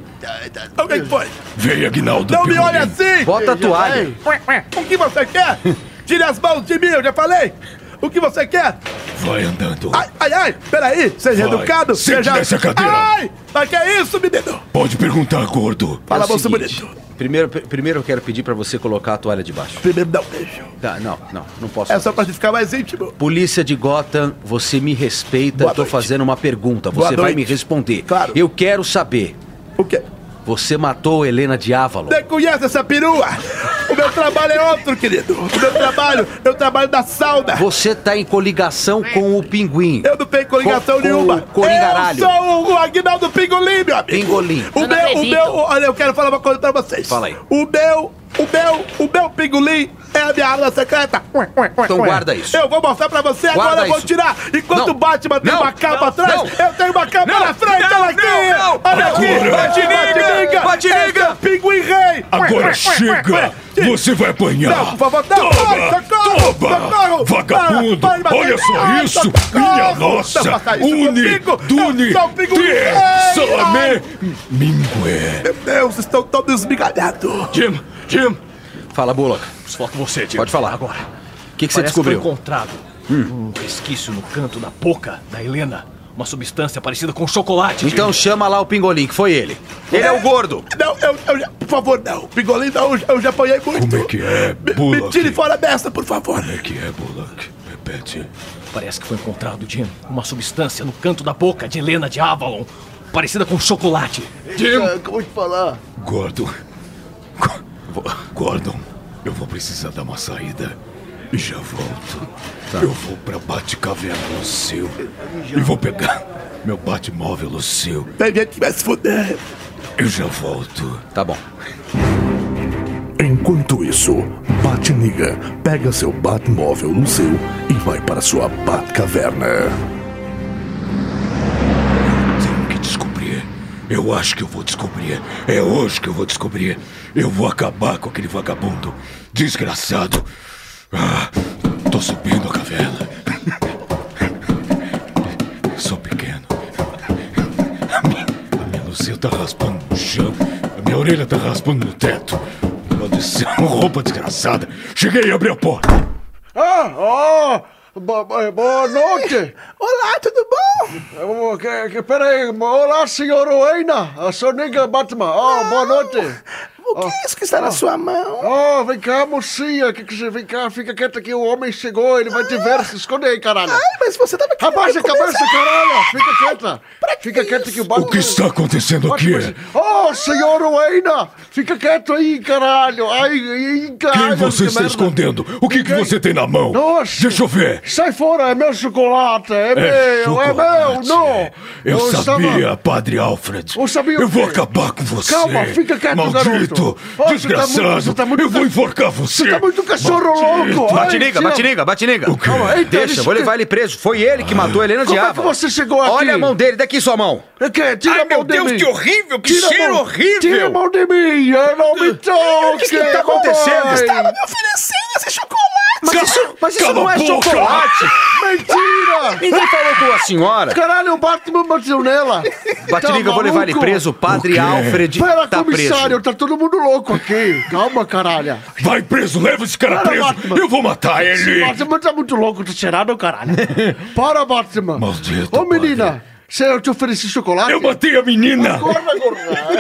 D: Alguém foi?
T: Vem, Aguinaldo!
D: Não me
T: Picolin.
D: olha assim!
T: Bota a toalha.
D: Vai. O que você quer? Tire as mãos de mim, eu já falei! O que você quer?
T: Vai andando.
D: Ai, ai, ai! Peraí, seja
T: Vai.
D: educado!
T: Sente
D: seja...
T: nessa cadeira.
D: Ai! Mas que é isso, menino?
T: Pode perguntar, gordo.
C: É o seguinte, Primeiro, pr- primeiro eu quero pedir pra você colocar a toalha debaixo.
D: Primeiro dá um beijo.
C: Tá, não, não, não posso.
D: É só pra gente ficar mais íntimo.
C: Polícia de Gotham, você me respeita, eu tô fazendo uma pergunta,
D: Boa
C: você vai
D: noite.
C: me responder. Claro. Eu quero saber.
D: O quê?
C: Você matou Helena de Avalon.
D: Você conhece essa perua? O meu trabalho é outro, querido. O meu trabalho, eu trabalho da sauna.
C: Você tá em coligação com o pinguim.
D: Eu não tenho coligação
C: Com- com
D: nenhuma.
C: o Coringaralho.
D: Eu sou o- o Aguinaldo Pingolim, meu amigo.
C: Pingolim.
D: O
C: Eu não
D: meu, o
C: acredito.
D: meu, olha, eu quero falar uma coisa pra vocês.
C: Fala aí.
D: O meu, o meu, o meu Pingolim é a minha arma secreta.
C: Então guarda isso.
D: Eu vou mostrar pra você
C: Guarda
D: agora, eu vou
C: isso.
D: tirar. Enquanto
C: Não.
D: o Batman tem
C: Não.
D: uma capa
C: Não.
D: atrás,
C: Não.
D: eu tenho uma capa
C: Não.
D: na frente,
C: Não,
D: ela aqui.
C: não, não.
D: Olha aqui,
T: Agora.
D: Batiniga,
T: Batiniga.
D: Batiniga. É Pinguim Rei.
T: Agora chega! Você vai apanhar!
D: Não, por favor, não. Ai,
T: Toma!
D: socorro,
T: Toma!
D: socorro.
T: Vagabundo!
D: Ai, Ah, vai, vai,
T: Olha
D: tá,
T: só
D: ai,
T: isso!
D: socorro.
T: Minha
D: Não
T: nossa!
D: faça isso
T: Une,
D: comigo.
T: Dune,
D: Eu sou é o pinguim.
T: Te,
D: Ai,
T: Salamé,
D: ai.
T: Mingué!
D: Meu Deus, estão todos esmigalhados.
T: Jim, Jim!
C: Fala, Bullock.
E: Só com você, Jim.
C: Pode falar.
E: Agora.
C: O que, que você
E: Parece
C: descobriu?
E: Foi encontrado
D: Hum.
E: um resquício no canto da boca da Helena. Uma substância parecida com chocolate.
C: Então
E: Jim.
C: chama lá o pingolim, que foi ele. Ele é o gordo.
D: Não, eu, eu já, por favor, não. Pingolim, não, eu já- eu já apanhei muito.
T: Como é que é,
D: Me, me
T: Bullock?
D: tire fora dessa, por favor.
T: Como é que é, Bullock? Repete.
E: Parece que foi encontrado, Jim, uma substância no canto da boca de Helena de Avalon. Parecida com chocolate.
D: Jim!
U: Ah,
D: Acabou de falar.
T: Gordon. Go- Gordon, eu vou precisar dar uma saída. E já volto. Eu vou pra Batcaverna Lucil. E vou pegar meu Batmóvel Lucil.
D: Tem gente que vai se fuder.
T: Eu já volto.
C: Tá bom.
Y: Enquanto isso, Batniga pega seu Batmóvel no seu e vai para sua Batcaverna.
T: Tenho que descobrir. Eu acho que eu vou descobrir. É hoje que eu vou descobrir. Eu vou acabar com aquele vagabundo. Desgraçado. Ah, Tô subindo a caverna. Sou pequeno. A minha, a minha luzinha tá raspando no chão. A minha orelha tá raspando no teto. Maldição, roupa desgraçada. Cheguei e abri a porta.
U: Ah, ó! bo- bo- boa noite! Olá, tudo bom? Que, que, peraí, olá, senhor Oeina! A Soniga Batman! Ó, boa noite! O que é isso que está na sua mão? Ó, vem cá, mocinha! Que que você, vem cá, fica quieta que o homem chegou, ele vai te ver, se esconde aí, caralho! Ah. Ai, mas você tava querendo Abaixa a cabeça, caralho! Fica quieta! Fica quieta que o
T: O
U: Batman...
T: que está acontecendo aqui?
U: Ô, senhor Oeina! Fica quieto aí, caralho! Ai, ai, caralho!
T: Quem você
U: que
T: está
U: merda.
T: escondendo? O que, que você tem na mão?
U: Nossa.
T: Deixa eu ver.
U: Sai fora, é meu chocolate, é,
T: É
U: meu, é meu, não!
T: Eu,
U: estava-
T: sabia, Padre Alfred.
U: Eu sabia o
T: vou
U: quê?
T: acabar com você.
U: Calma, fica quieto,
T: Maldito,
U: garoto. Ó, você
T: desgraçado.
U: tá muito- você tá muito
T: eu vou enforcar você.
U: Você tá muito cachorro louco! Ai,
C: Batiniga,
U: tira-
C: batiniga, batiniga.
U: Calma, eita,
C: Deixa,
U: isso
C: vou
U: que-
C: levar ele preso. Foi ele que matou a Helena
U: Como é
C: Diabo.
U: que você chegou aqui?
C: Olha a mão dele, daqui sua mão.
U: Eu quero, tira
C: Ai,
U: a mão
C: meu
U: de
C: Deus,
U: mim.
C: que horrível, que
U: Tira a
C: cheiro
U: mão-
C: horrível.
U: Tira a mão de mim, eu não me toque!
C: O que que tá acontecendo?
U: mamãe.
C: Estava
D: me oferecendo esse chocolate!
U: Mas isso, mas isso
C: cala
U: não
C: a
U: é
C: boca.
U: chocolate! Mentira!
C: Ninguém falou com a senhora.
U: Caralho, o Batman bateu nela! Tá
C: Batiniga, eu vou levar ele
U: maluco?
C: preso. O padre Alfred
U: Pera,
C: tá preso.
U: comissário, tá todo mundo louco aqui! Calma, caralho!
T: Vai preso, leva esse cara
U: Para,
T: preso.
U: Batman.
T: Eu vou matar
U: Esse
T: ele.
U: Batman tá muito louco, tu cheirado, caralho. Para, Batman. Maldito. Ô, menina, se eu te ofereci chocolate.
T: Eu matei a menina.
U: Acorda, gorda.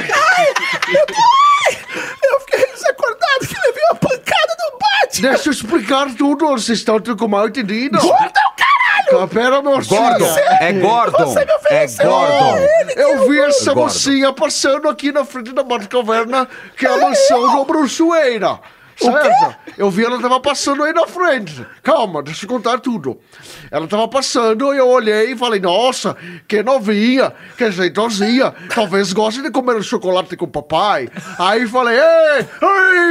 D: Eu fiquei desacordado que levei uma pancada do Batman!
U: Deixa eu explicar tudo, vocês estão tudo com mal entendido.
D: Gorda,
U: caralho! Pera, meu
C: Gordon, é Gordon, Você me ofereceu é Gordon. a ele, é
U: Eu vi essa
C: Gordon.
U: mocinha passando aqui na frente da Batcaverna, que é a mansão do Bruxueira. Certo? Eu vi ela tava passando aí na frente. Calma, deixa eu contar tudo. Ela tava passando e eu olhei e falei, nossa, que novinha, que jeitosinha, talvez goste de comer um chocolate com o papai. Aí falei, ei,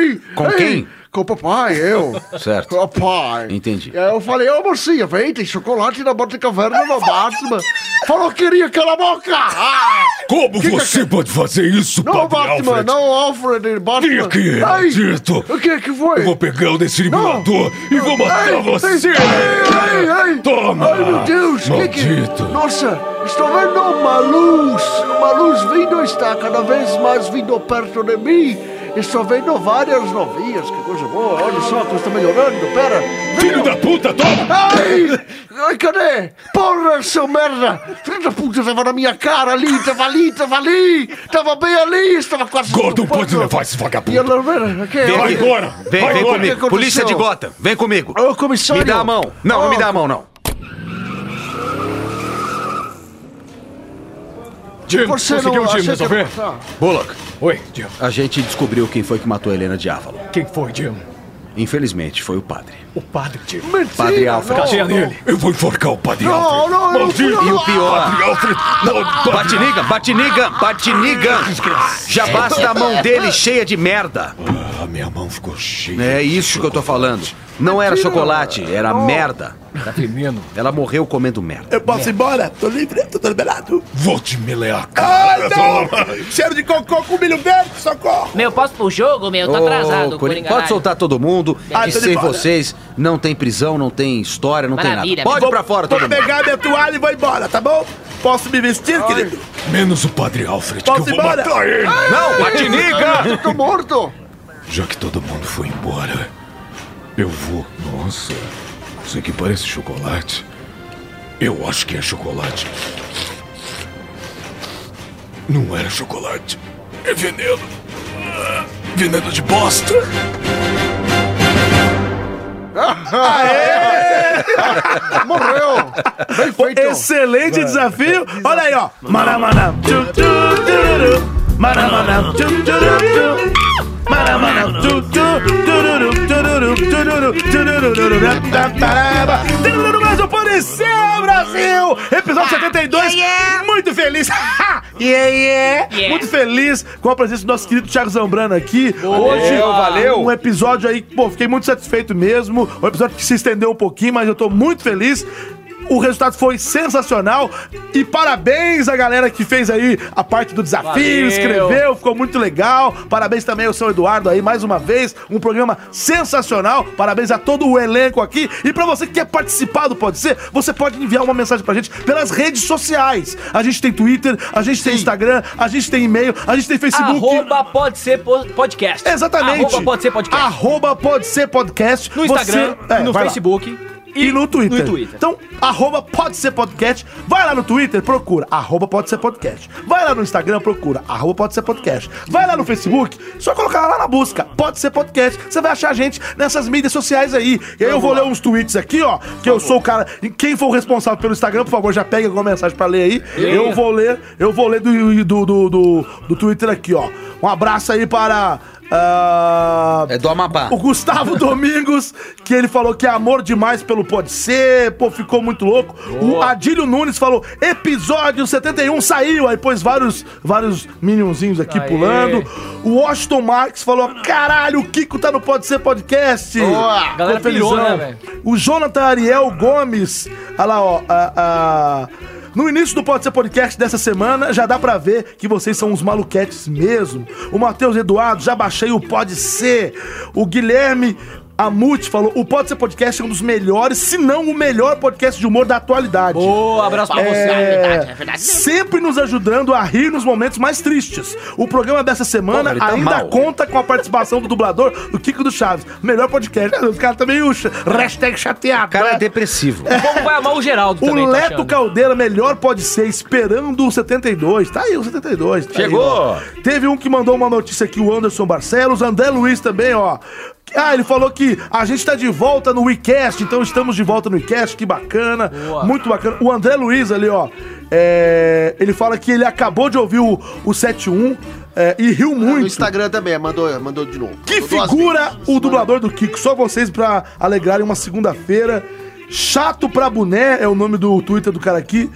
U: ei!
C: Com
U: ei,
C: quem?
U: Com o papai, eu.
C: Certo.
U: Com o papai.
C: Entendi.
U: E aí É, eu falei, ô mocinha, vem, tem chocolate na bota de caverna no Batman. Falou que queria, cala a boca! Ah!
T: Como você pode fazer isso,
U: é? Não,
T: Padre
U: Batman,
T: Alfred?
U: não, Alfred, Batman.
T: Vem aqui,
U: Ai,
T: maldito.
U: O que que foi?
T: Eu vou pegar o desfibrilador e vou matar
U: Ai,
T: você.
U: Ai, ai, ai.
T: Toma.
U: Ai, meu Deus, o que que...
T: Maldito.
U: Nossa, estou vendo uma luz. Uma luz vindo, está cada vez mais vindo perto de mim. Estou vendo várias novinhas, que coisa boa. Olha só, como está melhorando, pera.
T: Filho da puta, toma!
U: Ai, ai, cadê? Porra, seu merda! Filho da puta, tava na minha cara ali, tava ali, tava ali! Tava bem ali, estava quase...
T: Gordon,
U: estupando.
T: pode levar esse vagabundo.
U: E ela, ok,
C: Vem
U: ok.
C: aqui. Vem,
U: Vai
C: vem
U: embora. O que
C: comigo.
U: aconteceu?
C: Polícia de Gotham, vem comigo.
U: Ô, comissário.
C: Me dá a mão. Não, não me dá a mão, não.
T: Jim,
U: Você não
T: conseguimos, Jim,
U: acha que
T: resolver?
U: eu vou-
C: Bullock.
T: Oi, Jim.
C: A gente descobriu quem foi que matou a Helena Diávolo.
T: Quem foi, Jim?
C: Infelizmente, foi o padre.
T: O padre, Jim.
C: Padre Alfred.
T: Eu vou enforcar o Padre
C: Não,
T: Alfred.
C: não, eu não fui,
T: Maldito.
C: não. E o pior.
T: Padre Alfred. Não, padre.
C: Batiniga, batiniga, batiniga. Já basta a mão dele cheia de merda.
T: A Ah, minha mão ficou cheia.
C: É isso que eu tô falando. Não era chocolate, era merda. Tá
T: veneno.
C: Ela morreu comendo merda.
D: Eu posso ir embora? Tô livre, tô liberado.
T: Vou te melear.
D: Ai, não! Cheiro de cocô com milho verde, socorro!
L: Meu, posso pro jogo, meu? Tô
C: Ô,
L: atrasado,
C: Coringa,
L: Coringa.
C: Pode soltar todo mundo.
L: Ah,
C: e
L: tô de
C: sem
L: bola.
C: vocês, não tem prisão, não tem história, não tem
D: Maravilha,
C: nada. Pode
D: meu.
C: ir pra fora, todo
D: Vou
C: mundo.
D: pegar minha toalha e vou embora, tá bom? Posso me vestir, querido?
T: Menos o Padre Alfred, que eu
D: Posso ir
T: vou
D: embora?
T: matar ele.
D: Não,
U: Eu tô morto!
T: Já que todo mundo foi embora, eu vou. Nossa, isso aqui parece chocolate. Eu acho que é chocolate. Não era chocolate. É veneno. Ah, Veneno de bosta.
U: Morreu! Bem feito!
D: Excelente desafio! Olha aí, ó! Maramanam! tchu, tchu, tururu. Maramanam! tchu, tururu. Maramanam! tchu, tchu, tururu, tururu, tururu, tururu, tururu, tam, taraba. Tururu, Mas apareceu, Brasil! Episódio 72, muito feliz! yeah, yeah.
O: Yeah.
D: Muito feliz com a presença do nosso querido Thiago Zambrano aqui. Hoje,
O: valeu.
D: um episódio aí, pô, fiquei muito satisfeito mesmo. Um episódio que se estendeu um pouquinho, mas eu tô muito feliz. O resultado foi sensacional. E parabéns à galera que fez aí a parte do desafio,
B: Valeu.
D: escreveu, ficou muito legal. Parabéns também ao seu Eduardo aí, mais uma vez. Um programa sensacional. Parabéns a todo o elenco aqui. E pra você que quer participar do Pode Ser, você pode enviar uma mensagem pra gente pelas redes sociais. A gente tem Twitter, a gente tem Instagram, a gente tem e-mail, a gente tem Facebook.
E: Arroba pode ser po- podcast.
D: Exatamente.
E: Arroba pode ser podcast.
D: Arroba pode ser podcast.
E: No Instagram,
D: Você- é,
E: no
D: vai lá.
E: Facebook.
D: E, no, Twitter.
E: no Twitter.
D: Então, arroba pode ser podcast. Vai lá no Twitter, procura. Arroba pode ser podcast. Vai lá no Instagram, procura. Arroba pode ser podcast. Vai lá no Facebook, só colocar lá na busca. Pode ser podcast. Você vai achar a gente nessas mídias sociais aí. E aí eu vou ler uns tweets aqui, ó. Que eu sou o cara. e Quem for o responsável pelo Instagram, por favor, já pega alguma mensagem pra ler aí.
B: Leia.
D: Eu vou ler, eu vou ler do, do, do, do, do Twitter aqui, ó. Um abraço aí para. é do Amapá. O Gustavo Domingos, que ele falou que é amor demais pelo Pode Ser, pô, ficou muito louco. O Adílio Nunes falou: episódio 71 saiu, aí pôs vários, vários minionzinhos aqui
B: Aê.
D: pulando. O Washington Marques falou: caralho, o Kiko tá no Pode Ser Podcast.
B: Boa.
D: Ficou
B: Galera pirou,
D: felizão.
B: né, velho?
D: O Jonathan Ariel Gomes, olha lá, ó. a- a- No início do Pode Ser Podcast dessa semana, já dá pra ver que vocês são uns maluquetes mesmo. O Matheus Eduardo, já baixei o Pode Ser. O Guilherme Amute falou: o Pode Ser Podcast é um dos melhores, se não o melhor podcast de humor da atualidade. Boa,
E: abraço pra você.
D: É,
E: É verdade, é verdade.
D: Sempre nos ajudando a rir nos momentos mais tristes. O programa dessa semana
B: Pô, ele tá
D: ainda
B: mal.
D: conta com a participação do dublador, do Kiko do Chaves. Melhor podcast. Ah, O cara tá meio cha- hashtag chateado. O cara é depressivo.
E: O povo vai amar o Geraldo
D: O
E: também, tô
D: Leto
E: achando.
D: Caldeira, melhor pode ser, esperando o 72. Tá aí o 72. tá aí,
E: Chegou.
D: ó. Teve um que mandou uma notícia aqui, o Anderson Barcelos, André Luiz também, ó. Ah, ele falou que a gente tá de volta no WeCast, então estamos de volta no WeCast, que bacana, muito bacana. O André Luiz ali, ó, é, ele fala que ele acabou de ouvir o, o 71 é, e riu muito. No
F: Ah, Instagram também, mandou, mandou de novo.
D: Que figura o dublador do Kiko. Só vocês pra alegrarem uma segunda-feira. Chato pra boné é o nome do Twitter do cara aqui.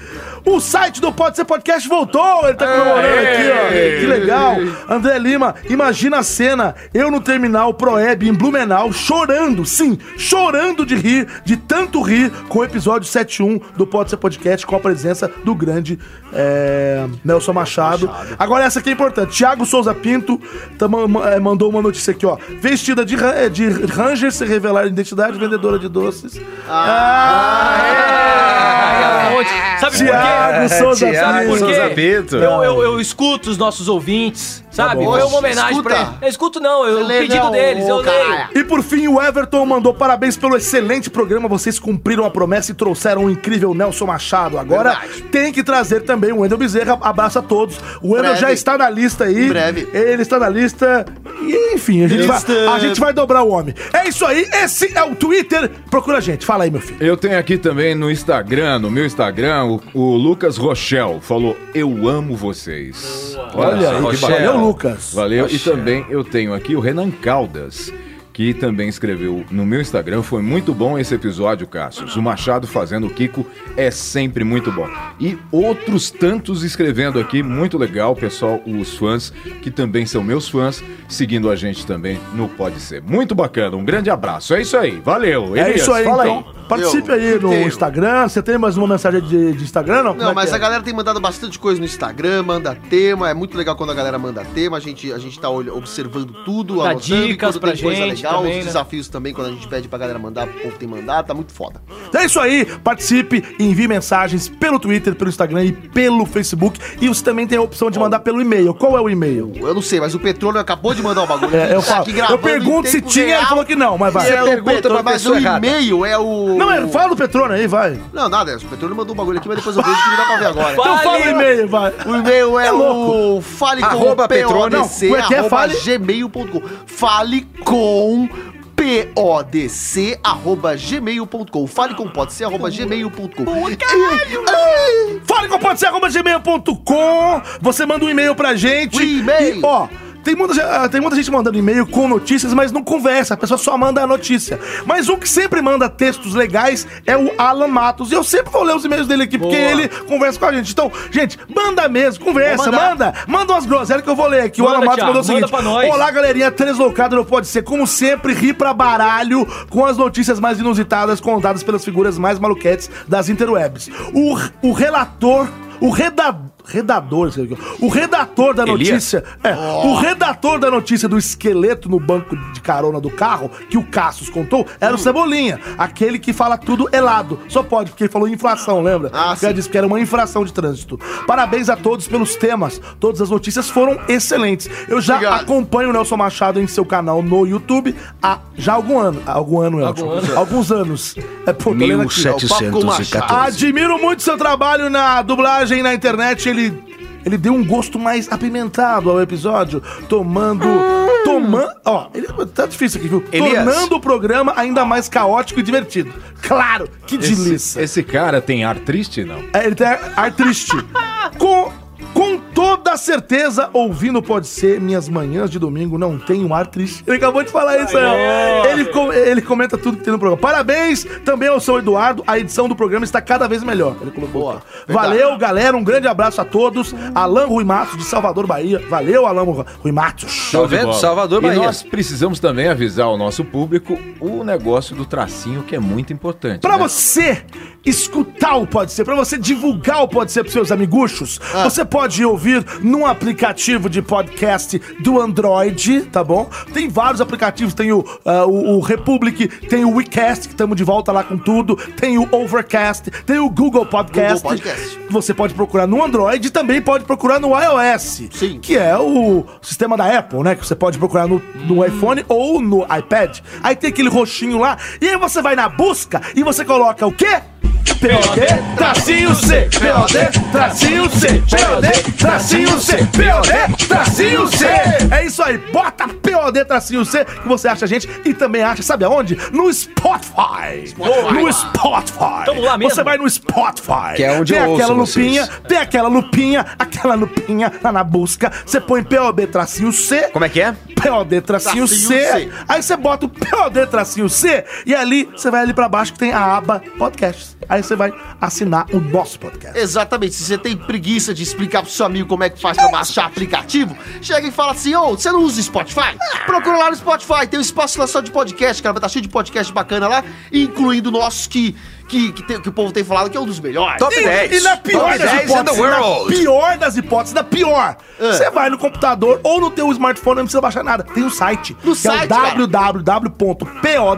D: O site do Pode Ser Podcast voltou. Ele tá comemorando aqui, ó. Que legal. André Lima, imagina a cena. Eu no terminal Proeb em Blumenau chorando, sim, chorando de rir, de tanto rir com o episódio 71 do Pode Ser Podcast com a presença do grande é, Nelson Machado. Agora essa aqui é importante. Thiago Souza Pinto tamo- ma- eh, mandou uma notícia aqui, ó. Vestida de, ra- eh, de Ranger se revelar identidade vendedora de doces. É, Thiago
E: Sabe por quê?
D: Souza
E: Sabe
D: Pinto.
E: por quê?
D: Souza Pinto.
E: Eu, eu, eu escuto os nossos ouvintes, sabe?
D: Tá bom.
E: Foi uma homenagem
D: Escuta.
E: pra eles. Eu escuto não, eu, o
D: Lê,
E: pedido
D: não,
E: deles, eu
D: ô,
E: leio.
D: caralho. E por fim, o Everton mandou parabéns pelo excelente programa. Vocês cumpriram a promessa e trouxeram o incrível Nelson Machado. Agora tem que trazer também o Wendel Bezerra. Abraço a todos. O Wendel
F: Breve.
D: já está na lista aí.
F: Em breve.
D: Ele está na lista. E, enfim, a gente, vai,
G: Lista.
D: a gente vai dobrar o homem. É isso aí. Esse é o Twitter. Procura a gente. Fala aí, meu filho.
G: Eu tenho aqui também no Instagram, no meu Instagram, o, o Lucas Rochel falou: Eu amo vocês.
D: Olha
G: só, que
D: aí, valeu,
G: bacana.
D: Lucas.
G: Valeu. E
D: Rochel.
G: também eu tenho aqui o Renan Caldas. Que também escreveu no meu Instagram. Foi muito bom esse episódio, Cassius. O Machado fazendo o Kiko é sempre muito bom. E outros tantos escrevendo aqui, muito legal, pessoal. Os fãs, que também são meus fãs, seguindo a gente também no Pode Ser. Muito bacana, um grande abraço. É isso aí, valeu.
D: É
G: Elias,
D: isso aí,
G: fala
D: então. Participe aí no Instagram. Você tem mais uma mensagem de, de Instagram? Não, Como é
F: Não,
D: que
F: mas
D: é?
F: a galera tem mandado bastante coisa no Instagram, manda tema. É muito legal quando a galera manda tema. A gente, a gente tá olh- observando tudo,
E: Dá
F: anotando, e
E: dicas
F: quando
E: pra
F: tem coisa
E: gente
F: legal,
E: também, né?
F: os desafios também, quando a gente pede pra galera mandar, o povo tem mandado, tá muito foda.
D: É isso aí, participe, envie mensagens pelo Twitter, pelo Instagram e pelo Facebook. E você também tem a opção de mandar pelo e-mail. Qual é o e-mail?
F: Eu não sei, mas o Petrônio acabou de mandar o bagulho.
D: É, eu falo-
F: tá Aqui gravando
D: eu pergunto
F: em
D: se
F: tempo
D: tinha, ele
F: real.
D: falou que não, mas vai.
F: Você
D: Eu
F: pergunta,
D: pergunto pra
F: mas o
D: pessoa errada.
F: e-mail é o.
D: Não, mas fala o Petrônio aí, vai.
F: Não, nada, o Petrônio mandou um bagulho aqui, mas depois eu vejo que não dá pra ver agora.
D: Então fala o e-mail, vai.
F: O e-mail é,
D: É louco.
F: o fale com
D: Arroba Petrone. Não, como é que é? Fale-
F: gmail.com. Fale com PODC arroba gmail.com. Fale com pode ser arroba gmail.com.
B: Um
D: Fale com pode ser arroba gmail.com. Você manda um e-mail pra gente. E, ó, Tem muita, tem muita gente mandando e-mail com notícias, mas não conversa, a pessoa só manda a notícia. Mas um que sempre manda textos legais é o Alan Matos. E eu sempre vou ler os e-mails dele aqui, porque
B: Boa.
D: ele conversa com a gente. Então, gente, manda mesmo, conversa,
B: Vou mandar.
D: manda. Manda umas groselhas que eu vou ler aqui. o
B: Manda,
D: Alan Matos
B: Thiago,
D: mandou o
B: manda
D: seguinte:
B: pra nós.
D: Olá, galerinha, Tresloucado não pode ser. Como sempre, ri pra baralho com as notícias mais inusitadas contadas pelas figuras mais maluquetes das interwebs. O, o relator, o redador. Redador, escreveu aqui, ó. o redator da
B: Elias?
D: notícia. É, o redator da notícia do esqueleto no banco de carona do carro, que o Cassius contou,
B: Hum.
D: era o Cebolinha, aquele que fala tudo helado. Só pode, porque ele falou inflação, lembra? Ah, ela disse que era uma infração de trânsito. Parabéns a todos pelos temas. Todas as notícias foram excelentes. Eu já acompanho o Nelson Machado em seu canal no YouTube há já algum ano. Há Algum ano, Elton.
B: Algum ano.
D: Alguns anos. É, pô, tô lendo aqui.
O: 1714.
D: É o Papo Machado. Admiro muito seu trabalho na dublagem na internet. Ele. Ele deu um gosto mais apimentado ao episódio, tomando. Tomando. Ó, ele, tá difícil aqui, viu?
G: Elias.
D: Tornando o programa ainda mais caótico e divertido. Claro, que delícia.
G: Esse, esse cara tem ar triste, não?
D: É, ele tem ar triste. com, com toda certeza, ouvindo pode ser minhas manhãs de domingo, não tenho ar triste. Ele acabou de falar isso aí, ó.
B: Aê!
D: Ele, com- ele comenta tudo que tem no programa. Parabéns também ao seu Eduardo, a edição do programa está cada vez melhor. Ele colocou. aqui. Valeu, galera, um grande abraço a todos. Alan Rui Matos, de Salvador, Bahia. Valeu, Alan Rui Matos.
G: Show de bola.
C: Salvador,
G: e
C: Bahia.
G: nós precisamos também avisar ao nosso público o negócio do tracinho que é muito importante.
F: né?
D: Pra você escutar o Pode Ser, pra você divulgar o Pode Ser pros seus amiguchos,
F: Ah.
D: você pode ouvir num aplicativo de podcast do Android, tá bom? Tem vários aplicativos, tem o, ah, o, o Republic, tem o WeCast, que estamos de volta lá com tudo, tem o Overcast, tem o Google Podcast.
F: Google Podcast.
D: Você pode procurar no Android e também pode procurar no iOS. Sim. Que é o sistema da Apple, né? Que você pode procurar no, no iPhone ou no iPad. Aí tem aquele roxinho lá. E aí você vai na busca e você coloca o quê? POD, tracinho C, POD, tracinho C, POD, tracinho C, POD, tracinho C. É isso aí, bota POD, tracinho C, que você acha a gente e também acha, sabe aonde? No Spotify. No Spotify.
B: Tamo lá mesmo?
D: Você vai no Spotify.
B: Que é onde
D: tem
B: eu ouço
D: aquela lupinha,
B: vocês.
D: tem aquela lupinha, aquela lupinha lá na busca. Você põe POD tracinho C. Como
C: é que é?
D: POD tracinho C.
C: Tracinho C.
D: Aí você bota o POD tracinho C e ali você vai ali pra baixo que tem a aba podcasts. Aí você vai assinar o nosso podcast.
F: Exatamente, se você tem preguiça de explicar pro seu amigo como é que faz pra baixar aplicativo, chega e fala assim, ô, você não usa Spotify? Procura lá no Spotify, tem um espaço lá só de podcast, cara, vai tá cheio de podcast bacana lá, incluindo o nosso que, que, que, tem- que o povo tem falado que é um dos melhores.
D: e, E na pior das hipóteses, na pior das hipóteses, na pior, você vai no computador ou no teu smartphone, não precisa baixar nada. Tem um site, no que
F: site,
D: é
F: cara.
D: o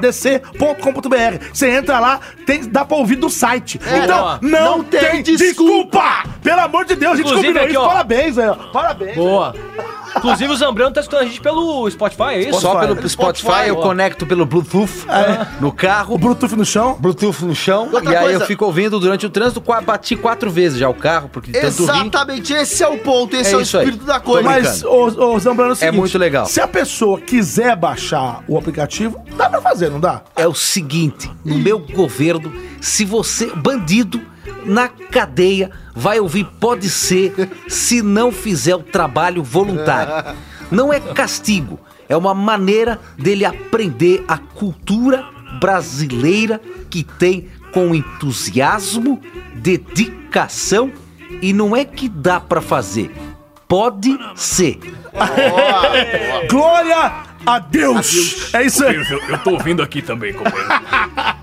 D: www.podc.com.br. Você entra lá, tem, dá pra ouvir do site.
B: É,
D: então,
B: não,
D: não,
B: não tem
D: tem, desculpa. Pelo amor de Deus, a gente
E: Inclusive
D: combinou
E: aqui,
D: isso.
E: ó.
D: Parabéns, velho. Parabéns.
E: Boa. Inclusive o Zambrano tá escutando a gente pelo Spotify, é isso?
C: Só pelo Spotify, eu
E: Boa.
C: conecto
L: é
C: pelo Bluetooth É. no carro.
D: Bluetooth no chão?
C: Bluetooth no chão.
F: Outra
C: e aí
F: coisa-
C: eu fico ouvindo durante o trânsito, qua- bati quatro vezes já o carro, porque de tanto rir.
F: Exatamente, esse é o ponto, esse é,
C: É
F: o
C: isso aí.
F: espírito da coisa.
D: Mas, ô, ô Zambrano, é, o
C: É muito legal.
D: Se a pessoa quiser baixar o aplicativo, dá pra fazer, não dá?
C: É o seguinte, no meu governo, se você, bandido, na cadeia, vai ouvir pode ser, se não fizer o trabalho voluntário. Não é castigo, é uma maneira dele aprender a cultura brasileira que tem com entusiasmo, dedicação e não é que dá pra fazer. Pode ser.
D: Glória a Deus! É isso aí.
M: Eu, eu tô ouvindo aqui também, companheiro.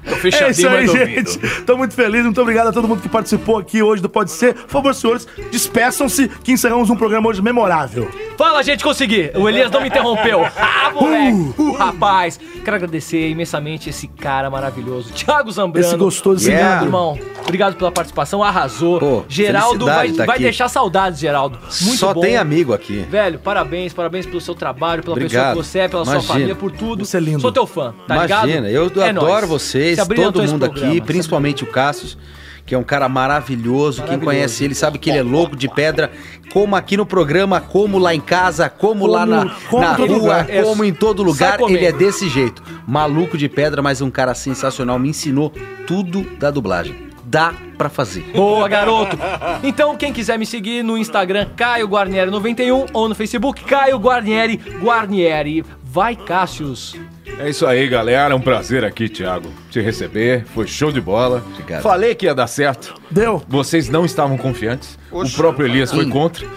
M: Tô
D: É isso
M: fechadinho,
D: aí,
M: mas
D: gente.
M: ouvindo.
D: Tô muito feliz, muito obrigado a todo mundo que participou aqui hoje do Pode Ser. Por favor, senhores, despeçam-se que encerramos um programa hoje memorável. Uh!
E: Fala, gente, consegui! O Elias não me interrompeu. Ah, moleque! Rapaz, quero agradecer imensamente esse cara maravilhoso, Thiago Zambrano.
D: Esse gostoso, esse
E: Obrigado,
D: lindo.
E: irmão. Obrigado pela participação, arrasou. Geraldo vai,
C: felicidade tá
E: vai
C: aqui.
E: deixar saudades, Geraldo. Muito
C: Só
E: bom.
C: tem amigo aqui.
E: Velho, parabéns, parabéns pelo seu trabalho, pela pessoa
C: Obrigado.
E: que você é, pela sua
C: Imagina.
E: família, por tudo. Você é lindo. Sou teu fã, tá ligado?
C: Imagina, eu
E: É nóis.
C: adoro vocês,
E: Você
C: todo
E: abrilhantou esse
C: mundo aqui,
E: programa.
C: principalmente o Cassius, que é um cara maravilhoso. Quem
E: Maravilhoso.
C: conhece ele sabe que ele é louco de pedra, como aqui no programa, como lá em casa, como, lá
E: Como-
C: na,
E: como
C: na
E: em todo
C: rua,
E: lugar. É,
C: como em todo
E: sai
C: lugar.
E: comendo.
C: Ele é desse jeito. Maluco de pedra, mas um cara sensacional. Me ensinou tudo da dublagem. dá pra fazer.
E: Boa, garoto! Então, quem quiser me seguir no Instagram, Caio Guarnieri91 ou no Facebook, Caio Guarnieri Guarnieri. Vai, Cássius!
G: É isso aí, galera. Um prazer aqui, Thiago, te receber. Foi show de bola. Obrigado. Falei que ia dar certo. Deu. Vocês não estavam confiantes. O próprio Elias foi contra. Né?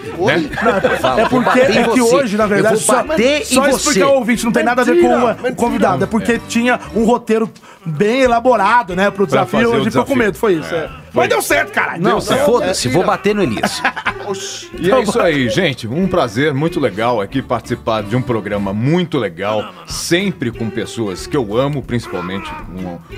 D: é porque é que hoje, na verdade, só, só explicar ao ouvinte, não tem nada a ver com
B: Mentira,
D: uma-
B: mentira.
D: o convidado. É porque tinha um roteiro bem elaborado, né, pro
C: Pra fazer
D: desafio.
C: o
D: A gente ficou com
C: desafio.
D: medo, foi isso.
C: É.
D: é. Mas deu certo, caralho.
G: Não,
D: Deu certo. É,
C: Foda-se, vou bater no Elias.
G: E
C: Tá
G: é isso aí, gente. Um prazer muito legal aqui participar de um programa muito legal, sempre com pessoas que eu amo, principalmente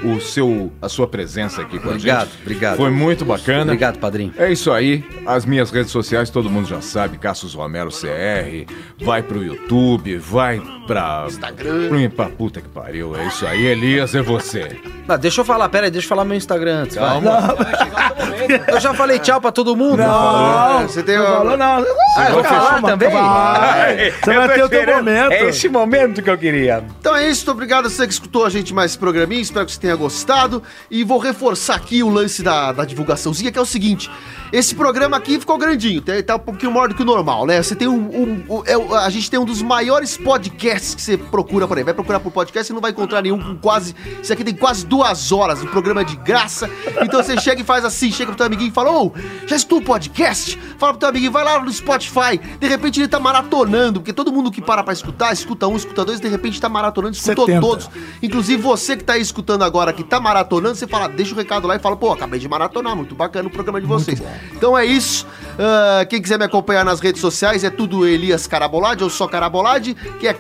G: com o seu, a sua presença aqui com a
C: Obrigado,
G: gente.
C: obrigado.
G: Foi muito bacana.
C: Obrigado, padrinho.
G: É isso aí. As minhas redes sociais, todo mundo já sabe, Cassius Romero CR. Vai pro YouTube, vai pra. Instagram. Pra, pra puta que pariu. É isso aí, Elias, é você.
C: Não, deixa eu falar, pera aí, deixa eu falar meu Instagram antes. vai.
G: Calma.
C: Eu já falei tchau pra todo mundo.
F: Não, você tem
C: não
F: uma-
C: falou não. Ah, eu vou falar também?
F: Vai. Você vai ter o teu momento.
C: É esse momento que eu queria.
F: Então é isso, muito obrigado a você que escutou a gente mais esse programinha, espero que você tenha gostado. E vou reforçar aqui o lance da, da divulgaçãozinha, que é o seguinte: esse programa aqui ficou grandinho, tá, tá um pouquinho maior do que o normal, né? Você tem um. um- um- é o- a gente tem um dos maiores podcasts que você procura por aí. Vai procurar por podcast, você não vai encontrar nenhum com quase. Isso aqui tem quase duas horas, o programa é de graça. Então você chega e faz assim, chega pro teu amiguinho e fala: Ô, já escutou o podcast? Fala pro teu amiguinho, vai lá no Spotify. De repente ele tá maratonando, porque todo mundo que para pra escutar, escuta um, escuta dois, de repente tá maratonando, escutou
D: 70.
F: todos. Inclusive você que tá aí escutando agora, que tá maratonando, você fala, deixa o recado lá e fala, pô, acabei de maratonar, muito bacana o programa de vocês. Então é isso. Ah, quem quiser me acompanhar nas redes sociais é tudo Elias Carabolade, eu sou Carabolade, que é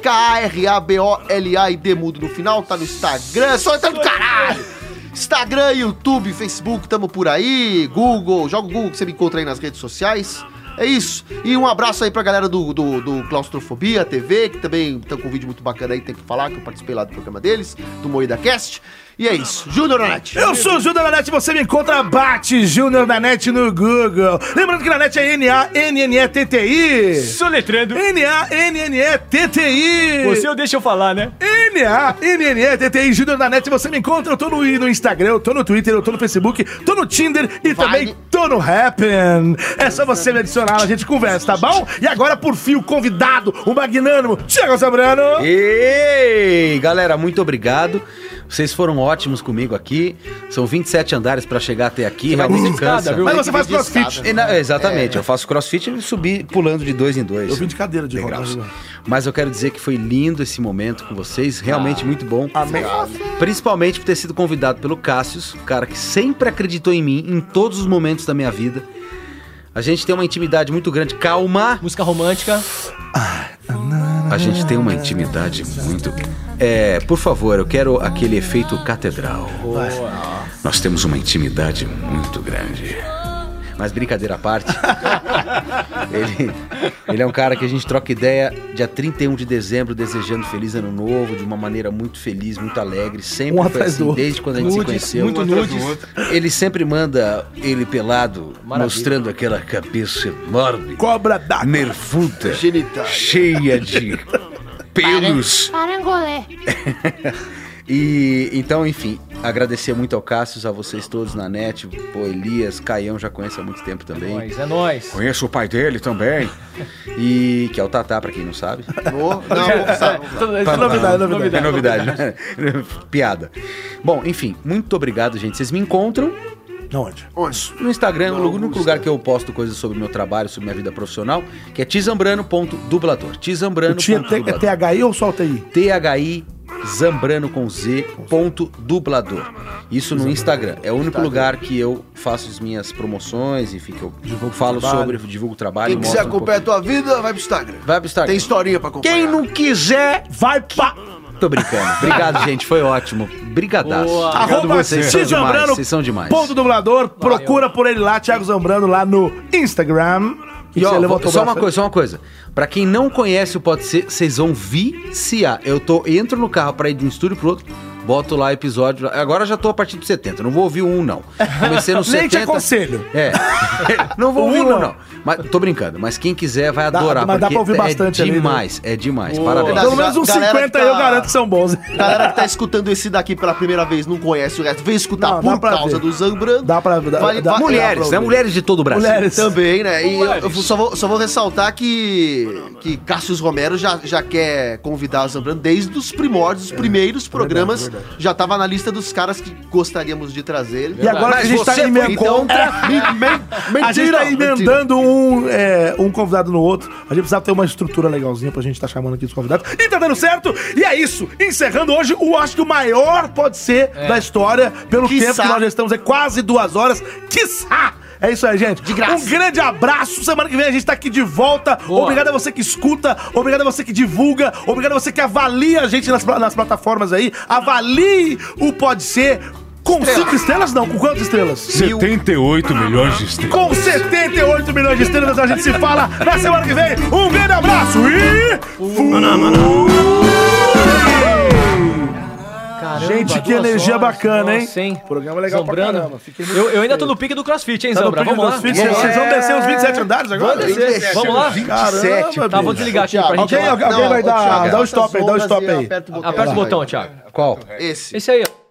F: K-A-R-A-B-O-L-A-I-D mudo no final, tá no Instagram, só tá no caralho! Instagram, YouTube, Facebook, tamo por aí, Google, joga o Google que você me encontra aí nas redes sociais. É isso. E um abraço aí pra galera do, do, do Claustrofobia TV, que também tá com um vídeo muito bacana aí, tem que falar, que eu participei lá do programa deles, do Moeda Cast. E é isso. Júnior Nanete.
D: Eu sou o Júnior da NET, você me encontra Bate Júnior da NET no Google. Lembrando que na NET é N-A-N-N-E-T-T-I.
E: Soletrando.
D: N-A-N-N-E-T-T-I.
E: Você o deixa eu falar, né?
D: N-A-N-N-E-T-T-I, Júnior da NET, você me encontra. Eu tô no, no Instagram, eu tô no Twitter, eu tô no Facebook, tô no Tinder e também tô no Happn. É só você me adicionar, a gente conversa, tá bom? E agora, por fim, o convidado, o magnânimo, Thiago Sabrano.
C: Ei, galera, muito obrigado. Vocês foram ótimos comigo aqui. São 27 andares pra chegar até aqui.
E: Você vai
C: realmente
E: de escada,
C: cansa.
E: viu? Mas você faz crossfit.
C: E na- exatamente, eu faço crossfit e subi pulando de dois em dois.
D: É. Eu vim de cadeira de
C: Degraus.
D: rodas.
C: Mas eu quero dizer que foi lindo esse momento com vocês, realmente muito bom.
D: Ah. Amém.
C: Principalmente por ter sido convidado pelo Cássius, um cara que sempre acreditou em mim em todos os momentos da minha vida. A gente tem uma intimidade muito grande. Calma.
E: Música romântica.
C: A gente tem uma intimidade muito. É, por favor, eu quero aquele efeito catedral. Nós temos uma intimidade muito grande. Mas brincadeira à parte. ele, ele é um cara que a gente troca ideia dia 31 de dezembro, desejando feliz ano novo, de uma maneira muito feliz, muito alegre. Sempre
D: Um
C: foi
D: atrás
C: assim,
D: do outro.
C: desde quando a gente se
D: Nudes,
C: conheceu.
D: muito Um atrás do nudes. outro.
C: Ele sempre manda ele pelado,
D: Maravilha.
C: mostrando aquela cabeça enorme.
D: Cobra da
C: nervuda, cheia de pelos.
H: Parangolé.
C: E então, enfim, agradecer muito ao Cássio, a vocês todos na net, pô, Elias, Caião já conhece há muito tempo também.
E: Mas é nóis.
C: Conheço o pai dele também. E que é o Tatá, pra quem não sabe.
D: É novidade, é novidade.
C: É novidade, né? Piada. Bom, enfim, muito obrigado, gente. Vocês me encontram
D: Onde?
C: no Instagram, no único lugar que eu posto coisas sobre meu trabalho, sobre minha vida profissional, que é tizambrano.dublador.
D: O Tia é T- é
C: Tizambrano.dublador.
D: THI ou só TI?
C: THI Zambrano com Z ponto dublador. Isso no Instagram. É o único lugar que eu faço as minhas promoções, enfim, que eu falo
F: trabalho.
C: sobre, divulgo o trabalho.
F: Quem quiser
C: mostro um pouco.
F: acompanhar a tua vida, vai pro Instagram.
C: Vai pro Instagram.
F: Tem historinha pra acompanhar.
C: Quem não quiser,
D: vai pra...
C: Tô brincando. Obrigado, gente. Foi ótimo. Brigadaço.
D: Boa.
C: Obrigado
D: Arroba
C: vocês. São demais. Vocês são demais.
D: Ponto dublador, procura por ele lá, Thiago Zambrano, lá no Instagram.
C: E ó,
D: você
C: vou-
D: levanta o
C: só
D: braço
C: uma
D: aí.
C: coisa, só uma coisa. Pra quem não conhece o Pode Ser, vocês vão viciar. Eu tô, entro no carro pra ir de um estúdio pro outro, Boto lá episódio. Agora eu já tô a partir do 70. Não vou ouvir um, não. Comecei no 70.
D: Nem te aconselho.
C: É. não vou
D: Um,
C: ouvir um,
D: não.
C: não. Mas tô brincando. Mas quem quiser vai
D: Dá-
C: adorar.
D: mas dá
C: porque
D: pra ouvir
C: é
D: bastante ali, né?
C: demais, é demais.
F: Boa.
C: Parabéns.
F: Pelo
D: um
F: menos uns Galera 50 que tá- eu garanto que
D: são bons.
F: Galera que tá escutando esse daqui pela primeira vez, não conhece o resto, vem escutar
D: Não, dá
F: por
D: pra
F: causa
D: ver.
F: do Zambrano.
D: Dá pra. Dá,
F: Vale-
D: dá-
F: vale-
D: Mulheres, né? Mulheres
C: de todo o
D: Brasil. Mulheres.
F: Também, né? E eu- eu,
D: Mulheres.
F: só, vou, só vou ressaltar que, que Cassius Romero já, já quer convidar o Zambrano desde os primórdios, os
D: É
F: primeiros programas. Já tava na lista dos caras que gostaríamos de trazer.
D: E agora que a gente tá emendando.
F: então,
D: a gente tá emendando um, é, um convidado no outro. A gente precisava ter uma estrutura legalzinha pra gente tá chamando aqui os convidados. E tá dando certo! E é isso! Encerrando hoje, o acho que o maior pode ser
B: É.
D: da história, pelo
B: Quiçá.
D: tempo que nós já estamos aí, quase duas horas. Quiçá! É isso aí, gente. De graça. Um grande abraço. Semana que vem a gente tá aqui de volta. Obrigado a você que escuta, obrigado a você que divulga, obrigado a você que avalia a gente nas, pla- nas plataformas aí. Avalie o Pode Ser com cinco estrelas, não. Com quantas estrelas?
G: 78 milhões de estrelas.
D: Com 78 milhões de estrelas, a gente se fala na semana que vem. Um grande abraço e. Uh! Gente, que
E: duas
D: energia
E: horas,
D: bacana, hein?
E: nossa, hein?
D: Programa legal
E: Zambrano.
D: pra caramba. Fiquei muito
E: Eu, eu ainda
D: satisfeito.
E: tô no pique do crossfit, hein,
D: Tá no
E: Zambra?
D: pique
E: Vamos
D: do
E: lá.
D: crossfit? Vocês vão descer os 27 andares agora?
E: Vamos descer. Vamos lá. Tá, vou desligar aqui pra gente.
D: Alguém, alguém vai dar,
E: Dá
D: dar o stop aí, dá o stop aí.
E: Aperta o botão, Thiago.
C: Qual?
F: Esse.
E: Esse aí, ó.